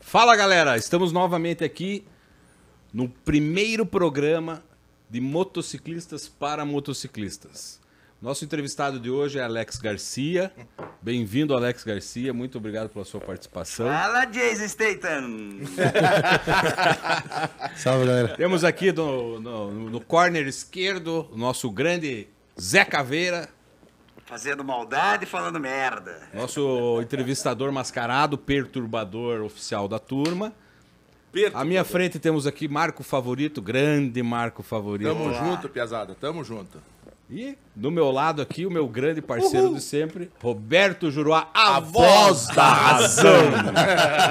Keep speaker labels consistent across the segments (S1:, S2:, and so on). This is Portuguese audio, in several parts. S1: Fala galera, estamos novamente aqui no primeiro programa de motociclistas para motociclistas. Nosso entrevistado de hoje é Alex Garcia. Bem-vindo, Alex Garcia. Muito obrigado pela sua participação.
S2: Fala, Jason Statham!
S3: Salve, galera.
S1: Temos aqui no, no, no corner esquerdo o nosso grande Zé Caveira,
S2: Fazendo maldade e falando merda.
S1: nosso entrevistador mascarado, perturbador oficial da turma. À minha frente temos aqui Marco Favorito, grande Marco Favorito.
S4: Tamo junto, Piazada, tamo junto.
S1: E do meu lado aqui, o meu grande parceiro de sempre, Roberto Juruá, a,
S4: voz
S1: da razão.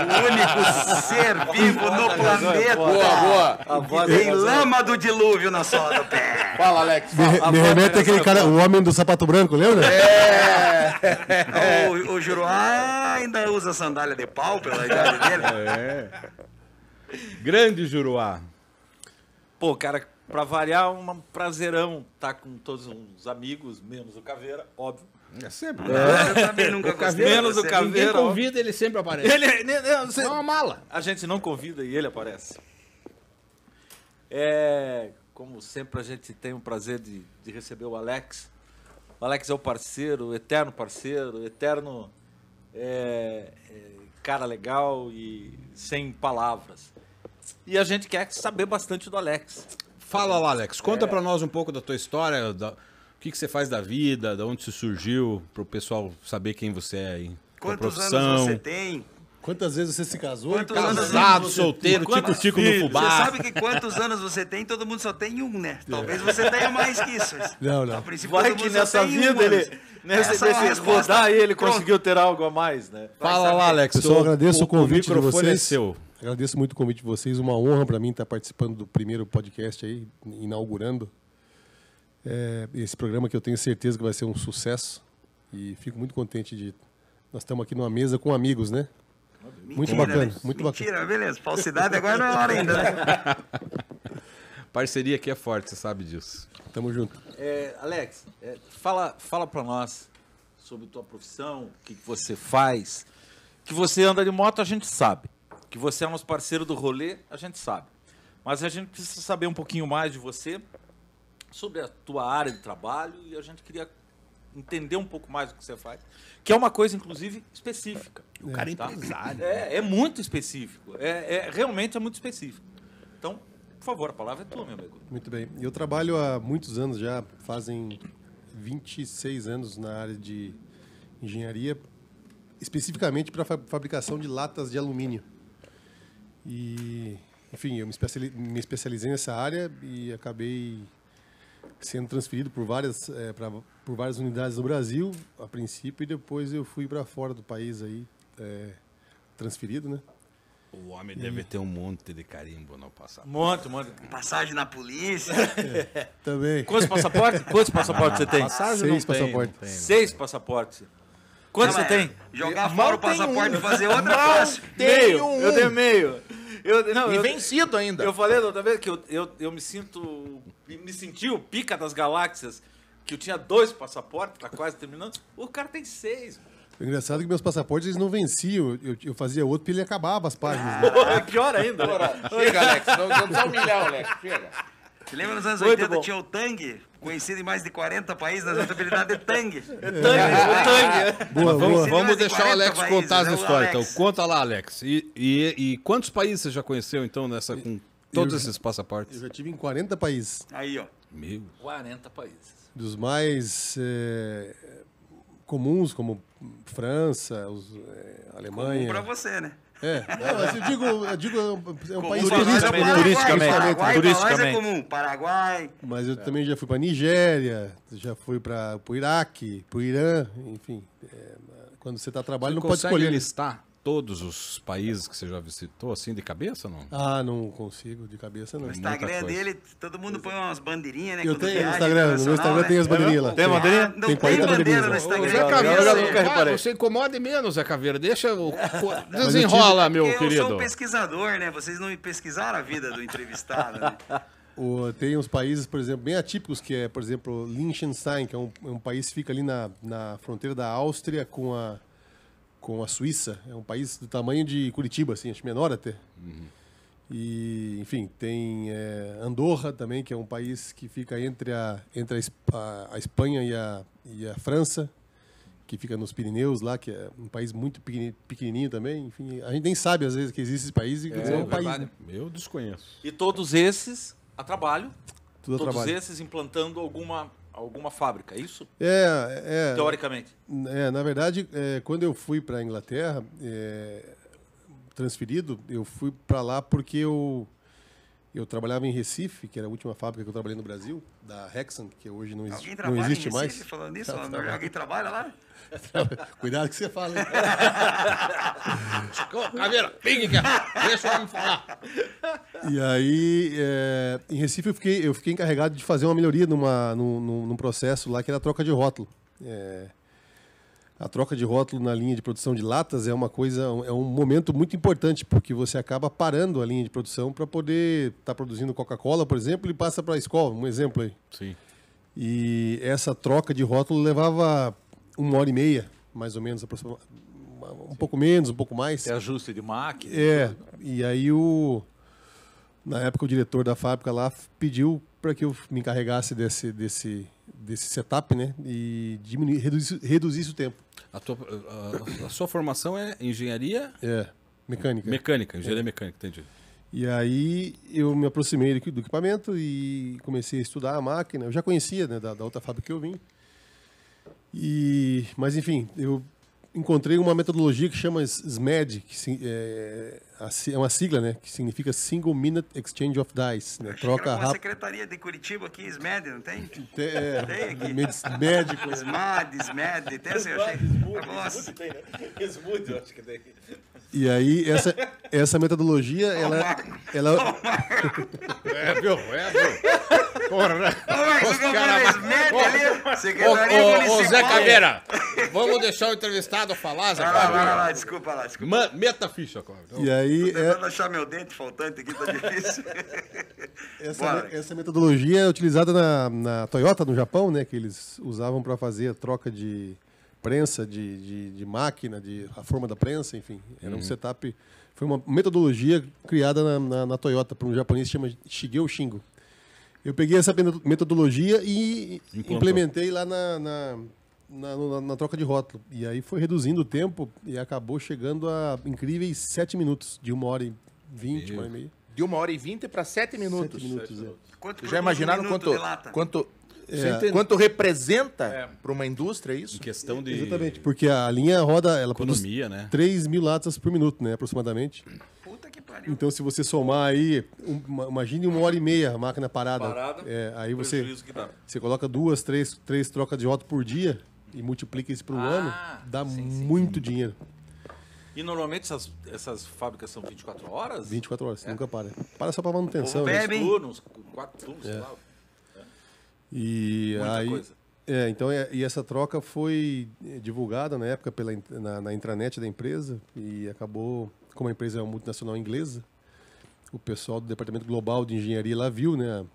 S2: O único ser vivo no planeta.
S4: Boa, boa.
S5: é
S2: Tem lama do dilúvio na sola do pé.
S4: Fala, Alex.
S3: Me, me remete àquele cara, o homem do sapato branco, lembra?
S2: O, o Juruá ainda usa sandália de pau pela idade dele.
S1: Grande Juruá.
S5: Pô, cara, pra variar, um prazerão estar com todos os amigos, menos o Caveira, óbvio.
S1: É sempre.
S2: Eu também nunca gostei.
S5: menos
S2: de
S5: o
S2: você.
S5: cabelo.
S1: Ninguém convida, ele sempre aparece.
S5: Ele, ele- não, você-
S1: É uma mala.
S5: a gente não convida e ele aparece. É, como sempre, a gente tem o prazer de, de receber o Alex. O Alex é o parceiro, o eterno parceiro, o eterno é, é, cara legal e sem palavras. E a gente quer saber bastante do Alex.
S1: Fala lá, Alex. Conta pra nós um pouco da tua história, da- o que, que você faz da vida, da onde você surgiu, pro pessoal saber quem você é aí. Tua
S2: Quantos
S1: profissão.
S2: anos você tem?
S3: Quantas vezes você se casou?
S2: Quantos
S3: cara?
S2: anos
S1: Casado,
S2: você-
S1: solteiro,
S5: Quantos
S1: tico-tico no
S5: filhos?
S1: fubá.
S2: Você sabe que quantos anos você tem, todo mundo só tem um, né? Talvez você tenha mais que isso.
S3: Não, não.
S2: A princípio,
S5: Vai
S2: todo
S5: que
S2: mundo só
S5: nessa
S2: tem um
S5: vida
S2: ano.
S5: ele. Nessa,
S2: Essa é uma
S5: nesse
S2: resposta.
S5: rodar ele
S2: Pronto.
S5: conseguiu ter algo a mais, né?
S1: Fala lá, Alex.
S3: Pessoal,
S1: O-
S3: agradeço o, convite
S1: O
S3: de
S1: microfone
S3: vocês.
S1: é seu.
S3: Agradeço muito o convite de vocês. Uma honra para mim estar participando do primeiro podcast aí, inaugurando é, esse programa que eu tenho certeza que vai ser um sucesso. E fico muito contente de. Nós estamos aqui numa mesa com amigos, né? Muito
S2: Mentira,
S3: bacana,
S2: né?
S3: muito
S2: Mentira, beleza. Falsidade agora não é hora ainda, né?
S1: Parceria aqui é forte, você sabe disso.
S3: bacana. Tamo junto.
S5: É, Alex, é, fala, fala pra nós sobre tua profissão, o que, que você faz. Que você anda de moto, a gente sabe. Que você é nosso parceiro do rolê, a gente sabe. Mas a gente precisa saber um pouquinho mais de você, sobre a tua área de trabalho, e a gente queria entender um pouco mais do que você faz. Que é uma coisa, inclusive, específica.
S1: O cara é
S5: Tá?
S1: empresário.
S5: É, é muito específico. É, é- realmente é muito específico. Então, por favor, a palavra é tua, meu amigo.
S3: Muito bem. Eu trabalho há muitos anos já, fazem 26 anos na área de engenharia, especificamente para fa- fabricação de latas de alumínio. E, enfim, eu me especiali- me especializei nessa área e acabei sendo transferido por várias eh, pra- por várias unidades do Brasil a princípio e depois eu fui para fora do país aí eh, transferido, né?
S1: O homem deve ter um monte de carimbo no passado.
S5: Monte, monte.
S2: Passagem na polícia.
S3: Também.
S5: Quantos passaportes? Quantos passaportes você tem?
S3: Seis passaportes.
S5: Seis passaportes. Quantos
S2: Não,
S5: você
S2: é,
S5: tem?
S2: Jogar
S5: Mal
S2: fora o
S5: tem
S2: passaporte
S5: um.
S2: e fazer outra
S5: Mal
S2: classe.
S5: Meio. Eu tenho meio. Eu, não,
S4: E
S5: eu,
S4: É vencido ainda.
S5: eu falei da outra vez que eu, eu, eu me sinto. Me senti o pica das galáxias. Que eu tinha dois passaportes, tá quase terminando. O cara tem seis.
S3: O engraçado é que meus passaportes eles não venciam. Eu, eu fazia outro e ele acabava as páginas. né?
S5: Porra, é pior ainda.
S4: Chega, Alex. Não, não precisa humilhar, Alex. Chega.
S2: Você lembra nos anos
S5: Muito
S2: 80
S5: bom.
S2: tinha o Tang, conhecido em mais de 40 países, nas habilidades de Tang. É.
S5: Tangue, o tangue.
S3: Boa,
S1: Vamos,
S3: boa.
S1: vamos
S2: Mais de
S1: deixar o
S2: 40
S1: Alex
S2: países,
S1: contar essa
S2: né, o
S1: história,
S2: Alex?
S1: então. Conta lá, Alex. E, e- e quantos países você já conheceu, então, nessa, com todos esses
S3: Eu
S1: passaportes?
S3: já tive em 40 países,
S2: Aí, ó.
S1: Meu.
S5: 40 países.
S3: dos mais eh, comuns, como França, os, eh,
S2: Um
S3: Alemanha.
S2: pra você, né?
S3: É, não, mas eu digo, eu digo é um, é um país
S2: pra nós
S3: turístico.
S2: é
S3: né?
S2: Paraguai, Paraguai pra nós
S5: turisticamente,
S2: é
S5: turisticamente.
S2: comum. Paraguai.
S3: Mas eu também já fui para Nigéria, já fui para o Iraque, para o Irã, enfim. eh, quando você está a trabalho,
S1: Você
S3: não pode
S1: consegue
S3: escolher. né?
S1: listar todos os países que você já visitou, assim, de cabeça ou não?
S3: Ah, não consigo, de cabeça não.
S2: No Instagram
S1: coisa.
S2: dele, todo mundo põe umas bandeirinhas, né?
S3: Eu
S2: quando
S3: tenho no
S2: viaja,
S3: Instagram, no
S2: internacional,
S3: meu Instagram
S2: né?
S3: tem as bandeirinhas lá.
S5: Tem bandeirinha?
S2: Ah, Não
S3: Tem tá
S2: tem,
S3: 40
S2: bandeira
S3: bandeirinhas.
S2: no Instagram.
S1: Ô,
S2: eu
S1: Zé
S2: já
S1: Caveira, assim,
S2: vi.
S5: nunca reparei.
S1: você incomode menos, Zé Caveira. Deixa o... co- Desenrola, meu
S2: Porque Eu sou
S1: querido.
S2: um pesquisador, né? Vocês não pesquisaram a vida do entrevistado, né?
S3: O- tem uns países, por exemplo, bem atípicos, que é, por exemplo, Liechtenstein, que é um, é um país que fica ali na, na fronteira da Áustria com a, com a Suíça. É um país do tamanho de Curitiba, assim, acho menor até.
S5: Uhum.
S3: E, enfim, tem é, Andorra também, que é um país que fica entre a, entre a, Es- a- a Espanha e a, e a França, que fica nos Pirineus lá, que é um país muito pequeni- pequenininho também. Enfim, a gente nem sabe às vezes que existe esse país e que é, um país. né?
S1: Eu desconheço.
S5: E todos esses a trabalho,
S3: Tudo a
S5: todos
S3: trabalho.
S5: esses implantando alguma, alguma fábrica, é isso?
S3: É, é,
S5: Então, Teoricamente.
S3: É, na verdade, é, quando eu fui para a Inglaterra, é, transferido, eu fui para lá porque eu, eu trabalhava em Recife, que era a última fábrica que eu trabalhei no Brasil, da Hexan, que hoje não
S2: Alguém
S3: existe, não
S2: trabalha em
S3: existe
S2: Recife
S3: mais.
S2: falando nisso?
S3: Tá, tá.
S2: Alguém trabalha lá?
S3: Cuidado que você fala. hein?
S1: Ô, caveira, pingue, cara. Deixa o homem falar.
S3: E aí, é, em Recife, eu fiquei, eu fiquei encarregado de fazer uma melhoria numa, num, num- num processo lá que era a troca de rótulo. É, a troca de rótulo na linha de produção de latas é uma coisa, é um momento muito importante, porque você acaba parando a linha de produção para poder estar produzindo Coca-Cola, por exemplo, e passa para a escola, um exemplo aí.
S1: Sim.
S3: E essa troca de rótulo levava uma hora e meia, mais ou menos, aproxima- um pouco menos, um pouco mais.
S5: É ajuste de máquina.
S3: É, e aí o. Na época o diretor da fábrica lá f- pediu para que eu me encarregasse desse, desse, desse setup, né? E diminu- reduzisse, reduzisse o tempo.
S1: A, tua, a- a- a sua formação é engenharia
S3: É, mecânica.
S1: mecânica.
S3: É.
S1: Engenharia mecânica, entendi.
S3: E aí eu me aproximei do, do equipamento e comecei a estudar a máquina. Eu já conhecia, né, da, da outra fábrica que eu vim. E, mas enfim, eu encontrei uma metodologia que chama S- SMED, que si- é, a si- é uma sigla, né, que significa Single Minute Exchange of Dice, né, troca
S2: Era uma
S3: rápida.
S2: secretaria de Curitiba aqui, SMED, não tem?
S3: Te- é,
S2: Tem aqui.
S3: med- médico. né?
S2: SMAD, SMED, tem assim, eu achei. Nossa,
S5: tem, né? Esmude, eu acho que tem.
S3: E aí, essa, essa metodologia, ela, ela,
S1: É, viu? É, viu? Porra.
S2: Ô, Marcos,
S1: Os
S2: o cara
S1: cara-
S2: era SMED ali, Secretaria
S1: Ô, ô, ô, Zé
S2: Municipal.
S1: Caveira, vamos deixar o entrevistado falar, Zé
S2: Vai lá, vai lá,
S1: Caveira.
S2: vai lá, desculpa lá, desculpa.
S1: Ma- Meta a ficha, Cláudio.
S3: e aí
S2: Tô
S3: é-
S2: tentando achar meu dente faltante aqui, tá difícil.
S3: essa,
S2: Bora.
S3: essa metodologia é utilizada na, na Toyota, no Japão, né? Que eles usavam para fazer a troca de prensa, de, de, de máquina, de, a forma da prensa, enfim. Era um setup... Foi uma metodologia criada na, na, na Toyota por um japonês que chama Shigeo Shingo. Eu peguei essa meto- metodologia e
S1: Implantou.
S3: implementei lá na, na, na- na- na troca de rótulo. E aí foi reduzindo o tempo e acabou chegando a incríveis sete minutos, de uma hora e vinte, uma hora e meia.
S4: De uma hora e vinte para sete minutos.
S3: Sete minutos, é.
S2: Quanto produz
S4: Já imaginaram
S2: um minuto
S4: quanto,
S2: de lata? É.
S4: quanto,
S1: Você entende?
S4: quanto representa para uma indústria
S1: Em
S4: isso?
S1: questão de
S3: Exatamente, porque a linha roda, ela produz
S1: economia, né?
S3: 3 mil latas por minuto, né, aproximadamente.
S2: Puta que pariu.
S3: Então, se você somar aí, um- imagine uma hora e meia a máquina parada.
S5: Parada,
S3: É, aí você,
S5: Prejuízo que dá.
S3: você coloca duas, três, três trocas de rótulo por dia e multiplica isso por um
S5: Ah,
S3: ano, dá
S5: sim, sim.
S3: muito dinheiro.
S5: E normalmente essas, essas fábricas são 24 horas?
S3: 24
S5: É.
S3: horas, você nunca para. Para só para manutenção.
S2: Povo
S3: né?
S2: bebe.
S5: Três
S2: hein?
S5: turnos, quatro turnos,
S3: É.
S5: sei lá.
S3: E
S5: Muita
S3: aí,
S5: coisa.
S3: É, então, é- e essa troca foi eh, divulgada na época pela, in- na, na intranet da empresa e acabou, como a empresa é uma multinacional inglesa, o pessoal do Departamento Global de Engenharia lá viu, né,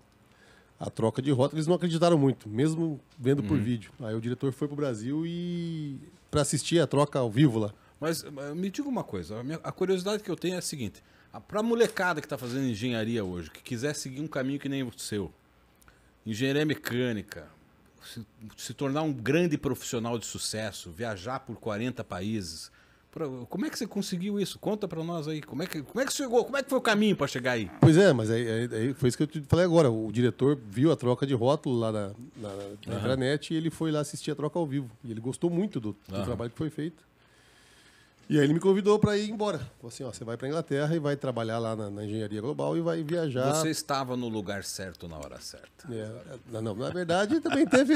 S3: a, a troca de rota, eles não acreditaram muito, mesmo vendo
S5: Uhum.
S3: por vídeo. Aí o diretor foi pro Brasil e para assistir a troca ao vivo lá.
S1: Mas eh, me diga uma coisa, a, minha- a curiosidade que eu tenho é a seguinte: a, pra molecada que tá fazendo engenharia hoje, que quiser seguir um caminho que nem o seu, engenharia mecânica, se, se tornar um grande profissional de sucesso, viajar por 40 países, pra- como é que você conseguiu isso? Conta pra nós aí, como é que, como é que chegou, como é que foi o caminho pra chegar aí?
S3: Pois é, mas aí, aí- aí foi isso que eu te falei agora. O diretor viu a troca de rótulo lá na, na, na intranet e ele foi lá assistir a troca ao vivo. E ele gostou muito do, do trabalho que foi feito. E aí ele me convidou para ir embora. Falou assim, ó, você vai para Inglaterra e vai trabalhar lá na, na engenharia global e vai viajar.
S1: Você estava no lugar certo na hora certa.
S3: É, não, não, na verdade também teve,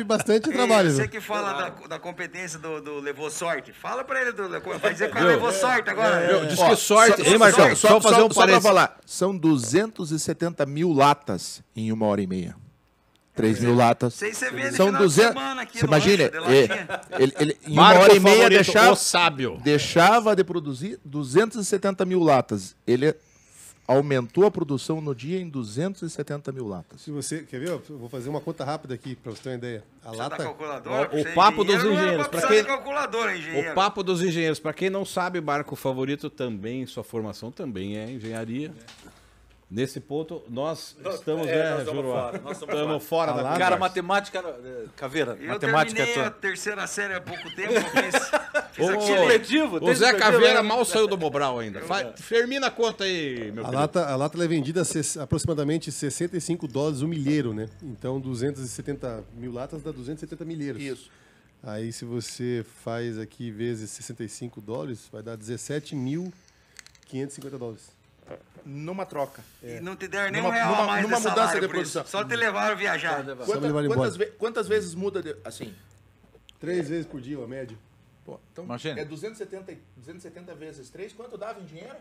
S3: bastante trabalho.
S2: Você
S3: né?
S2: que fala da, da competência do, do levou sorte. Fala pra ele do. Vai dizer que o cara levou sorte agora.
S1: Diz que sorte, hein, Marcão? Só, fazer um
S4: só pra
S1: parênteses.
S4: falar, são 270 mil latas em uma hora e meia. 3 mil latas.
S2: Sei que você vê no
S4: São
S2: final de
S4: 200.
S2: semana aqui
S4: Você
S2: no lanche
S4: imagina?
S2: de
S4: é,
S2: latinha.
S4: ele, ele, em uma
S1: Marco
S4: hora e meia
S1: favorito,
S4: deixava,
S1: o sábio.
S4: deixava de produzir 270 mil latas. Ele aumentou a produção no dia em 270 mil latas.
S3: Se você quer ver, ó, eu vou fazer uma conta rápida aqui para você ter uma ideia. A
S2: Você tá
S3: lata
S2: calculadora,
S1: O-
S2: pra
S1: o
S2: ser
S1: papo dos
S2: engenheiro, não era
S1: engenheiros,
S2: pra
S1: pra
S2: precisar
S1: quem-
S2: de calculadora, engenheiro.
S1: O papo dos engenheiros. Para quem não sabe, barco favorito também, sua formação também é engenharia. Nesse ponto, nós estamos,
S5: é,
S1: é,
S5: nós estamos
S1: Juruá?
S5: fora, nós estamos
S1: Estamos fora,
S3: Tá lá,
S1: da
S5: Cara,
S1: conversa.
S5: matemática. era- eh, Caveira,
S2: Eu
S5: matemática é
S2: terminei a
S5: tua.
S2: terceira série há pouco tempo, eu fiz, fiz
S1: Ô,
S2: aquele...
S5: supletivo,
S1: o
S5: tem
S1: Zé
S5: supletivo,
S1: Caveira
S5: né?
S1: mal saiu do Bobral ainda. Fa- Termina a conta aí, meu
S3: A
S1: querido.
S3: lata, a lata ela é vendida a ses- aproximadamente 65 dólares o milheiro, né? Então 270 mil latas dá 270 milheiros.
S4: Isso.
S3: Aí se você faz aqui vezes 65 dólares, vai dar 17.550 dólares.
S4: Numa troca.
S2: E não te deram nem um
S4: Numa-
S2: real a
S4: numa-
S2: mais
S4: numa
S2: de
S4: mudança
S2: salário
S4: de
S2: por isso.
S4: produção.
S2: Só te levaram viajar.
S3: Só me levar
S4: quantas,
S3: embora.
S4: ve- quantas vezes muda de- assim?
S5: É.
S3: Três vezes por dia, a média.
S4: Pô, então
S5: Imagina.
S4: é 270, e- 270 vezes 3, quanto dava em dinheiro?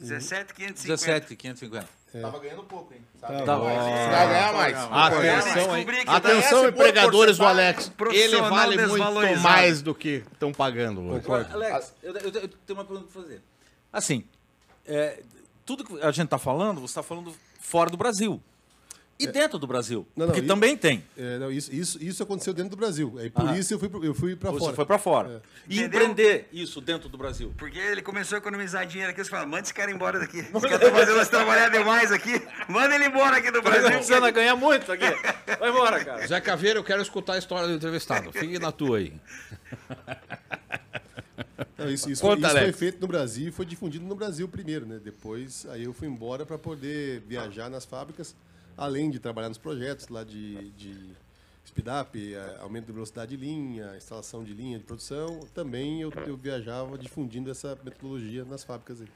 S2: 17,550.
S5: 17, 550.
S4: Tava ganhando pouco, hein? Sabe?
S5: Tá.
S4: Vai ganhar mais.
S1: Atenção, hein?
S2: Descobri que
S4: Essa
S1: Atenção,
S4: é boa
S1: empregadores do
S4: porcentagem.
S1: Alex. Ele
S2: Profissional
S1: vale muito
S2: desvalorizado.
S1: mais do que estão pagando hoje.
S5: Agora, Alex, eu, eu- eu tenho uma pergunta pra fazer. Assim, é, tudo que a gente tá falando, você tá falando fora do Brasil. E dentro do Brasil.
S3: É. Não, não,
S5: porque
S3: e-
S5: também tem.
S3: É, não, isso, isso, isso aconteceu dentro do Brasil. Aí por
S5: Ah.
S3: isso eu fui, pro- eu fui para
S5: Você
S3: fora. É.
S5: foi pra fora. E
S2: Entendeu?
S5: empreender isso dentro do Brasil.
S2: Porque ele começou a economizar dinheiro aqui. Você fala, manda esse cara embora daqui. Esse cara tá fazendo nós trabalhar demais aqui. Manda ele embora aqui do Brasil.
S5: Precisando ganhar muito aqui. Vai embora, cara.
S1: Zé Caveira, eu quero escutar a história do entrevistado. Fique na tua aí.
S3: Não, isso isso,
S1: Conta,
S3: isso foi
S1: Alex.
S3: feito no Brasil e foi difundido no Brasil primeiro, né? Depois, aí eu fui embora para poder viajar nas fábricas, além de trabalhar nos projetos lá de, de speed-up, eh, aumento de velocidade de linha, instalação de linha de produção. Também eu, eu viajava difundindo essa metodologia nas fábricas aí.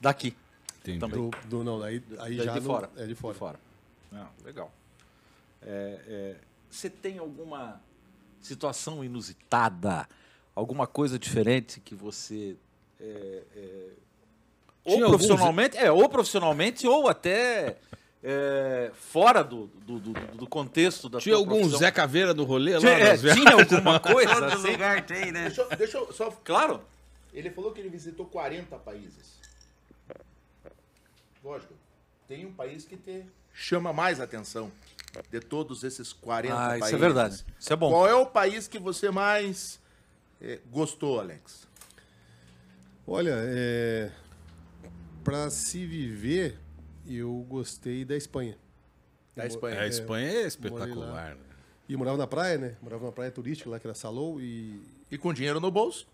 S5: Daqui.
S1: Entendi.
S5: Também.
S3: Do, do- não, aí, aí
S5: Daí
S3: já
S5: de,
S3: não-
S5: fora.
S3: É de fora.
S5: Ah, legal. É, é, você tem alguma situação inusitada? Alguma coisa diferente que você. é, é, ou
S1: Tinha
S5: profissionalmente, é, ou profissionalmente, ou até é, fora do, do, do- do contexto da
S1: Tinha
S5: tua
S1: algum
S5: profissão.
S1: Zé Caveira no rolê lá?
S5: Tinha, é,
S1: nas viagens?
S5: tinha alguma coisa
S2: Todo
S5: assim?
S2: lugar tem, né?
S4: Deixa, eu- deixa eu só.
S5: Claro.
S4: Ele falou que ele visitou 40 países. Lógico, tem um país que te chama mais atenção de todos esses 40
S5: Ah,
S4: países.
S5: isso é verdade. Isso é bom.
S4: Qual é o país que você mais eh, gostou, Alex?
S3: Olha, é... para se viver, eu gostei da Espanha.
S4: Da Espanha.
S1: É, a Espanha é espetacular.
S3: morei
S1: né?
S3: E eu morava na praia, né? Morava na praia turística lá que era Salou e
S4: E com dinheiro no bolso?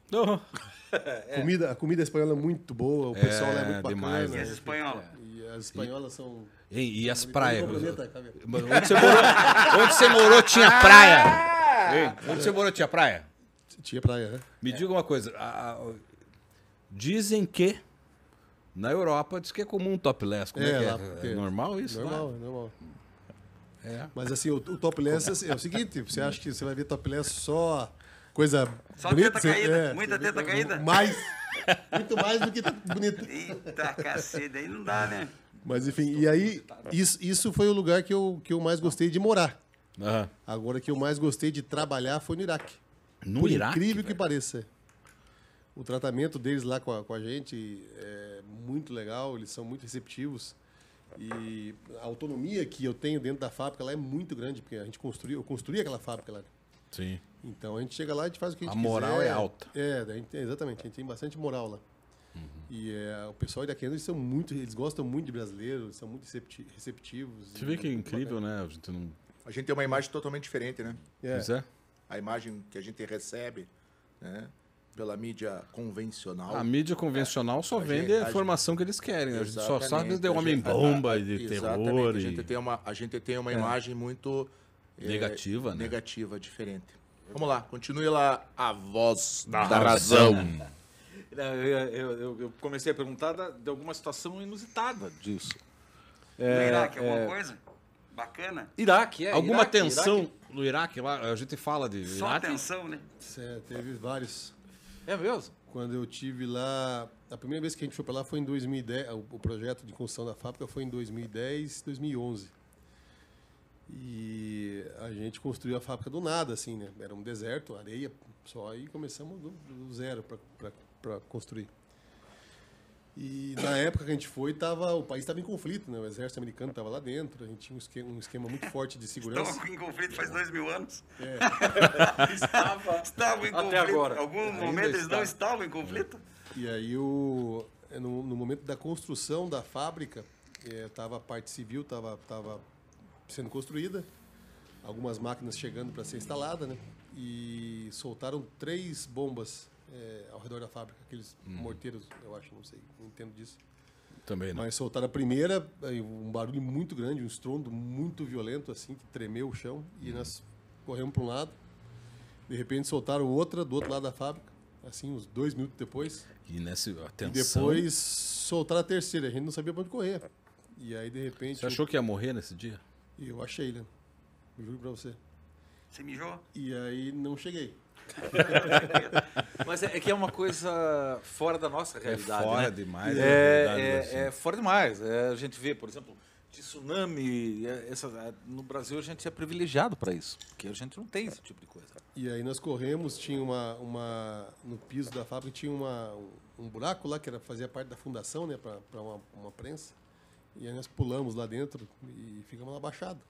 S3: Comida, a comida espanhola é muito boa, o pessoal lá é muito bacana.
S1: demais,
S2: E
S4: né?
S2: as espanholas.
S3: E as espanholas são.
S1: E, e as praias?
S3: Complementa, Camila.
S1: Mano, Onde você morou, onde você morou tinha praia? Ei, onde você morou tinha praia?
S3: Tinha praia, né?
S1: Me diga uma coisa. a- a- dizem que na Europa diz que é comum um topless. Como é,
S3: É,
S1: que é?
S3: lá, porque-
S1: É normal isso? lá?
S3: Normal, é normal.
S1: É.
S3: Mas assim, o, o topless é o seguinte: você acha que você vai ver topless só coisa.
S2: Só
S3: bonita,
S2: teta
S3: você-
S2: caída,
S3: é,
S2: muita
S3: você vê
S2: teta caída.
S3: Mais. Muito mais do que bonito.
S2: Eita, cacete, aí não dá, né?
S3: Mas enfim, e aí, isso, isso foi o lugar que eu, que eu mais gostei de morar.
S1: Aham.
S3: Agora, que eu mais gostei de trabalhar foi no Iraque.
S1: No
S3: Por
S1: Iraque?
S3: incrível que pareça. O tratamento deles lá com a, com a gente é muito legal, eles são muito receptivos. E a autonomia que eu tenho dentro da fábrica lá é muito grande, porque a gente construiu, eu construí aquela fábrica lá.
S1: Sim.
S3: Então a gente chega lá e a gente faz o que a gente
S1: A moral
S3: quiser.
S1: é alta. Uhum.
S3: É, daí a gente- exatamente, a gente tem bastante moral lá. E é, o pessoal iraquiano, eles são muito, eles gostam muito de brasileiros, são muito recepti- receptivos.
S1: Você vê que é incrível, né? A gente não...
S4: A gente tem uma imagem totalmente diferente, né?
S3: É.
S1: Pois é.
S4: A imagem que a gente recebe né, pela mídia convencional.
S5: Ah,
S1: A mídia convencional só
S4: A
S1: vende
S4: gente-
S1: a informação que eles querem. né? A gente só sabe
S4: Exatamente,
S1: de
S4: a gente-
S1: homem-bomba
S4: a-
S1: e de
S4: exatamente,
S1: terror.
S4: A
S1: e-
S4: gente tem uma, a gente tem uma imagem muito... eh,
S1: Negativa, né?
S4: Negativa, diferente. Vamos lá, continue lá a voz da, razão.
S5: Não, É, Eu, eu- eu- eu comecei a perguntar da- de alguma situação inusitada disso.
S2: no Iraque, alguma coisa? Bacana.
S5: Iraque, é.
S1: Alguma
S5: Iraque,
S1: tensão
S5: Iraque.
S1: no Iraque lá? A gente fala de
S2: Só
S1: Iraque.
S2: atenção, né?
S1: é
S3: Cê- teve vários.
S5: É mesmo?
S3: Quando eu tive lá, a primeira vez que a gente foi para lá foi em 2010, o, o projeto de construção da fábrica foi em 2010, 2011. E a gente construiu a fábrica do nada, assim, né? Era um deserto, areia, só aí começamos do, do zero para construir. E na época que a gente foi, tava, o país estava em conflito, né? O exército americano estava lá dentro, a gente tinha um esquema, um esquema muito forte de segurança.
S2: Estava em conflito faz dois mil anos.
S5: Estava.
S2: Estavam em
S5: Até
S2: conflito.
S5: agora.
S2: Em algum
S5: Ainda
S2: momento eles não
S5: está. É.
S2: estavam em conflito?
S3: E aí, o, é, no, no momento da construção da fábrica, estava tava a parte civil estava tava sendo construída, algumas máquinas chegando para ser instalada, né? E soltaram três bombas eh, ao redor da fábrica, aqueles morteiros, eu acho, não sei, não entendo disso.
S1: Hum. Também não.
S3: Mas soltaram a primeira, aí um barulho muito grande, um estrondo muito violento, assim, que tremeu o chão.
S1: Hum.
S3: E nós corremos para um lado. De repente soltaram outra do outro lado da fábrica, assim, uns dois minutos depois.
S1: E nessa
S3: E
S1: atenção.
S3: depois soltaram a terceira, a gente não sabia para onde correr. E aí, de repente.
S1: Você achou que ia morrer nesse dia?
S3: Eu, eu achei, né? Eu juro para você.
S2: Você mijou?
S3: E aí não cheguei.
S5: Mas é, é que é uma coisa fora da nossa realidade.
S1: fora
S5: né?
S1: demais da realidade
S5: É, é,
S1: do assunto.
S5: é fora demais. É, a gente vê, por exemplo, tsunami. é, essa- é, no Brasil a gente é privilegiado para isso, porque a gente não tem esse tipo de coisa.
S3: E aí nós corremos, tinha uma, uma no piso da fábrica tinha uma, um buraco lá que era fazia parte da fundação, né, para uma, uma prensa. E aí nós pulamos lá dentro e ficamos lá baixado.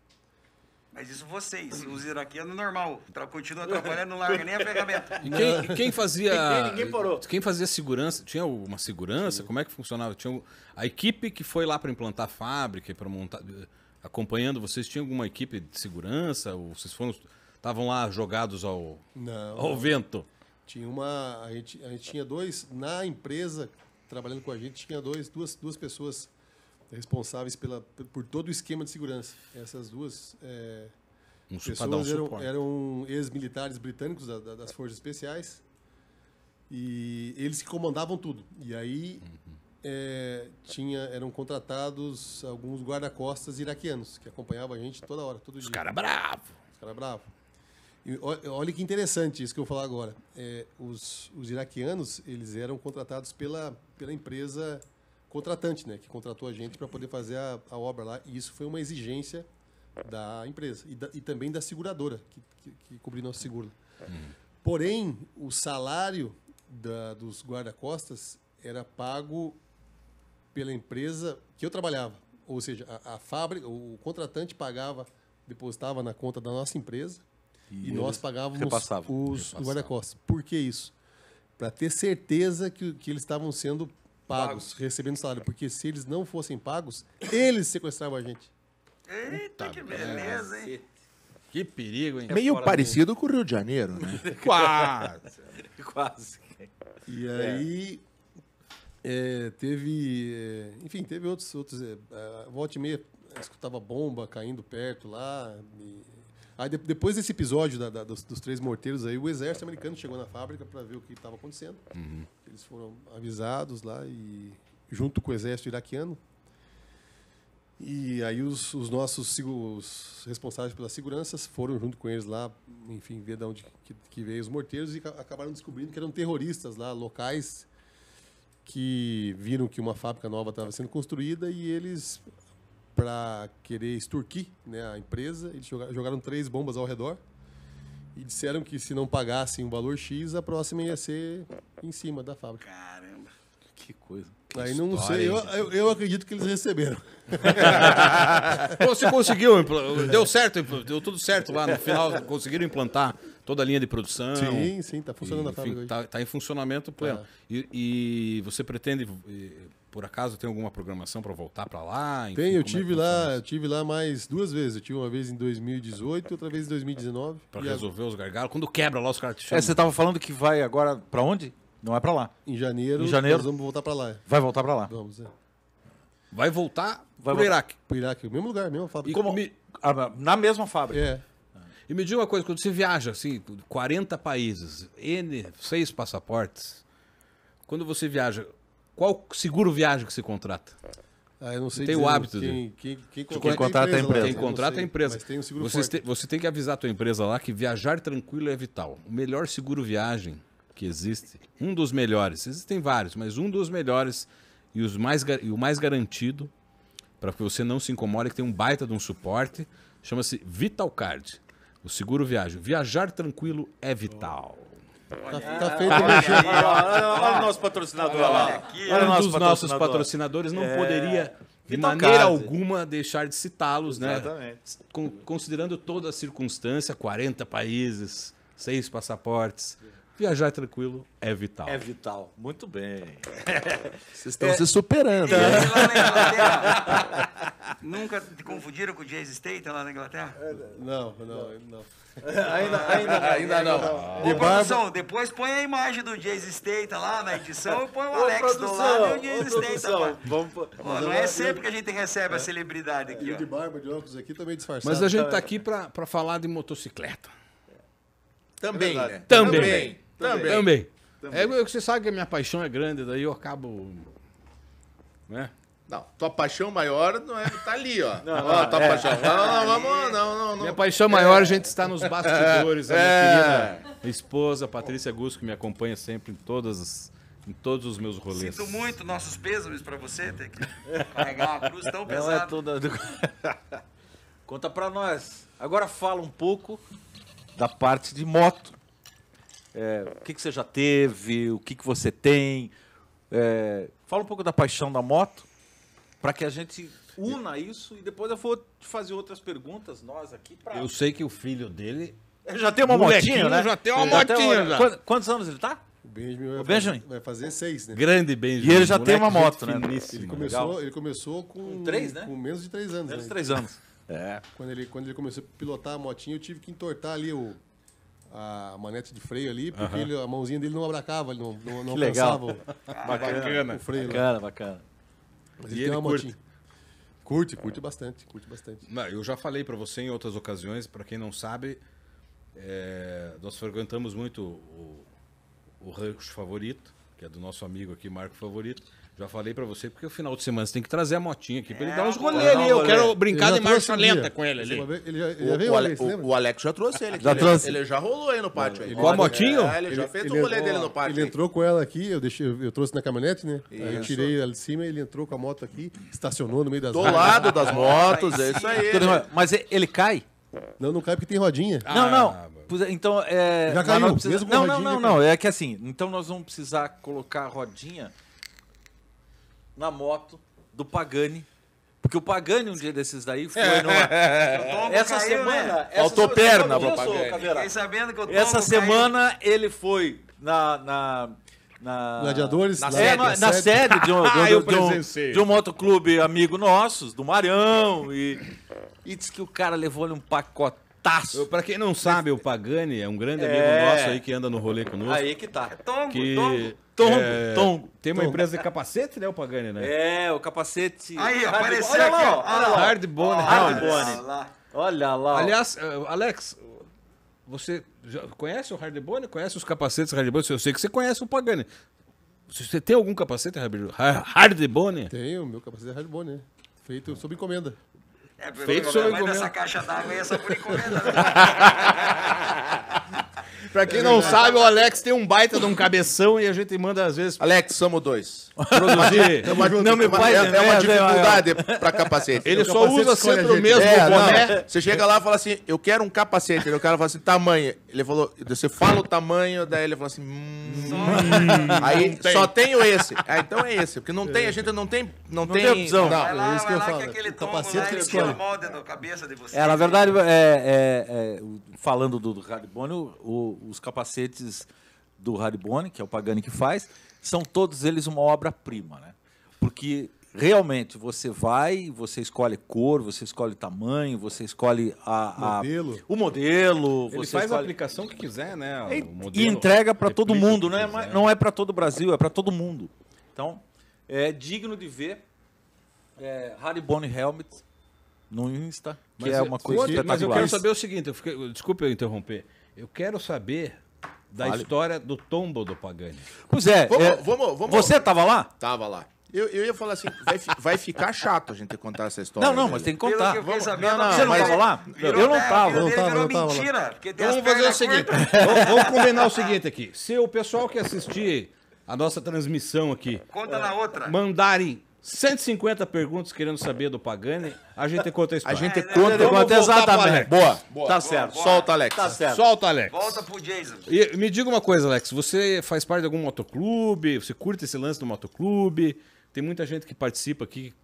S2: Mas isso vocês, os iraquianos, é normal. Tra- Continua atrapalhando, não larga nem a ferramenta.
S1: E quem, e quem fazia.
S6: Ninguém- ninguém parou.
S1: Quem fazia segurança? Tinha uma segurança? Como é que funcionava? Tinha um- a equipe que foi lá para implantar a fábrica, para montar. eh, Acompanhando vocês, tinha alguma equipe de segurança? Ou vocês foram. Estavam lá jogados ao,
S3: Não.
S1: ao vento?
S3: Tinha uma a gente, a gente tinha dois na empresa trabalhando com a gente tinha dois duas duas pessoas responsáveis pela por todo o esquema de segurança. Essas duas eh,
S1: Um, su- pra dar um
S3: pessoas eram,
S1: suporte.
S3: eram ex-militares britânicos da- da- das forças especiais e eles que comandavam tudo. E aí
S1: Uhum.
S3: eh, tinha, eram contratados alguns guarda-costas iraquianos que acompanhavam a gente toda hora, todo dia.
S1: Cara bravo!
S3: Os caras bravos. E ó- olha que interessante isso que eu vou falar agora. É, os, os iraquianos, eles eram contratados pela, pela empresa contratante, né? Que contratou a gente para poder fazer a, a obra lá. E isso foi uma exigência da empresa e, da- e também da seguradora, que, que, que cobriu nosso seguro. Porém, o salário da- dos guarda-costas era pago pela empresa que eu trabalhava. Ou seja, a, a fábrica, o contratante pagava, depositava na conta da nossa empresa e, nós pagávamos
S5: repassavam.
S3: os guarda-costas. Por que isso? Para ter certeza que, o- que eles estavam sendo pagos, recebendo salário. Porque se eles não fossem pagos, eles sequestravam a gente.
S2: Eita,
S5: É,
S2: que beleza, hein?
S1: Que perigo, hein?
S4: Meio
S5: fora
S4: parecido com o Rio de Janeiro, né?
S1: Quase!
S5: Quase.
S3: E aí é, teve, é, enfim, teve outros, outros é, a volta e meia escutava bomba caindo perto lá. e- Aí de- depois desse episódio da- da- dos, dos três morteiros aí, o exército americano chegou na fábrica para ver o que estava acontecendo. Eles foram avisados lá e junto com o exército iraquiano. E aí os, os nossos segu- os responsáveis pelas seguranças foram junto com eles lá, enfim, ver de onde que, que veio os morteiros e ca- acabaram descobrindo que eram terroristas lá, locais, que viram que uma fábrica nova estava sendo construída e eles, para querer extorquir né, a empresa, eles joga- jogaram três bombas ao redor e disseram que se não pagassem o valor X, a próxima ia ser em cima da fábrica.
S2: Caramba.
S5: Que coisa.
S3: Aí não
S1: história,
S3: sei, eu,
S1: hein,
S3: eu, eu acredito que eles receberam.
S1: Você conseguiu, impl- deu certo, impl- deu tudo certo lá. No final, conseguiram implantar toda a linha de produção.
S3: Sim, sim, tá funcionando a
S1: Enfim,
S3: fábrica hoje. É.
S1: tá, tá em funcionamento pleno. E, e você pretende, eh, por acaso, tem alguma programação para voltar para lá? Enfim,
S3: Tem, eu
S1: como é que
S3: tive
S1: funciona
S3: lá,
S1: isso?
S3: eu tive lá mais duas vezes. Eu tive uma vez em 2018, outra vez em 2019.
S1: Pra
S3: e a-
S1: resolver os gargalos. Quando quebra lá, os caras te
S5: É,
S1: chamam.
S5: você estava falando que vai agora para onde? Não é para lá.
S3: Em janeiro,
S5: Em janeiro?
S3: nós vamos voltar pra lá. é.
S5: Vai voltar para lá.
S3: Vamos, é.
S1: Vai voltar
S5: Vai
S1: pro
S5: voltar.
S1: Iraque.
S3: Pro Iraque, mesmo lugar, mesma
S1: E
S3: fábrica.
S1: como-
S5: Me- ah, Na mesma fábrica.
S3: É.
S1: E me diga uma coisa, quando você viaja, assim, 40 países, N, seis passaportes, quando você viaja, qual seguro viagem que você contrata?
S3: Ah, eu não sei
S1: Tem o
S3: dizer
S1: hábito de-
S3: quem, quem, quem,
S4: contrata a
S3: lá,
S4: empresa.
S1: Quem
S3: eu não
S1: contrata é
S3: sei,
S1: a empresa.
S3: Mas tem um seguro
S1: Vocês
S3: forte.
S1: te- você tem que avisar a tua empresa lá que viajar tranquilo é vital. O melhor seguro viagem que existe, um dos melhores, existem vários, mas um dos melhores e, os mais, ga- e o mais garantido, para que você não se incomode, que tem um baita de um suporte, chama-se Vital Card. O seguro viagem. Viajar tranquilo é vital.
S3: Tá, tá feito o
S1: Ah.
S3: merchan.
S5: Olha o nosso patrocinador lá.
S2: aqui,
S5: Olha é o
S1: um
S5: nosso
S1: dos nossos
S5: patrocinador. É,
S1: patrocinadores não poderia, de
S5: Vitor
S1: maneira
S5: Cazzi.
S1: alguma, deixar de citá-los, né?
S5: Exatamente.
S1: Con- considerando toda a circunstância, 40 países, seis passaportes, viajar tranquilo é vital.
S5: É vital. Muito bem.
S4: Vocês estão se superando.
S2: Ele
S4: né?
S2: lá na Inglaterra. Nunca te confundiram com o Jason Statham lá na Inglaterra?
S5: É,
S3: né? Não, não, não.
S5: Ainda, ainda, ainda não.
S2: Ô, produção, depois põe a imagem do Jason Statham lá na edição e põe o Alex do lado e o Jason Statham. pá.
S5: vamos... pô-
S2: Ó, não é sempre que a gente recebe a celebridade aqui,
S3: E o de
S2: ó.
S3: barba, de óculos aqui, também disfarçado.
S1: Mas a gente tá aqui para falar de motocicleta.
S4: Também,
S5: É
S4: né?
S5: verdade.
S1: Também.
S5: Também.
S1: Também. É, você sabe que a minha paixão é grande, daí eu acabo. Né?
S6: Não, tua paixão maior não é. Tá ali, ó. ó, tua paixão. Não, não, vamos. Não, não, É. não.
S1: Minha paixão maior, a gente está nos bastidores. A
S6: É.
S1: minha querida esposa, Patrícia Gusto, que me acompanha sempre em, todas as- em todos os meus rolês.
S2: Sinto muito nossos pêsames pra você ter que carregar uma cruz tão
S5: Não é
S2: pesada.
S5: toda. Conta pra nós. Agora fala um pouco da parte de moto. É, o que, que você já teve? O que, que você tem? É, fala um pouco da paixão da moto, pra que a gente una isso e depois eu vou te fazer outras perguntas, nós aqui. Pra...
S1: Eu sei que o filho dele.
S5: Já tem uma
S1: Molequinho,
S5: motinha, né?
S1: já tem uma
S5: tem
S1: motinha,
S5: uma-
S1: já.
S5: Quant- Quantos anos ele tá?
S3: O Benjamin, vai,
S5: Ô, Benjamin.
S3: Vai fazer seis, né?
S1: Grande Benjamin.
S5: E ele já tem
S1: moleque,
S5: uma moto,
S1: gente
S5: né?
S1: finíssima.
S3: Ele
S5: legal.
S3: começou, ele começou com,
S5: Com três, né?
S3: com menos de três anos.
S5: Menos
S3: né?
S5: três anos. É.
S3: Quando, ele, quando ele começou a pilotar a motinha, eu tive que entortar ali o, a manete de freio ali, porque ele- a mãozinha dele não abracava, ele não, não, não
S5: Que legal.
S3: alcançava o- o, freio lá.
S5: Bacana, bacana.
S3: Mas
S1: E
S3: ele,
S1: ele
S3: tem uma
S1: curte?
S3: motinha. Curte, curte bastante, curte bastante.
S1: Não, eu já falei para você em outras ocasiões, para quem não sabe, é, nós frequentamos muito o, o rancho favorito, que é do nosso amigo aqui, Marco Favorito. Já falei para você, porque o final de semana você tem que trazer a motinha aqui para ele
S2: É,
S1: dar uns
S2: vou
S1: rolê
S5: dar um
S1: ali. Eu
S5: rolê.
S1: quero brincar de
S3: Ele já
S1: marcha
S3: trouxe um dia.
S1: lenta com ele
S3: Uma
S1: ali.
S3: vez- Ele já, ele já
S4: O,
S3: veio
S4: o,
S3: uma
S4: Ale-
S3: vez, você lembra?
S4: o- o Alex já trouxe ele aqui.
S5: Já
S4: ele,
S5: trouxe.
S4: Ele já rolou aí no pátio. aí.
S1: Com a motinho?
S4: É, ele já fez o rolê dele no pátio.
S3: Ele
S4: aí.
S3: entrou com ela aqui, eu, deixei, eu eu trouxe na caminhonete, né? Aí eu tirei ela de cima, ele entrou com a moto aqui, estacionou no meio das
S4: Do
S3: ruas.
S4: lado das motos, é isso aí.
S5: Tudo bem, Mas e- ele cai?
S3: Não, não cai porque tem rodinha.
S5: Não,
S1: Ah,
S5: não. Pois é, Então, é.
S3: Já
S5: nós
S3: caiu,
S5: não, precisa-
S3: mesmo com
S5: não, não,
S3: rodinha,
S5: não,
S3: já
S5: não. É que assim, então nós vamos precisar colocar a rodinha na moto do Pagani. Porque o Pagani, um dia desses daí, foi numa.
S2: O tombo
S5: Essa
S2: caiu,
S5: semana.
S2: né?
S5: essa
S4: Faltou
S5: semana-
S4: perna
S5: Sabe o que
S4: pro
S5: eu sou,
S4: Pagani.
S5: Caveira?
S2: Fiquei sabendo que o tombo
S5: Essa
S2: caiu.
S5: semana ele foi na. na na,
S3: Gladiadores,
S5: na,
S3: lá,
S5: sede,
S3: na
S5: na
S3: sede.
S5: sede de um, de um-
S1: Ah, eu
S5: de um-
S1: presenciei.
S5: de um motoclube amigo nosso, do Marião, e, e diz que o cara levou-lhe um pacotaço.
S1: Para quem não sabe, o Pagani é um grande
S5: É.
S1: amigo nosso aí que anda no rolê conosco.
S5: Aí que tá.
S2: Tombo,
S1: que
S2: tombo.
S5: Tombo,
S1: é,
S5: tombo,
S1: Tem uma empresa de capacete, né, o Pagani, né?
S5: É, o capacete.
S2: Aí,
S5: Hard-
S2: apareceu
S5: olha
S2: aqui, ó.
S5: lá, ó, olha lá.
S1: Hard Bone.
S5: Hard
S1: Helmets.
S5: Bone.
S2: Ah, lá.
S5: Olha lá. ó.
S1: Aliás, eh, Alex, você já conhece o Hardbone? Conhece os capacetes Hardbone? Eu sei que você conhece o Pagani. Se Você tem algum capacete Hard- Ha- Hardbone?
S3: Tem, o meu capacete é hardbone, né? Feito sob encomenda.
S2: É,
S1: Feito
S2: pelo
S1: sob
S2: menos
S1: encomenda.
S2: essa caixa d'água aí é só por encomenda.
S1: Pra quem não sabe, o Alex tem um baita de um cabeção e a gente manda às vezes
S6: Alex, somos dois.
S1: produzir.
S6: não me
S5: faz
S6: É, é uma
S5: inveja,
S6: dificuldade
S4: né?
S6: pra capacete.
S1: Ele
S5: um
S1: é
S6: Eu-
S1: só usa
S3: escolhe
S1: sempre
S3: a
S1: o
S3: gente.
S1: mesmo
S6: É,
S1: boné.
S6: não. Você chega lá e fala assim, eu quero um capacete. Daí o cara fala assim, tamanho. Ele falou, você fala o tamanho, daí ele fala assim, hum, aí só tenho esse. Ah, então é esse, porque não tem, a gente não tem, não, tem,
S5: tem opção.
S6: Não.
S2: Vai lá,
S3: é isso que
S2: vai
S3: eu
S2: lá que,
S3: falo.
S2: aquele
S3: O
S2: tombo
S3: capacete
S2: lá,
S3: que
S2: ele
S3: escolhe.
S2: tira a molde da cabeça de vocês.
S5: É, na verdade, é, é, é, o- falando do, do Hardbone, o- o- os capacetes do Hardbone, que é o Pagani que faz, são todos eles uma obra-prima, né? Porque realmente você vai, você escolhe cor, você escolhe tamanho, você escolhe a, a-
S3: Modelo.
S5: o modelo,
S1: Ele
S5: você
S1: faz a
S5: escolhe-
S1: aplicação que quiser, né? o
S5: E-
S1: modelo,
S5: E entrega para todo
S1: replica o
S5: mundo,
S1: que
S5: né?
S1: quiser.
S5: Mas não é para todo o Brasil, é para todo mundo. Então, é digno de ver é, Harry Bone Helmet no Insta, que
S1: Mas
S5: é
S1: eu-
S5: uma coisa
S1: mas eu- Mas eu
S5: espetacular.
S1: quero saber o seguinte, eu fiquei, desculpa eu interromper. Eu quero saber da história do tombo do Pagani.
S5: Pois é,
S6: Vamos-
S5: é,
S6: vamos- vamos-
S5: você estava lá?
S6: Tava lá. Eu, eu ia falar assim, vai, fi- vai ficar chato a gente contar essa história.
S5: Não, não,
S6: dele.
S5: mas tem que
S2: Pelo
S5: contar.
S2: que eu fiquei
S5: Vamos-
S2: sabendo,
S5: não, não,
S2: você não
S5: mas-
S2: tava
S5: lá? Eu não tava.
S3: Não tava,
S2: virou
S3: não tava lá.
S2: mentira. porque tem
S1: Então Vamos
S2: as
S1: fazer o
S2: pernas
S1: seguinte,
S2: curtas.
S1: vamos, vamos combinar o seguinte aqui. Se o pessoal que assistir a nossa transmissão aqui É.
S2: Conta na outra.
S1: mandarem 150 perguntas querendo saber do Pagani, a gente conta a
S6: A
S1: história.
S6: gente
S2: Vamos
S6: conta.
S5: voltar pro
S6: Exatamente.
S5: Alex.
S6: Boa.
S5: Boa,
S6: Tá
S5: boa,
S6: certo.
S2: boa.
S6: Solta, Alex.
S5: Tá certo.
S1: Solta, Alex.
S2: Volta pro Jason.
S1: E me diga uma coisa, Alex. Você faz parte de algum motoclube? Você curte esse lance do motoclube? Tem muita gente que participa aqui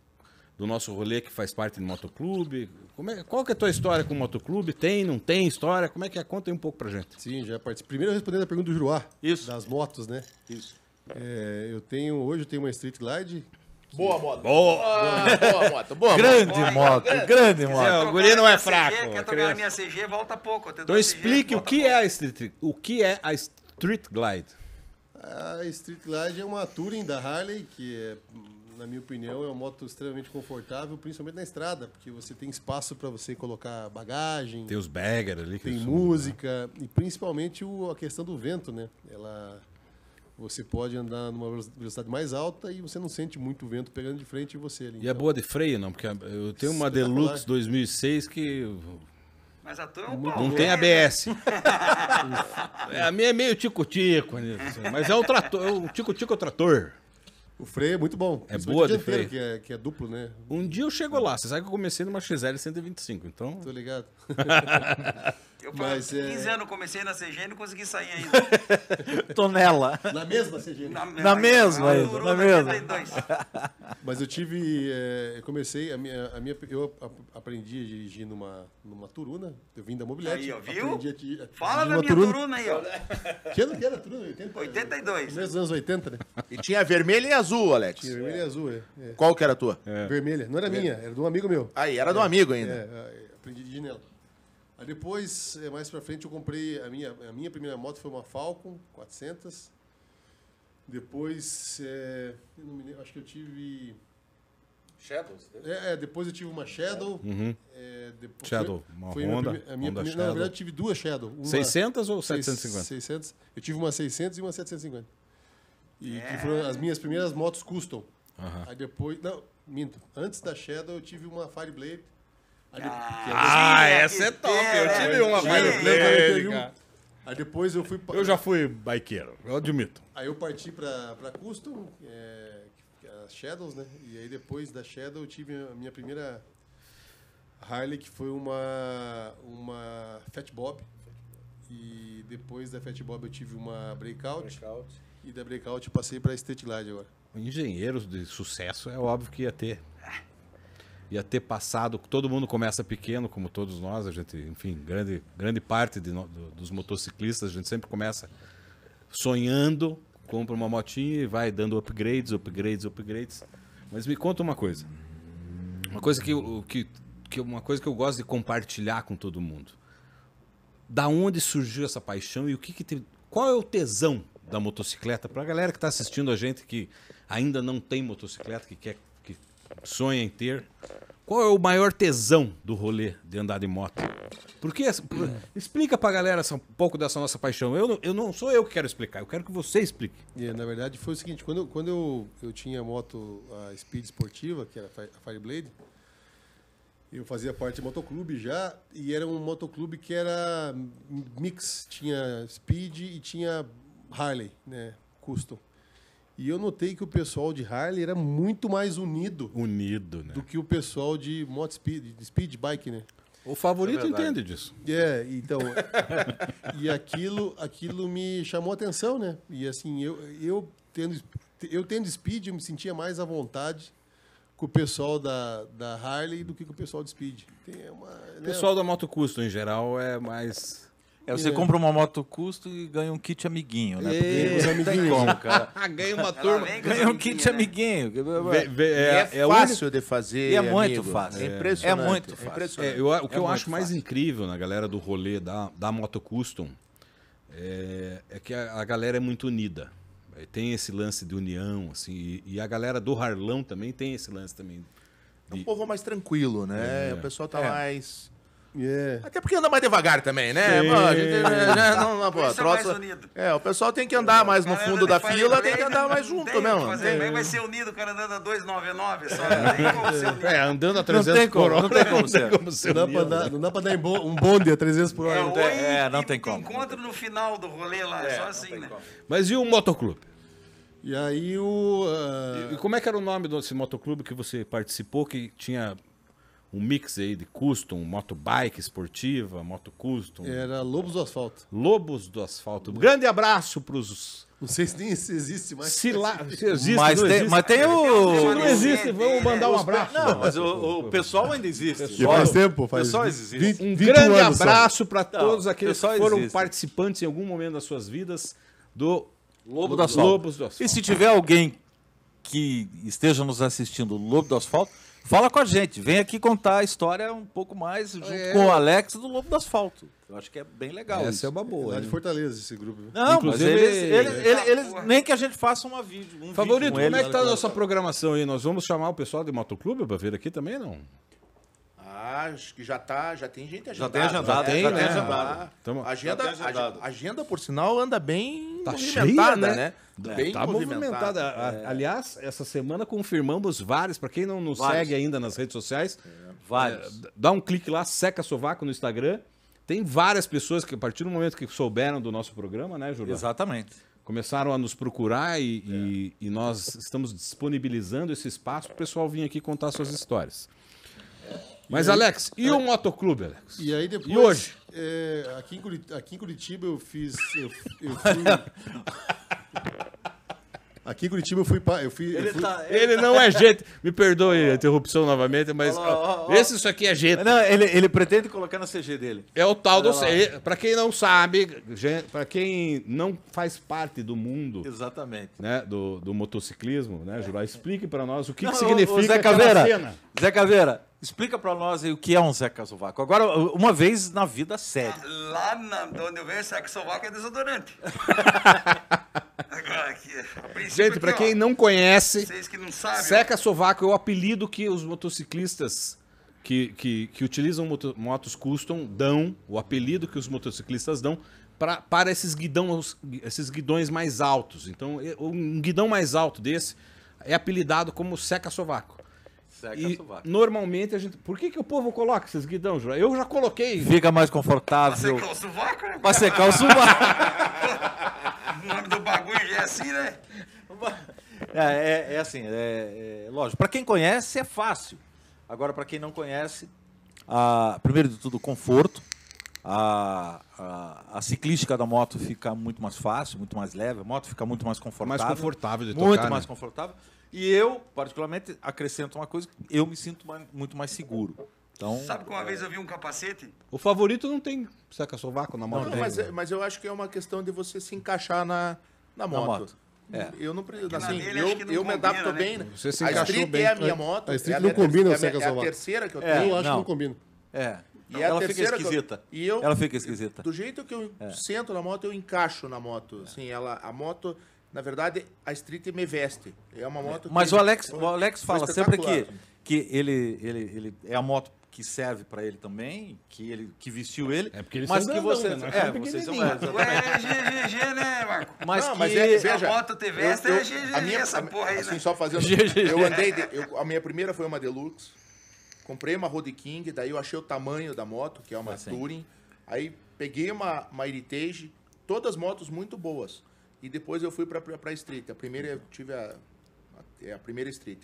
S1: do nosso rolê que faz parte do motoclube. Como é- qual que é a tua história com o motoclube? Tem, não tem história? Como é que é? Conta aí um pouco pra gente.
S3: Sim, já participei. Primeiro respondendo a pergunta do Juruá.
S5: Isso.
S3: Das motos, né?
S5: Isso.
S3: É, eu tenho, hoje eu tenho uma Street Glide.
S6: Boa moto.
S1: Boa!
S6: Boa moto. Boa moto.
S5: Grande moto, grande
S1: É,
S5: moto.
S1: o guri não é
S2: Quer
S1: fraco,
S2: CG,
S1: a
S2: Quer
S1: criança.
S2: tocar na minha CG, volta pouco.
S1: Então explique o que é a Street, o que é a Street Glide.
S3: A Street Glide é uma Touring da Harley, que é, na minha opinião, é uma moto extremamente confortável, principalmente na estrada, porque você tem espaço para você colocar bagagem,
S1: Tem um né? os bagger ali. Que
S3: tem
S1: eles chamam.
S3: música e principalmente o- a questão do vento, né? Ela você pode andar numa velo- velocidade mais alta e você não sente muito vento pegando de frente em você
S1: E
S3: ali.
S1: é
S3: Então,
S1: boa de freio, não? Porque eu tenho uma Deluxe 2006 que
S2: Mas a tua é um pau.
S1: Não tem ABS. É, a minha é meio tico-tico, né? mas é um trator, é um tico-tico é um trator.
S3: O freio é muito bom. principalmente
S1: boa de
S3: o
S1: freio.
S3: dianteiro, Que é, que é duplo, né?
S1: Um dia eu chego lá, você sabe que eu comecei numa XL 125, então
S3: Tô ligado.
S2: Eu falei,
S3: Mas, é-
S2: 15 anos comecei na CG e não consegui sair ainda.
S5: Tonela.
S3: na mesma CG. né?
S5: Na mesma ainda,
S2: durou
S5: na
S2: até
S5: mesma.
S2: 32.
S3: Mas eu tive, é, eu comecei a minha, a minha eu ap- aprendi a dirigir numa numa Turuna. Eu vim da mobilete.
S2: Aí, ó, viu?
S3: Aprendi a ti- a
S2: Fala
S3: dirigir
S2: da
S3: uma
S2: minha turuna aí, ó.
S3: Que ano que era a Turuna? 80,
S2: 82.
S3: Começo dos anos 80, né?
S6: E tinha vermelha e azul, Alex.
S3: Tinha vermelha e azul, é. é.
S6: Qual que era a tua?
S3: Vermelha. Não era minha, era de um amigo meu.
S6: Aí, era do amigo ainda.
S3: É, é, aprendi a dirigir nela. Aí depois, é, mais pra frente, eu comprei a minha, a minha primeira moto foi uma Falcon 400. Depois, é, eu não me lembro, acho que eu tive.
S5: Shadows.
S3: É, é, depois eu tive uma Shadow. é, depois-
S1: Uhum. Shadow,
S3: foi-
S1: uma
S3: foi a minha
S1: Honda,
S3: prime- a minha
S1: Honda
S3: primeira- não, na
S1: Shadow.
S3: verdade, eu tive duas Shadow. Uma
S1: 600 ou
S3: seis-
S1: 750?
S3: 600. Eu tive uma 600 e uma 750. E que foram as minhas primeiras motos custom. Aí depois. Não, minto. Antes da Shadow, eu tive uma Fireblade. Aí de- que era-
S1: Ah,
S2: Sim,
S1: essa é
S2: que
S1: top. Eu
S2: pena,
S1: tive uma
S2: que
S1: Fireblade,
S3: pena.
S1: cara.
S3: Aí depois eu fui. pa-
S1: Eu já fui bikeiro, eu admito.
S3: Aí eu parti pra, pra Custom, é, que era as Shadows, né? E aí depois da Shadow eu tive a minha primeira Harley, que foi uma, uma Fat Bob. E depois da Fat Bob eu tive uma Breakout. E da Breakout eu passei pra State Glide agora.
S1: Engenheiros de sucesso é óbvio que ia ter. Ia ter passado, todo mundo começa pequeno, como todos nós, a gente, enfim, grande, grande parte de no- do- dos motociclistas, a gente sempre começa sonhando, compra uma motinha e vai dando upgrades, upgrades, upgrades. Mas me conta uma coisa. Uma coisa que, eu- que, que uma coisa que eu gosto de compartilhar com todo mundo. Da onde surgiu essa paixão e o que, que te- qual é o tesão da motocicleta para a galera que está assistindo a gente que ainda não tem motocicleta que quer que sonha em ter? Qual é o maior tesão do rolê de andar de moto? Por que essa- por- explica pra galera essa- um pouco dessa nossa paixão. Eu não, eu não sou eu que quero explicar, eu quero que você explique.
S3: E, É, na verdade foi o seguinte, quando, eu- quando eu, eu tinha a moto a Speed Esportiva, que era a Fi- a Fireblade, eu fazia parte do motoclube já, e era um motoclube que era mi- mix, tinha Speed e tinha Harley, né, custom. E eu notei que o pessoal de Harley era muito mais unido
S1: Unido, né?
S3: do que o pessoal de moto Speed, de Speed Bike, né?
S1: O favorito entende disso.
S3: É, então. e aquilo, aquilo me chamou a atenção, né? E assim, eu, eu, tendo, eu tendo speed, eu me sentia mais à vontade com o pessoal da, da Harley do que com o pessoal de speed. Tem uma, né?
S1: O pessoal da moto custo em geral é mais
S5: É, você compra uma moto custo e ganha um kit amiguinho, né?
S3: Tem os
S1: é,
S3: amiguinhos, né?
S5: cara.
S1: Ah, ganha uma
S2: Ela vem com né? os
S5: Ganha um kit
S2: amiguinhos,
S5: amiguinho.
S1: Vê- vê-
S6: É,
S1: é, é o único-
S6: fácil de fazer.
S5: E é muito
S6: amigo.
S5: fácil.
S6: É
S5: É.
S6: impressionante.
S5: É muito fácil.
S1: É,
S6: impressionante.
S1: eu a- o que
S5: É
S1: eu
S5: muito
S1: acho mais
S5: fácil.
S1: incrível na galera do rolê da, da Moto Custom é, é que a, a galera é muito unida. É, Tem esse lance de união, assim, e, e a galera do Harlão também tem esse lance também.
S6: É um povo mais tranquilo,
S5: É.
S6: né? O pessoal tá mais.
S3: É.
S6: Até porque anda mais devagar também, né? Pô, a gente, né, né, não, não, pô,
S2: Por isso é mais
S6: troça-
S2: unido.
S6: É, o pessoal tem que andar mais no
S2: Cara,
S6: fundo
S2: anda
S6: da
S2: de Fireblade,
S6: fila, tem que andar
S2: não
S6: mais
S2: tem o que
S6: junto mesmo. É.
S2: fazer, mas vai ser unido, o cara andando a 299 só. Não tem como ser um- unido.
S1: É, andando a
S5: tem como, não tem como ser.
S1: ser
S3: Não dá, pra
S1: unido.
S3: dar, não dá pra dar em bo- um bonde a 300 por hora.
S2: É,
S3: né?
S2: oi,
S5: é, não
S2: e
S5: tem como.
S2: Encontro no final do rolê lá, é, só assim, né?
S1: Mas e o motoclube?
S3: E aí o. ah,
S1: E como é que era o nome desse motoclube que você participou, que tinha um mix aí de custom, motobike esportiva, moto custom,
S5: É.
S3: era Lobos do Asfalto.
S1: Lobos do Asfalto. Grande abraço pros
S3: Não sei se nem se existe mais.
S1: Sila... Se existe,
S5: mas,
S1: não
S5: tem,
S1: existe.
S5: mas tem o.
S1: Se não existe, vamos mandar um abraço.
S5: Não, mas o, o pessoal ainda existe.
S3: E
S6: Tipo,
S3: faz
S6: assim,
S3: tempo, faz
S5: pessoal
S3: 20,
S5: existe.
S3: 20,
S1: Um
S3: 21
S1: grande
S3: anos só.
S1: abraço para todos aqueles
S5: pessoal
S1: que foram
S5: existe.
S1: participantes em algum momento das suas vidas do
S5: Lobo
S1: do Asfalto. Lobos do Asfalto.
S5: E se tiver alguém que esteja nos assistindo Lobo do Asfalto, fala com a gente. Vem aqui contar a história um pouco mais junto com o Alex do Lobo do Asfalto. Eu acho que é bem legal isso.
S1: uma boa.
S3: Lá de Fortaleza, esse grupo. viu?
S5: Não,
S1: Inclusive-
S5: mas eles, eles- eles- eles- nem que a gente faça uma vídeo, um
S1: Favorito,
S5: vídeo com
S1: como é
S5: eles.
S1: que tá a nossa programação aí? Nós vamos chamar o pessoal de motoclube para vir aqui também, não?
S6: Ah, acho que já tá, já tem gente agendada.
S5: tem agendado,
S6: né?
S5: já tem agendado.
S6: Ah,
S1: Tamo-
S6: agenda,
S5: Já tem
S6: ag-
S5: agendado.
S6: agenda, por sinal, anda bem
S1: Tá
S6: movimentada,
S1: cheia,
S6: né?
S1: É,
S6: Bem
S1: tá movimentada. A- Aliás, essa semana confirmamos vários. Para quem não nos
S5: Vários.
S1: segue ainda nas redes sociais, é,
S5: Vários.
S1: d- dá um clique lá, Seca Sovaco no Instagram. Tem várias pessoas que, a partir do momento que souberam do nosso programa, né, Júlio?
S5: Exatamente.
S1: Começaram a nos procurar e,
S5: É.
S1: e- e nós estamos disponibilizando esse espaço para o pessoal vir aqui contar suas histórias. Mas, Alex, e
S5: É.
S1: o motoclube, Alex?
S3: E aí depois.
S1: E hoje?
S3: é, aqui, em Curitiba, aqui em Curitiba eu fiz. Eu, eu fui. aqui em Curitiba eu fui. pa- Eu fui, eu fui-
S5: tá-
S1: Ele não é jeito. Me perdoe a interrupção novamente, mas
S5: ó, ó.
S1: esse isso aqui é jeito.
S5: Não, ele, ele pretende colocar na CG dele.
S1: É o tal do. é, Pra quem não sabe, gente- pra quem não faz parte do mundo
S5: Exatamente.
S1: né, do, do motociclismo, né, Jurá? Explique pra nós o que,
S5: Não,
S1: que
S5: ô,
S1: significa
S5: ô, Zé
S1: aquela
S5: Caveira,
S1: cena.
S5: Zé Caveira, explica pra nós aí o que é um Zé Casovaco. Agora, uma vez na vida séria.
S2: Lá na, de onde eu venho, sexo vaca é desodorante. Agora aqui, a princípio
S1: Gente, pra
S2: aqui,
S1: quem
S2: ó,
S1: não conhece,
S2: Vocês que não sabem. ó,
S5: né?
S1: Seca Sovaco é o apelido que os motociclistas que, que, que utilizam moto- motos custom dão, o apelido que os motociclistas dão pra, para esses, guidões, esses guidões mais altos. Então, e- um guidão mais alto desse é apelidado como Seca Sovaco.
S5: Seca
S1: E normalmente a gente. Por que, que o povo coloca esses guidão, Jura? Eu já coloquei.
S5: Fica mais
S2: pra
S5: confortável.
S2: secar o sovaco, né?
S5: Pra secar o sovaco.
S2: O nome do bagulho já é assim, né?
S5: É, é- é assim, é, é lógico. Pra quem conhece, é fácil. Agora, pra quem não conhece, a- primeiro de tudo, o conforto. A, a- a ciclística da moto fica muito mais fácil, muito mais leve. A moto fica muito mais
S1: Mais
S5: confortável.
S1: confortável de
S5: muito
S1: tocar,
S5: mais
S1: né?
S5: confortável. E eu, particularmente, acrescento uma coisa: eu me sinto mais- muito mais seguro. Então,
S2: Sabe que uma vez eu vi um capacete?
S1: O favorito não tem Seca Sovaco na moto.
S6: Não, mas, é- mas eu acho que é uma questão de você se encaixar na, na moto.
S5: moto. É.
S6: Eu não preciso.
S2: na
S6: Assim,
S2: dele
S6: eu
S2: acho que não
S6: eu me adapto
S2: combina, né?
S6: bem, né?
S1: Você se
S6: a
S1: encaixou
S6: Street
S1: bem.
S6: é a minha moto.
S3: A Street
S6: é
S3: não
S6: minha
S3: combina
S6: terceira-
S3: o
S6: é a minha-
S3: Seca
S6: É a terceira que eu
S5: É.
S6: tenho.
S3: eu acho
S5: não.
S3: que não combina.
S5: é.
S6: E a
S5: ela fica
S6: terceira que eu-
S5: esquisita.
S6: e eu-
S5: Ela fica esquisita.
S6: Do jeito que eu sento na moto, eu encaixo na moto. Assim, ela, a moto, na verdade, a Street me veste. É uma moto
S5: Mas
S6: que-
S5: o Alex,
S6: foi-
S5: o Alex
S6: foi
S5: fala sempre que,
S6: espetacular.
S5: que ele, ele, ele é a moto que serve pra ele também, que ele que vestiu ele.
S1: É porque eles
S5: mas
S1: são
S5: que
S1: grandão,
S5: você,
S1: né? Nós
S5: é,
S1: somos
S5: vocês são
S1: pequenininhos.
S5: é,
S2: Ué,
S5: exatamente.
S2: é GGG, né, Marco?
S5: Mas,
S6: Não,
S5: que
S6: mas é,
S2: A
S6: veja,
S2: moto TV
S6: eu-
S2: essa
S6: eu-
S2: é GGG,
S6: a minha-
S2: essa
S6: a-
S2: porra aí,
S6: assim,
S2: né?
S6: só fazendo. eu andei. de- eu- a minha primeira foi uma Deluxe. Comprei uma Road King, daí eu achei o tamanho da moto, que é uma Touring. Aí peguei uma, uma Heritage, todas motos muito boas. E depois eu fui pra, pra, pra Street. A primeira eu tive a. a- é a primeira Street.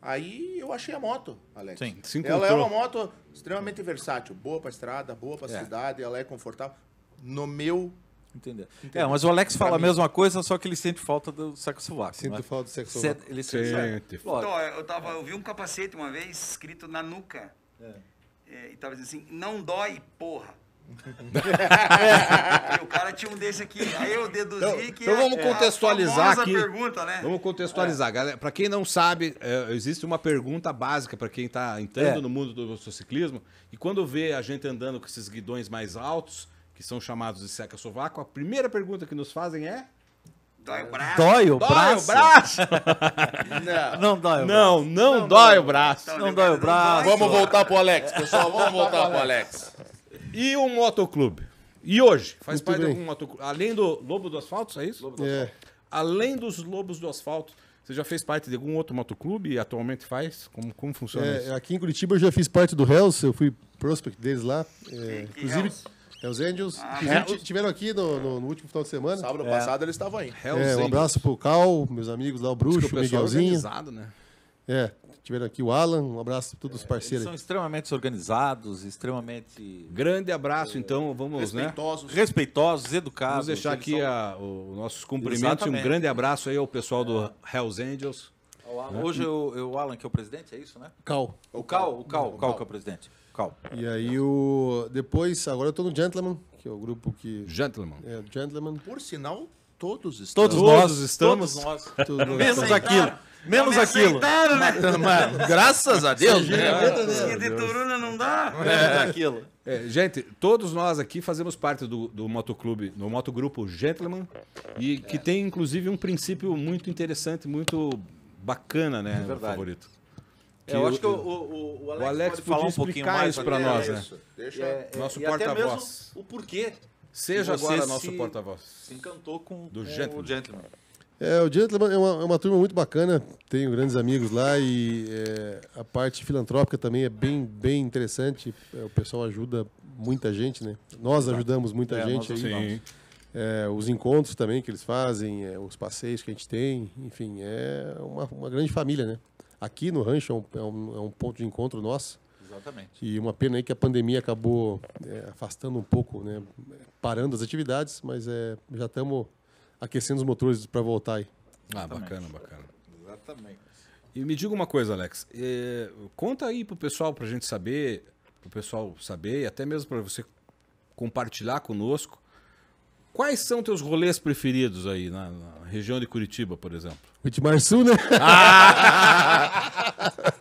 S6: Aí eu achei a moto, Alex.
S5: Sim,
S1: se
S6: ela é
S1: encontrou.
S6: uma moto extremamente versátil, boa pra estrada, boa pra cidade, ela é confortável. No meu.
S5: entendeu? É, mas o Alex fala a mesma coisa, só que ele sente falta do saco sovaco.
S3: Sinto falta do Seca
S5: sovaco.
S3: Sovaco.
S5: Ele sente. é.
S1: Sente.
S5: Lógico.
S2: Então, eu, tava, eu vi um capacete uma vez escrito na nuca. É, e tava dizendo assim, não dói, porra. e o cara tinha um desse aqui. Aí eu deduzi que.
S1: então vamos contextualizar
S2: a famosa
S1: aqui.
S2: pergunta, né?
S1: Vamos contextualizar, galera. Para quem não sabe, é, existe uma pergunta básica para quem está entrando
S5: É.
S1: no mundo do motociclismo. E quando vê a gente andando com esses guidões mais altos, que são chamados de seca sovaco, a primeira pergunta que nos fazem é:
S2: Dói o braço.
S5: Dói o
S1: dói
S5: braço?
S1: o braço?
S5: Não dói o
S1: Não, não, dói o braço.
S5: Não dói o braço.
S2: Vamos voltar.
S6: pro Alex, pessoal, É. vamos voltar pro Alex.
S1: E o motoclube? E hoje? Faz
S3: Muito
S1: parte de
S3: bem.
S1: algum motoclube? Além do Lobo do Asfalto, é isso?
S3: É.
S1: Além dos Lobos do Asfalto, você já fez parte de algum outro motoclube e atualmente faz? Como, como funciona isso?
S3: É, aqui em Curitiba eu já fiz parte do Hells, eu fui prospect deles lá. É,
S2: que
S3: inclusive,
S2: Hells?
S3: é Hells Angels. Inclusive, ti- tiveram aqui no, no- no último final de semana.
S6: Sábado passado eles estavam aí.
S1: Hell's
S3: É,
S1: Angels.
S3: um abraço pro Cal, meus amigos lá, o
S1: Diz que
S3: Bruxo,
S1: o
S3: o
S1: pessoal é
S3: Miguelzinho.
S1: organizado, né?
S3: É, tiveram aqui o Alan, um abraço pra todos os
S5: Eles
S3: parceiros
S5: são
S3: aí.
S5: extremamente organizados, extremamente
S1: Grande abraço, então, vamos, né?
S6: Respeitosos.
S5: respeitosos, educados.
S1: Vamos deixar
S5: Eles
S1: aqui
S5: são-
S1: a, o- os nossos cumprimentos e um
S5: Exatamente.
S1: grande abraço aí ao pessoal do Hells Angels.
S5: O Alan- Hoje é o, é o Alan que é o presidente, é isso, né?
S3: Cal.
S5: O Cal, o Cal, o Cal que é o presidente. Cal.
S3: E aí o. Depois, agora eu tô no Gentleman, que é o grupo que.
S1: Gentlemen.
S3: É, o Gentleman.
S6: Por sinal, todos estão.
S1: Todos nós estamos.
S5: Todos nós.
S3: Tudo
S5: Menos aquilo. Menos
S2: Me
S5: aquilo.
S2: aceitaram, né?
S6: Mas, graças a Deus, né?
S2: Esquerda de Turuna não dá.
S5: Menos aquilo.
S1: É, gente, todos nós aqui fazemos parte do, do motoclube, do motogrupo Gentleman, e
S5: É.
S1: que tem inclusive um princípio muito interessante, muito bacana, né, meu
S5: verdade.
S1: favorito.
S5: É,
S1: Que
S5: eu
S1: o-
S5: acho que o, o, o Alex,
S1: o Alex
S5: pode falar
S1: podia
S5: um pouquinho
S1: explicar
S5: mais
S1: isso
S5: até.
S1: pra nós,
S5: É,
S1: né?
S6: Isso. Deixa.
S5: é, é,
S1: Nosso
S5: e até
S1: porta-voz.
S5: mesmo O porquê
S1: Seja
S5: Você
S1: agora
S5: se-
S1: nosso porta-voz.
S5: se encantou com,
S1: Do
S5: com
S1: Gentleman.
S5: o Gentleman.
S3: É, o Gentleman é uma, é uma turma muito bacana, tenho grandes amigos lá e é, a parte filantrópica também é bem, bem interessante. É, o pessoal ajuda muita gente, né? Nós ajudamos muita gente aí. É, os encontros também que eles fazem, é, os passeios que a gente tem, enfim, é uma, uma grande família, né? Aqui no rancho é um, é um- é um ponto de encontro nosso
S5: Exatamente.
S3: e uma pena aí que a pandemia acabou é, afastando um pouco, né? Parando as atividades, mas é, já estamos aquecendo os motores para voltar aí.
S1: Ah, bacana, bacana.
S5: Exatamente.
S1: E me diga uma coisa, Alex. eh, conta aí pro pessoal, pra gente saber, pro pessoal saber, e até mesmo pra você compartilhar conosco, quais são teus rolês preferidos aí na, na região de Curitiba, por exemplo?
S3: O Itmar Sul, né?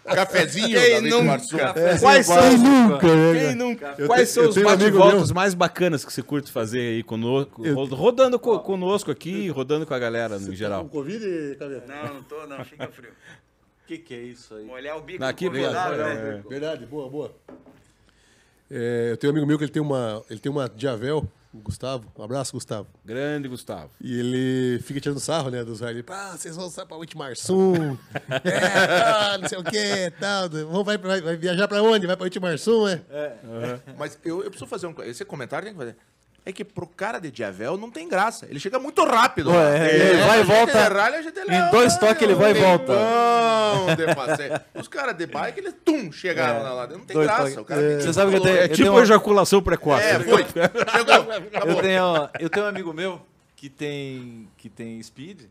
S6: Cafezinho da Leite Marçom.
S1: Quais são,
S3: Quem nunca, né?
S1: quem
S3: cara?
S1: nunca-
S3: Eu
S1: quais
S3: te-
S1: são
S3: eu
S1: os
S3: tenho um amigo
S1: bate-voltas
S3: meu-
S1: mais bacanas que você curte fazer aí conosco, ro- rodando co- conosco aqui, rodando Tá com a galera no geral?
S3: Covid, Caveira?
S2: Não, não tô, não. Fica frio.
S5: O que, que é isso aí?
S2: Molhar o bico
S1: Aqui,
S2: do convidado, né?
S1: é,
S3: Verdade, boa, boa. É, eu tenho um amigo meu que ele tem uma, ele tem uma Javel, o Gustavo. Um abraço, Gustavo.
S1: grande Gustavo.
S3: E ele fica tirando sarro, né, dos raios. Ele, Ah, vocês vão sair pra Ultimar Sul. é, tal, não sei o quê, tal. Vão, vai, vai, vai viajar pra onde? Vai pra Ultimar Sul, é?
S6: Mas eu, eu preciso fazer um. Esse comentário tem que fazer. É que pro cara de Diavel não tem graça. Ele chega muito rápido.
S7: é, ele vai e volta.
S6: é
S7: Em dois
S6: né,
S7: toques ele vai e volta.
S6: Não, Os caras de bike, eles tum, chegaram lá lá dentro. Não tem
S7: É. Dois
S6: graça.
S7: toques.
S6: O cara tem
S7: Você sabe que eu tenho, eu
S1: É tipo
S7: tenho uma-
S1: ejaculação precoce. né?
S6: É, foi. Chegou. Acabou.
S7: eu tenho, eu tenho um amigo meu que tem, que tem speed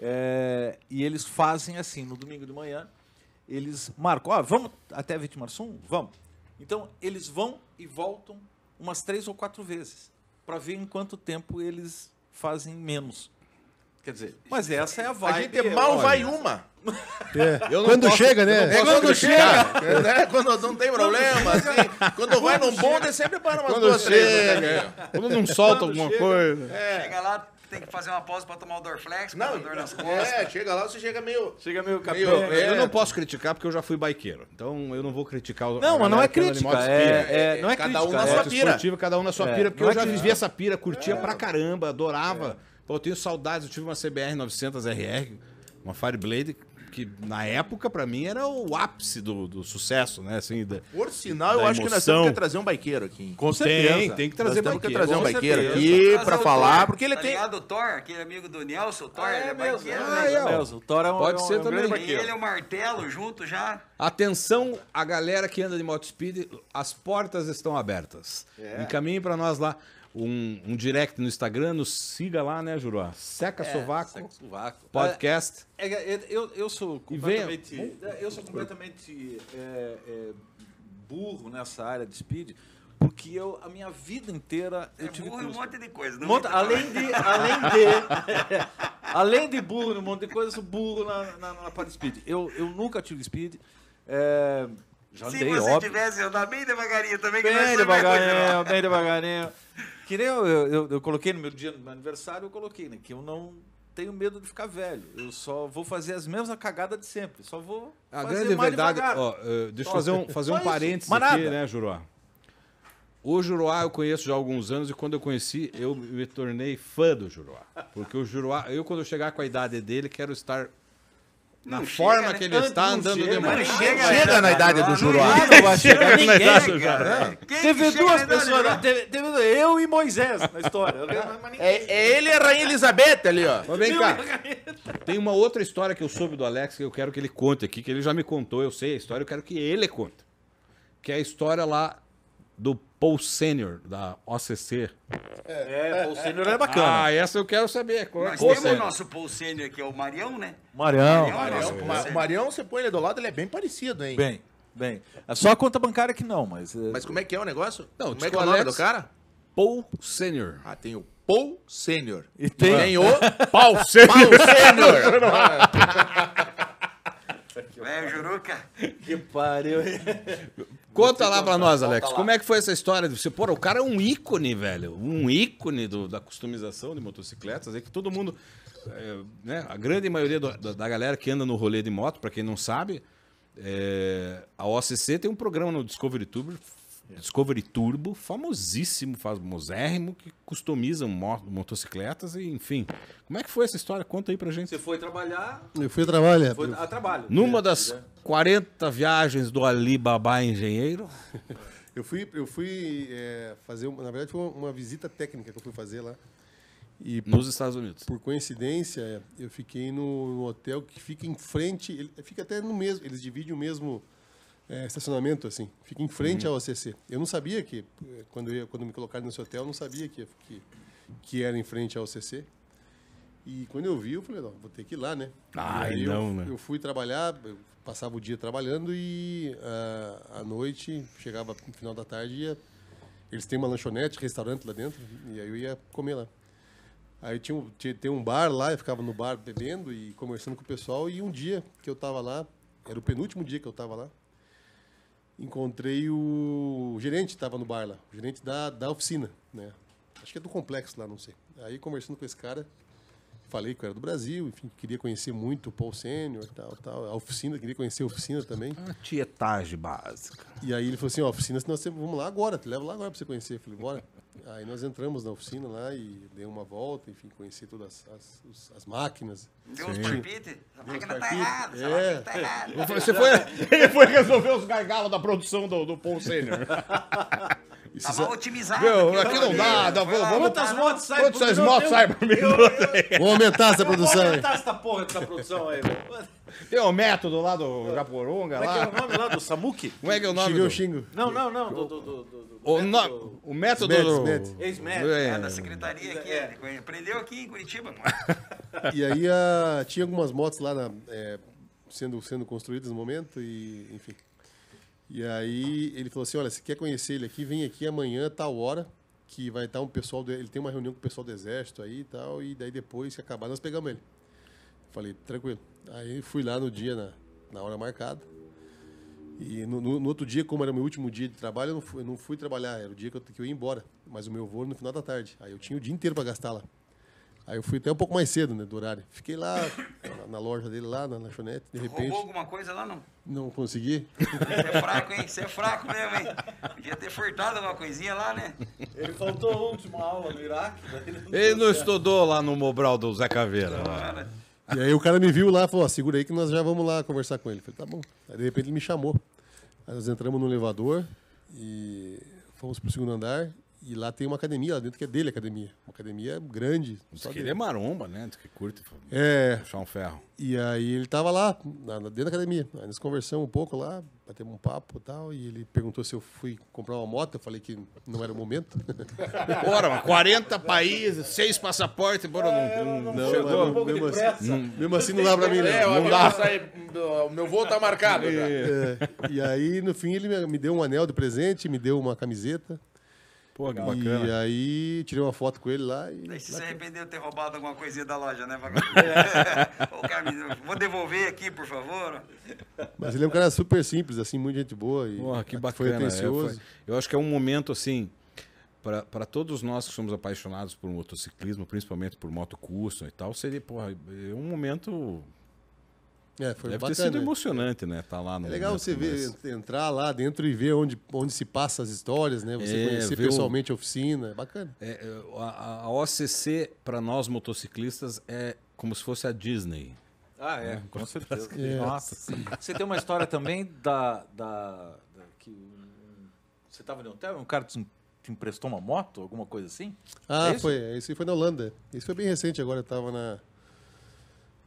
S7: é, e eles fazem assim, no domingo de manhã, eles marcam, ó, vamos até Vitimarsum? Vamos. Então, eles vão e voltam umas três ou quatro vezes para ver em quanto tempo eles fazem menos. Quer dizer, mas essa é a
S6: A
S7: vibe.
S6: gente
S7: é,
S6: mal
S7: olha,
S6: vai uma.
S3: É. Quando chega, né?
S6: É quando chega. né? Quando não tem problema, assim. Quando vai num bonde, sempre para umas duas, três. né?
S1: Quando não solta alguma coisa.
S2: Chega lá, tem que fazer uma pausa pra tomar o Dorflex, pra dar
S6: Não,
S2: dor nas costas.
S6: é, chega lá, você chega meio...
S7: Chega meio né? capé.
S6: meio
S1: Eu
S6: é,
S1: não posso criticar porque eu já fui bikeiro. Então eu não vou criticar o.
S7: Não, mas não é crítica. É, é- não é
S6: Cada
S7: crítica.
S6: um na
S7: é-
S6: sua pira.
S1: Esportiva, cada um na sua
S7: É,
S1: pira, porque
S7: não
S1: eu
S7: é
S1: já
S7: crítica.
S1: vivi essa pira, curtia pra caramba, adorava. Pô, eu tenho saudades, eu tive uma CBR 900 RR, uma Fireblade, que na época pra mim era o ápice do, do sucesso, né? Assim, da-
S6: Por sinal, eu
S1: Da
S6: acho que nós
S1: emoção.
S6: temos que trazer um bikeiro aqui.
S7: Com
S1: tem,
S7: certeza.
S1: tem que
S6: Nós
S1: trazer
S6: temos que
S1: bikeiro.
S6: trazer um
S1: Com
S6: bikeiro
S1: certeza.
S6: aqui
S2: Mas
S6: pra
S2: o
S6: falar,
S2: Thor,
S6: porque ele
S2: tá
S6: tem...
S2: Ligado, o Thor, aquele amigo do Nelson, o Thor, ele é baqueiro,
S1: Ah,
S2: né?
S1: é, ó.
S7: Nelson, o Thor é um-
S1: Pode
S7: é um-
S1: ser
S7: é um grande
S1: também.
S2: E ele é o martelo junto já.
S1: Atenção, a galera que anda de moto speed, as portas estão abertas. Encaminhe pra nós lá um, um direct no Instagram, nos siga lá, né, Juruá? Seca Sovaco
S5: Sovaco.
S1: Podcast.
S5: É, é, eu, eu sou
S1: E venha-
S5: completamente, é, eu sou completamente é, é, burro nessa área de speed, porque eu, a minha vida inteira eu
S2: É
S5: tive
S2: burro e um
S5: cruz-
S2: monte de coisa. não
S5: Monta-
S2: muito
S5: além de além de além de burro num monte de coisa, eu sou burro na, na, na parte de speed. Eu, eu nunca tive speed. é, já
S2: Se
S5: andei,
S2: você
S1: é
S5: óbvio.
S2: tivesse andar bem devagarinho também, que
S5: Bem é,
S2: não vai coisa, não.
S5: devagarinho, bem devagarinho. Que nem eu, eu, eu- eu coloquei no meu dia do meu aniversário, eu coloquei, né? Que eu não tenho medo de ficar velho. Eu só vou fazer as mesmas cagadas de sempre. Só vou
S1: A
S5: É, fazer
S1: grande
S5: mais
S1: verdade,
S5: devagar.
S1: ó, eh, deixa eu fazer um, fazer
S5: Só
S1: um
S5: isso,
S1: parênteses
S5: mais
S1: aqui,
S5: nada.
S1: né, Juruá? O Juruá eu conheço já há alguns anos e quando eu conheci, eu me tornei fã do Juruá. Porque o Juruá, eu quando eu chegar com a idade dele, quero estar Na
S2: Não
S1: forma
S2: chega, né?
S1: que ele está andando
S2: Não
S1: demais.
S2: chega,
S6: Chega na idade do Juruá.
S7: Não vai chegar
S1: Chega na
S7: ninguém,
S1: idade do
S7: cara.
S1: Juruá.
S2: Quem
S7: Teve
S2: que chega
S7: duas
S2: na idade
S7: pessoas,
S2: do
S7: né?
S2: Juruá?
S7: teve, teve eu e Moisés na história.
S6: É, é ele e a Rainha Elizabeth ali, ó.
S1: Mas vem cá. Tem uma outra história que eu soube do Alex que eu quero que ele conte aqui, que ele já me contou, eu sei a história, eu quero que ele conte. Que é a história lá do Paul Senior, da OCC.
S7: É, o Sênior era bacana.
S1: Ah, essa eu quero saber. Qual é
S2: Nós
S1: Paul
S2: temos o
S1: Senior?
S2: nosso Paul Sênior, que é o Marião, né?
S7: Marião.
S2: Marião é o nosso Paul
S6: Ma- O
S2: Sênior.
S6: Marião, você põe ele do lado, ele é bem parecido, hein?
S7: Bem, bem. É Só a conta bancária que não, mas... é,
S6: Mas como é que é o negócio?
S1: Não,
S6: como
S1: diz
S6: é que
S1: que
S6: é o
S1: o
S6: nome
S1: Alex-
S6: do cara?
S1: Paul Senior.
S6: Ah, tem o Paul Sênior.
S7: E tem-
S6: o
S1: Paul Senior.
S6: Paul Sênior.
S2: É, Juruca.
S7: Que pariu.
S1: Conta lá pra nós, Alex. Como é que foi essa história? de Você, pô, o cara é um ícone, velho. Um ícone do- da customização de motocicletas. É que todo mundo. é, né, a grande maioria do- da, da galera que anda no rolê de moto, pra quem não sabe, é, a OCC tem um programa no Discovery Turbo, Discovery Turbo famosíssimo, famosérrimo, que customizam mo- motocicletas e enfim. Como é que foi essa história? Conta aí pra gente.
S5: Você foi trabalhar,
S3: Eu fui trabalhar.
S5: foi a trabalho.
S1: Numa das 40 viagens do Ali Babá Engenheiro.
S3: Eu fui, eu fui é, fazer, uma, na verdade, foi uma, uma visita técnica que eu fui fazer lá. E
S1: Nos Estados Unidos.
S3: por coincidência, é, eu fiquei no, no hotel que fica em frente, ele, fica até no mesmo, eles dividem o mesmo é, estacionamento, assim, fica em frente ao OCC. Eu não sabia que, eh, quando, eu, ia- quando me colocaram nesse hotel, eu não sabia que, que, que era em frente ao OCC. E quando eu vi, eu falei, não, vou ter que ir lá, né?
S1: Ai,
S3: E aí eu-
S1: não,
S3: eu,
S1: né?
S3: fui trabalhar, eu passava o dia trabalhando e ah, à noite, chegava no final da tarde, ia, eles têm uma lanchonete, restaurante lá dentro, e aí eu ia comer lá. Aí tinha, um- tinha tem um bar lá, eu ficava no bar bebendo e conversando com o pessoal. E um dia que eu tava lá, era o penúltimo dia que eu tava lá, encontrei o, o gerente que tava no bar lá, o gerente da, da oficina, né? Acho que é do complexo lá, não sei. Aí conversando com esse cara, falei que eu era do Brasil, enfim, queria conhecer muito o Paul Sênior e tal, tal. A oficina, queria conhecer a oficina também.
S1: Uma tietagem básica.
S3: E aí ele falou assim, ó, oficina, nós temos, vamos lá agora, te levo lá agora pra você conhecer. Eu falei, bora. Aí nós entramos na oficina lá e dei uma volta, enfim, conheci todas as, as- os- as máquinas.
S2: Deu uns palpites. A máquina tá
S3: palpites,
S2: errada. Essa
S3: é.
S2: máquina tá errada.
S1: Você foi, ele foi resolver os gargalos da produção do, do Paul Senior.
S3: E
S2: Tá
S3: vocês-
S2: mal otimizado.
S1: Meu,
S2: aqui,
S1: aqui não
S2: né?
S1: dá, dá
S2: Foi lá,
S1: vamos-
S2: botaram-
S7: Ah, motos saem?
S1: Quantos
S7: Porque
S1: as
S7: eu
S1: motos
S7: tenho-
S3: um
S1: saem pra mim?
S7: Eu, eu,
S3: Vou aumentar essa
S7: eu vou
S3: produção aí.
S7: aumentar essa porra dessa produção aí, velho. Como
S1: Tem o método lá do Japorunga
S7: é que é o
S1: lá.
S7: nome lá do Samuki?
S1: Como é que é o nome?
S3: Xinguei o
S1: do-
S3: xingo.
S7: Não, não, não. Do, do, do, do, do-
S1: O, no- o método
S3: Smets,
S1: do...
S3: Smets.
S7: Ex-médico,
S1: É.
S2: Tá na secretaria aqui. ele Aprendeu aqui em Curitiba. mano.
S3: E aí a- tinha algumas motos lá na- é, sendo, sendo construídas no momento e, enfim. E aí ele falou assim, olha, se quer conhecer ele aqui, vem aqui amanhã, tal hora, que vai estar um pessoal, do- ele tem uma reunião com o pessoal do exército aí e tal, e daí depois que acabar nós pegamos ele. Falei, tranquilo. Aí fui lá no dia, na, na hora marcada. E no, no- no outro dia, como era o meu último dia de trabalho, eu não fui, eu não fui trabalhar, era o dia que eu, que eu ia embora. Mas o meu voo era no final da tarde. Aí eu tinha o dia inteiro para gastar lá. Aí eu fui até um pouco mais cedo, né, do horário. Fiquei lá na, na loja dele, lá na lanchonete, de repente,
S2: Roubou alguma coisa lá, não?
S3: não consegui.
S2: Você é fraco, hein? Você é fraco mesmo, hein? Podia ter furtado alguma coisinha lá, né?
S7: Ele faltou a última aula no Iraque. daí ele não-
S1: Ele não estudou lá no Mobral do Zé Caveira. lá.
S2: Cara,
S3: E aí o cara me viu lá e falou, ó, segura aí que nós já vamos lá conversar com ele. Eu falei, tá bom. Aí de repente ele me chamou. Aí nós entramos no elevador e fomos pro segundo andar. E lá tem uma academia lá dentro que é dele a academia. Uma academia grande.
S1: Diz
S3: Só
S1: que ele
S3: dele.
S1: é maromba, né? Diz que curte
S3: É,
S1: puxar um ferro.
S3: e aí ele tava lá, na, na- dentro da academia. Aí nós conversamos um pouco lá, batemos um papo e tal. E ele perguntou se eu fui comprar uma moto. Eu falei que não era o momento.
S1: Bora, mano, 40 países, 6 passaportes, bora,
S6: É,
S1: não, não,
S3: Não,
S1: chegou.
S3: mas mesmo, assim, mesmo assim não dá pra mim, né?
S6: É, o avião sai- o meu voo tá marcado já.
S3: É, E aí, no fim, ele me- me deu um anel de presente, me deu uma camiseta.
S1: Pô, que
S3: E
S1: bacana.
S3: aí, tirei uma foto com ele lá e.
S2: Daí você se
S3: lá-
S2: arrependeu de ter roubado alguma coisinha da loja, né,
S1: É.
S2: vagabundo? Ô, Camilo, vou devolver aqui, por favor.
S3: Mas ele é um cara super simples, assim, muito gente boa. E
S1: Porra, que
S3: Foi
S1: bacana. é,
S3: atencioso.
S1: foi- Eu acho que é um momento assim, para todos nós que somos apaixonados por motociclismo, principalmente por moto custom e tal, seria, porra, é um momento.
S3: É, foi
S1: deve
S3: bacana.
S1: ter sido emocionante, né? Tá lá no.
S3: É legal
S1: momento,
S3: você ver,
S1: mas-
S3: entrar lá dentro e ver onde, onde se passa as histórias, né? Você
S1: É,
S3: conhecer
S1: ver o-
S3: pessoalmente a oficina, é bacana.
S1: É, é, a, a- a OCC, para nós motociclistas, é como se fosse a Disney.
S5: Ah, é, com certeza. Nossa. Você tem uma história também da. da, da- que um- você estava no hotel e um cara te, te emprestou uma moto, alguma coisa assim? É
S3: Ah,
S5: isso?
S3: foi. Esse foi na Holanda. Esse foi bem recente agora. Eu tava na.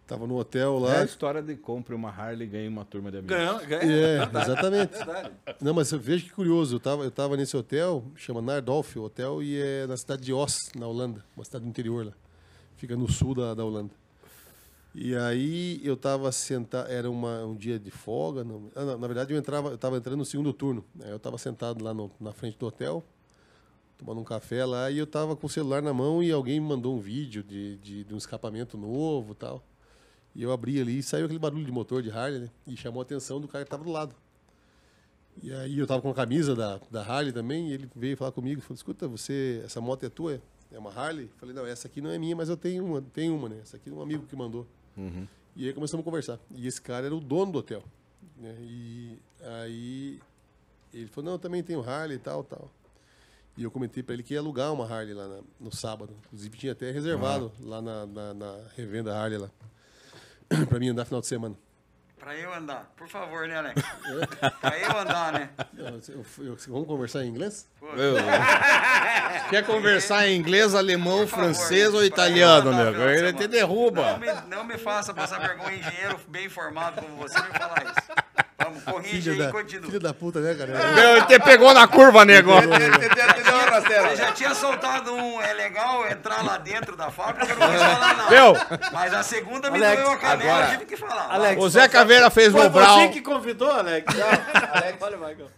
S3: Tava no hotel
S1: É a
S3: lá.
S1: história de compre uma Harley e ganhe uma turma de amigos.
S5: Ganhou,
S3: É,
S5: ganhou.
S3: exatamente. Não, mas veja que curioso. Eu tava, eu tava nesse hotel, chama Nardolf o hotel, e é na cidade de Oss, na Holanda. Uma cidade do interior lá. Fica no sul da, da Holanda. E aí eu tava sentado, era uma, um dia de folga. não- ah, não, na verdade eu entrava, eu tava entrando no segundo turno. Aí eu tava sentado lá no- na frente do hotel, tomando um café lá, e eu tava com o celular na mão e alguém me mandou um vídeo de, de, de um escapamento novo e tal. E eu abri ali e saiu aquele barulho de motor de Harley, né? E chamou a atenção do cara que tava do lado. E aí eu tava com a camisa da, da Harley também, e ele veio falar comigo, falou, escuta, você, essa moto é tua? É uma Harley? Eu falei, não, essa aqui não é minha, mas eu tenho uma, tenho uma, né? Essa aqui é um amigo que mandou. E aí começamos a conversar. E esse cara era o dono do hotel. Né? E aí ele falou, não, eu também tenho Harley e tal, tal. E eu comentei para ele que ia alugar uma Harley lá na- no sábado. Inclusive tinha até reservado lá na, na, na revenda Harley lá. para mim andar final de semana.
S2: Pra eu andar, por favor, né, Alex?
S1: É.
S2: pra eu andar, né?
S3: Eu- eu- eu- vamos conversar em inglês?
S1: Quer conversar em inglês, alemão,
S2: Por favor,
S1: francês ou
S2: pra
S1: italiano,
S2: eu andar
S1: nego?
S2: final de
S1: Ele te
S2: semana. Não
S1: derruba.
S2: me, não me faça passar vergonha, engenheiro bem formado como você, me falar isso. Vamos, corrige
S3: Filho
S2: aí e
S3: da,
S2: continua.
S3: filho da puta, né, cara?
S1: Meu, Ele te pegou na curva, nego.
S2: Você já tinha soltado um, é legal entrar lá dentro da fábrica, eu não quis falar nada.
S1: Meu,
S2: Mas a segunda me
S7: Alex,
S2: doeu a canela,
S7: agora-
S2: eu tive que falar.
S7: Alex,
S1: o Zé Caveira fez
S7: Foi
S1: o
S7: você
S1: Brown.
S7: que convidou, Alex. Não, Alex, olha, Michael.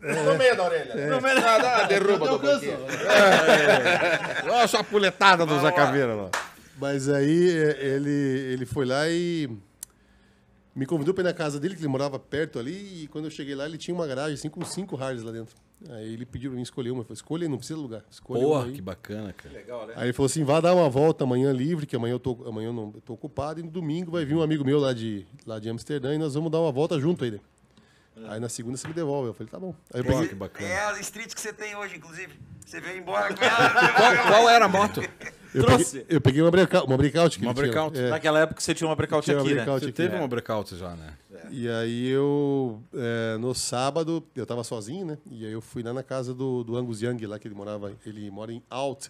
S6: No meio da orelha. No meio da Derruba do banquinho.
S1: Olha só a puletada do Zé Caveira lá.
S3: Mas aí é, ele, ele foi lá e me convidou para ir na casa dele, que ele morava perto ali, e quando eu cheguei lá, ele tinha uma garagem assim com cinco Harleys lá dentro. Aí ele pediu para mim escolher uma. Eu falei, escolha aí, não precisa alugar. Escolha uma
S1: Porra,
S3: aí.
S1: que bacana, cara.
S3: Aí ele falou assim: vá dar uma volta amanhã livre, que amanhã eu tô, amanhã eu não eu tô ocupado, e no domingo vai vir um amigo meu lá de, lá de Amsterdã e nós vamos dar uma volta junto aí. né? Aí na segunda você me devolve. Eu falei, tá bom. Aí eu
S1: Porra,
S3: peguei,
S1: que bacana.
S2: É a street que você tem hoje, inclusive. Você veio embora com ela.
S1: Qual, qual era a moto?
S3: eu
S7: Trouxe.
S3: peguei, eu peguei uma breakout. Uma breakout. que
S1: Uma
S3: ele tinha.
S1: breakout.
S3: É,
S5: Naquela época você tinha uma breakout
S3: tinha uma
S5: aqui, né?
S3: é breakout
S1: Você
S3: aqui.
S1: teve uma breakout já, né?
S3: E aí eu, é, no sábado, eu tava sozinho, né? E aí eu fui lá na casa do, do Angus Young, lá que ele morava, ele mora em Alt,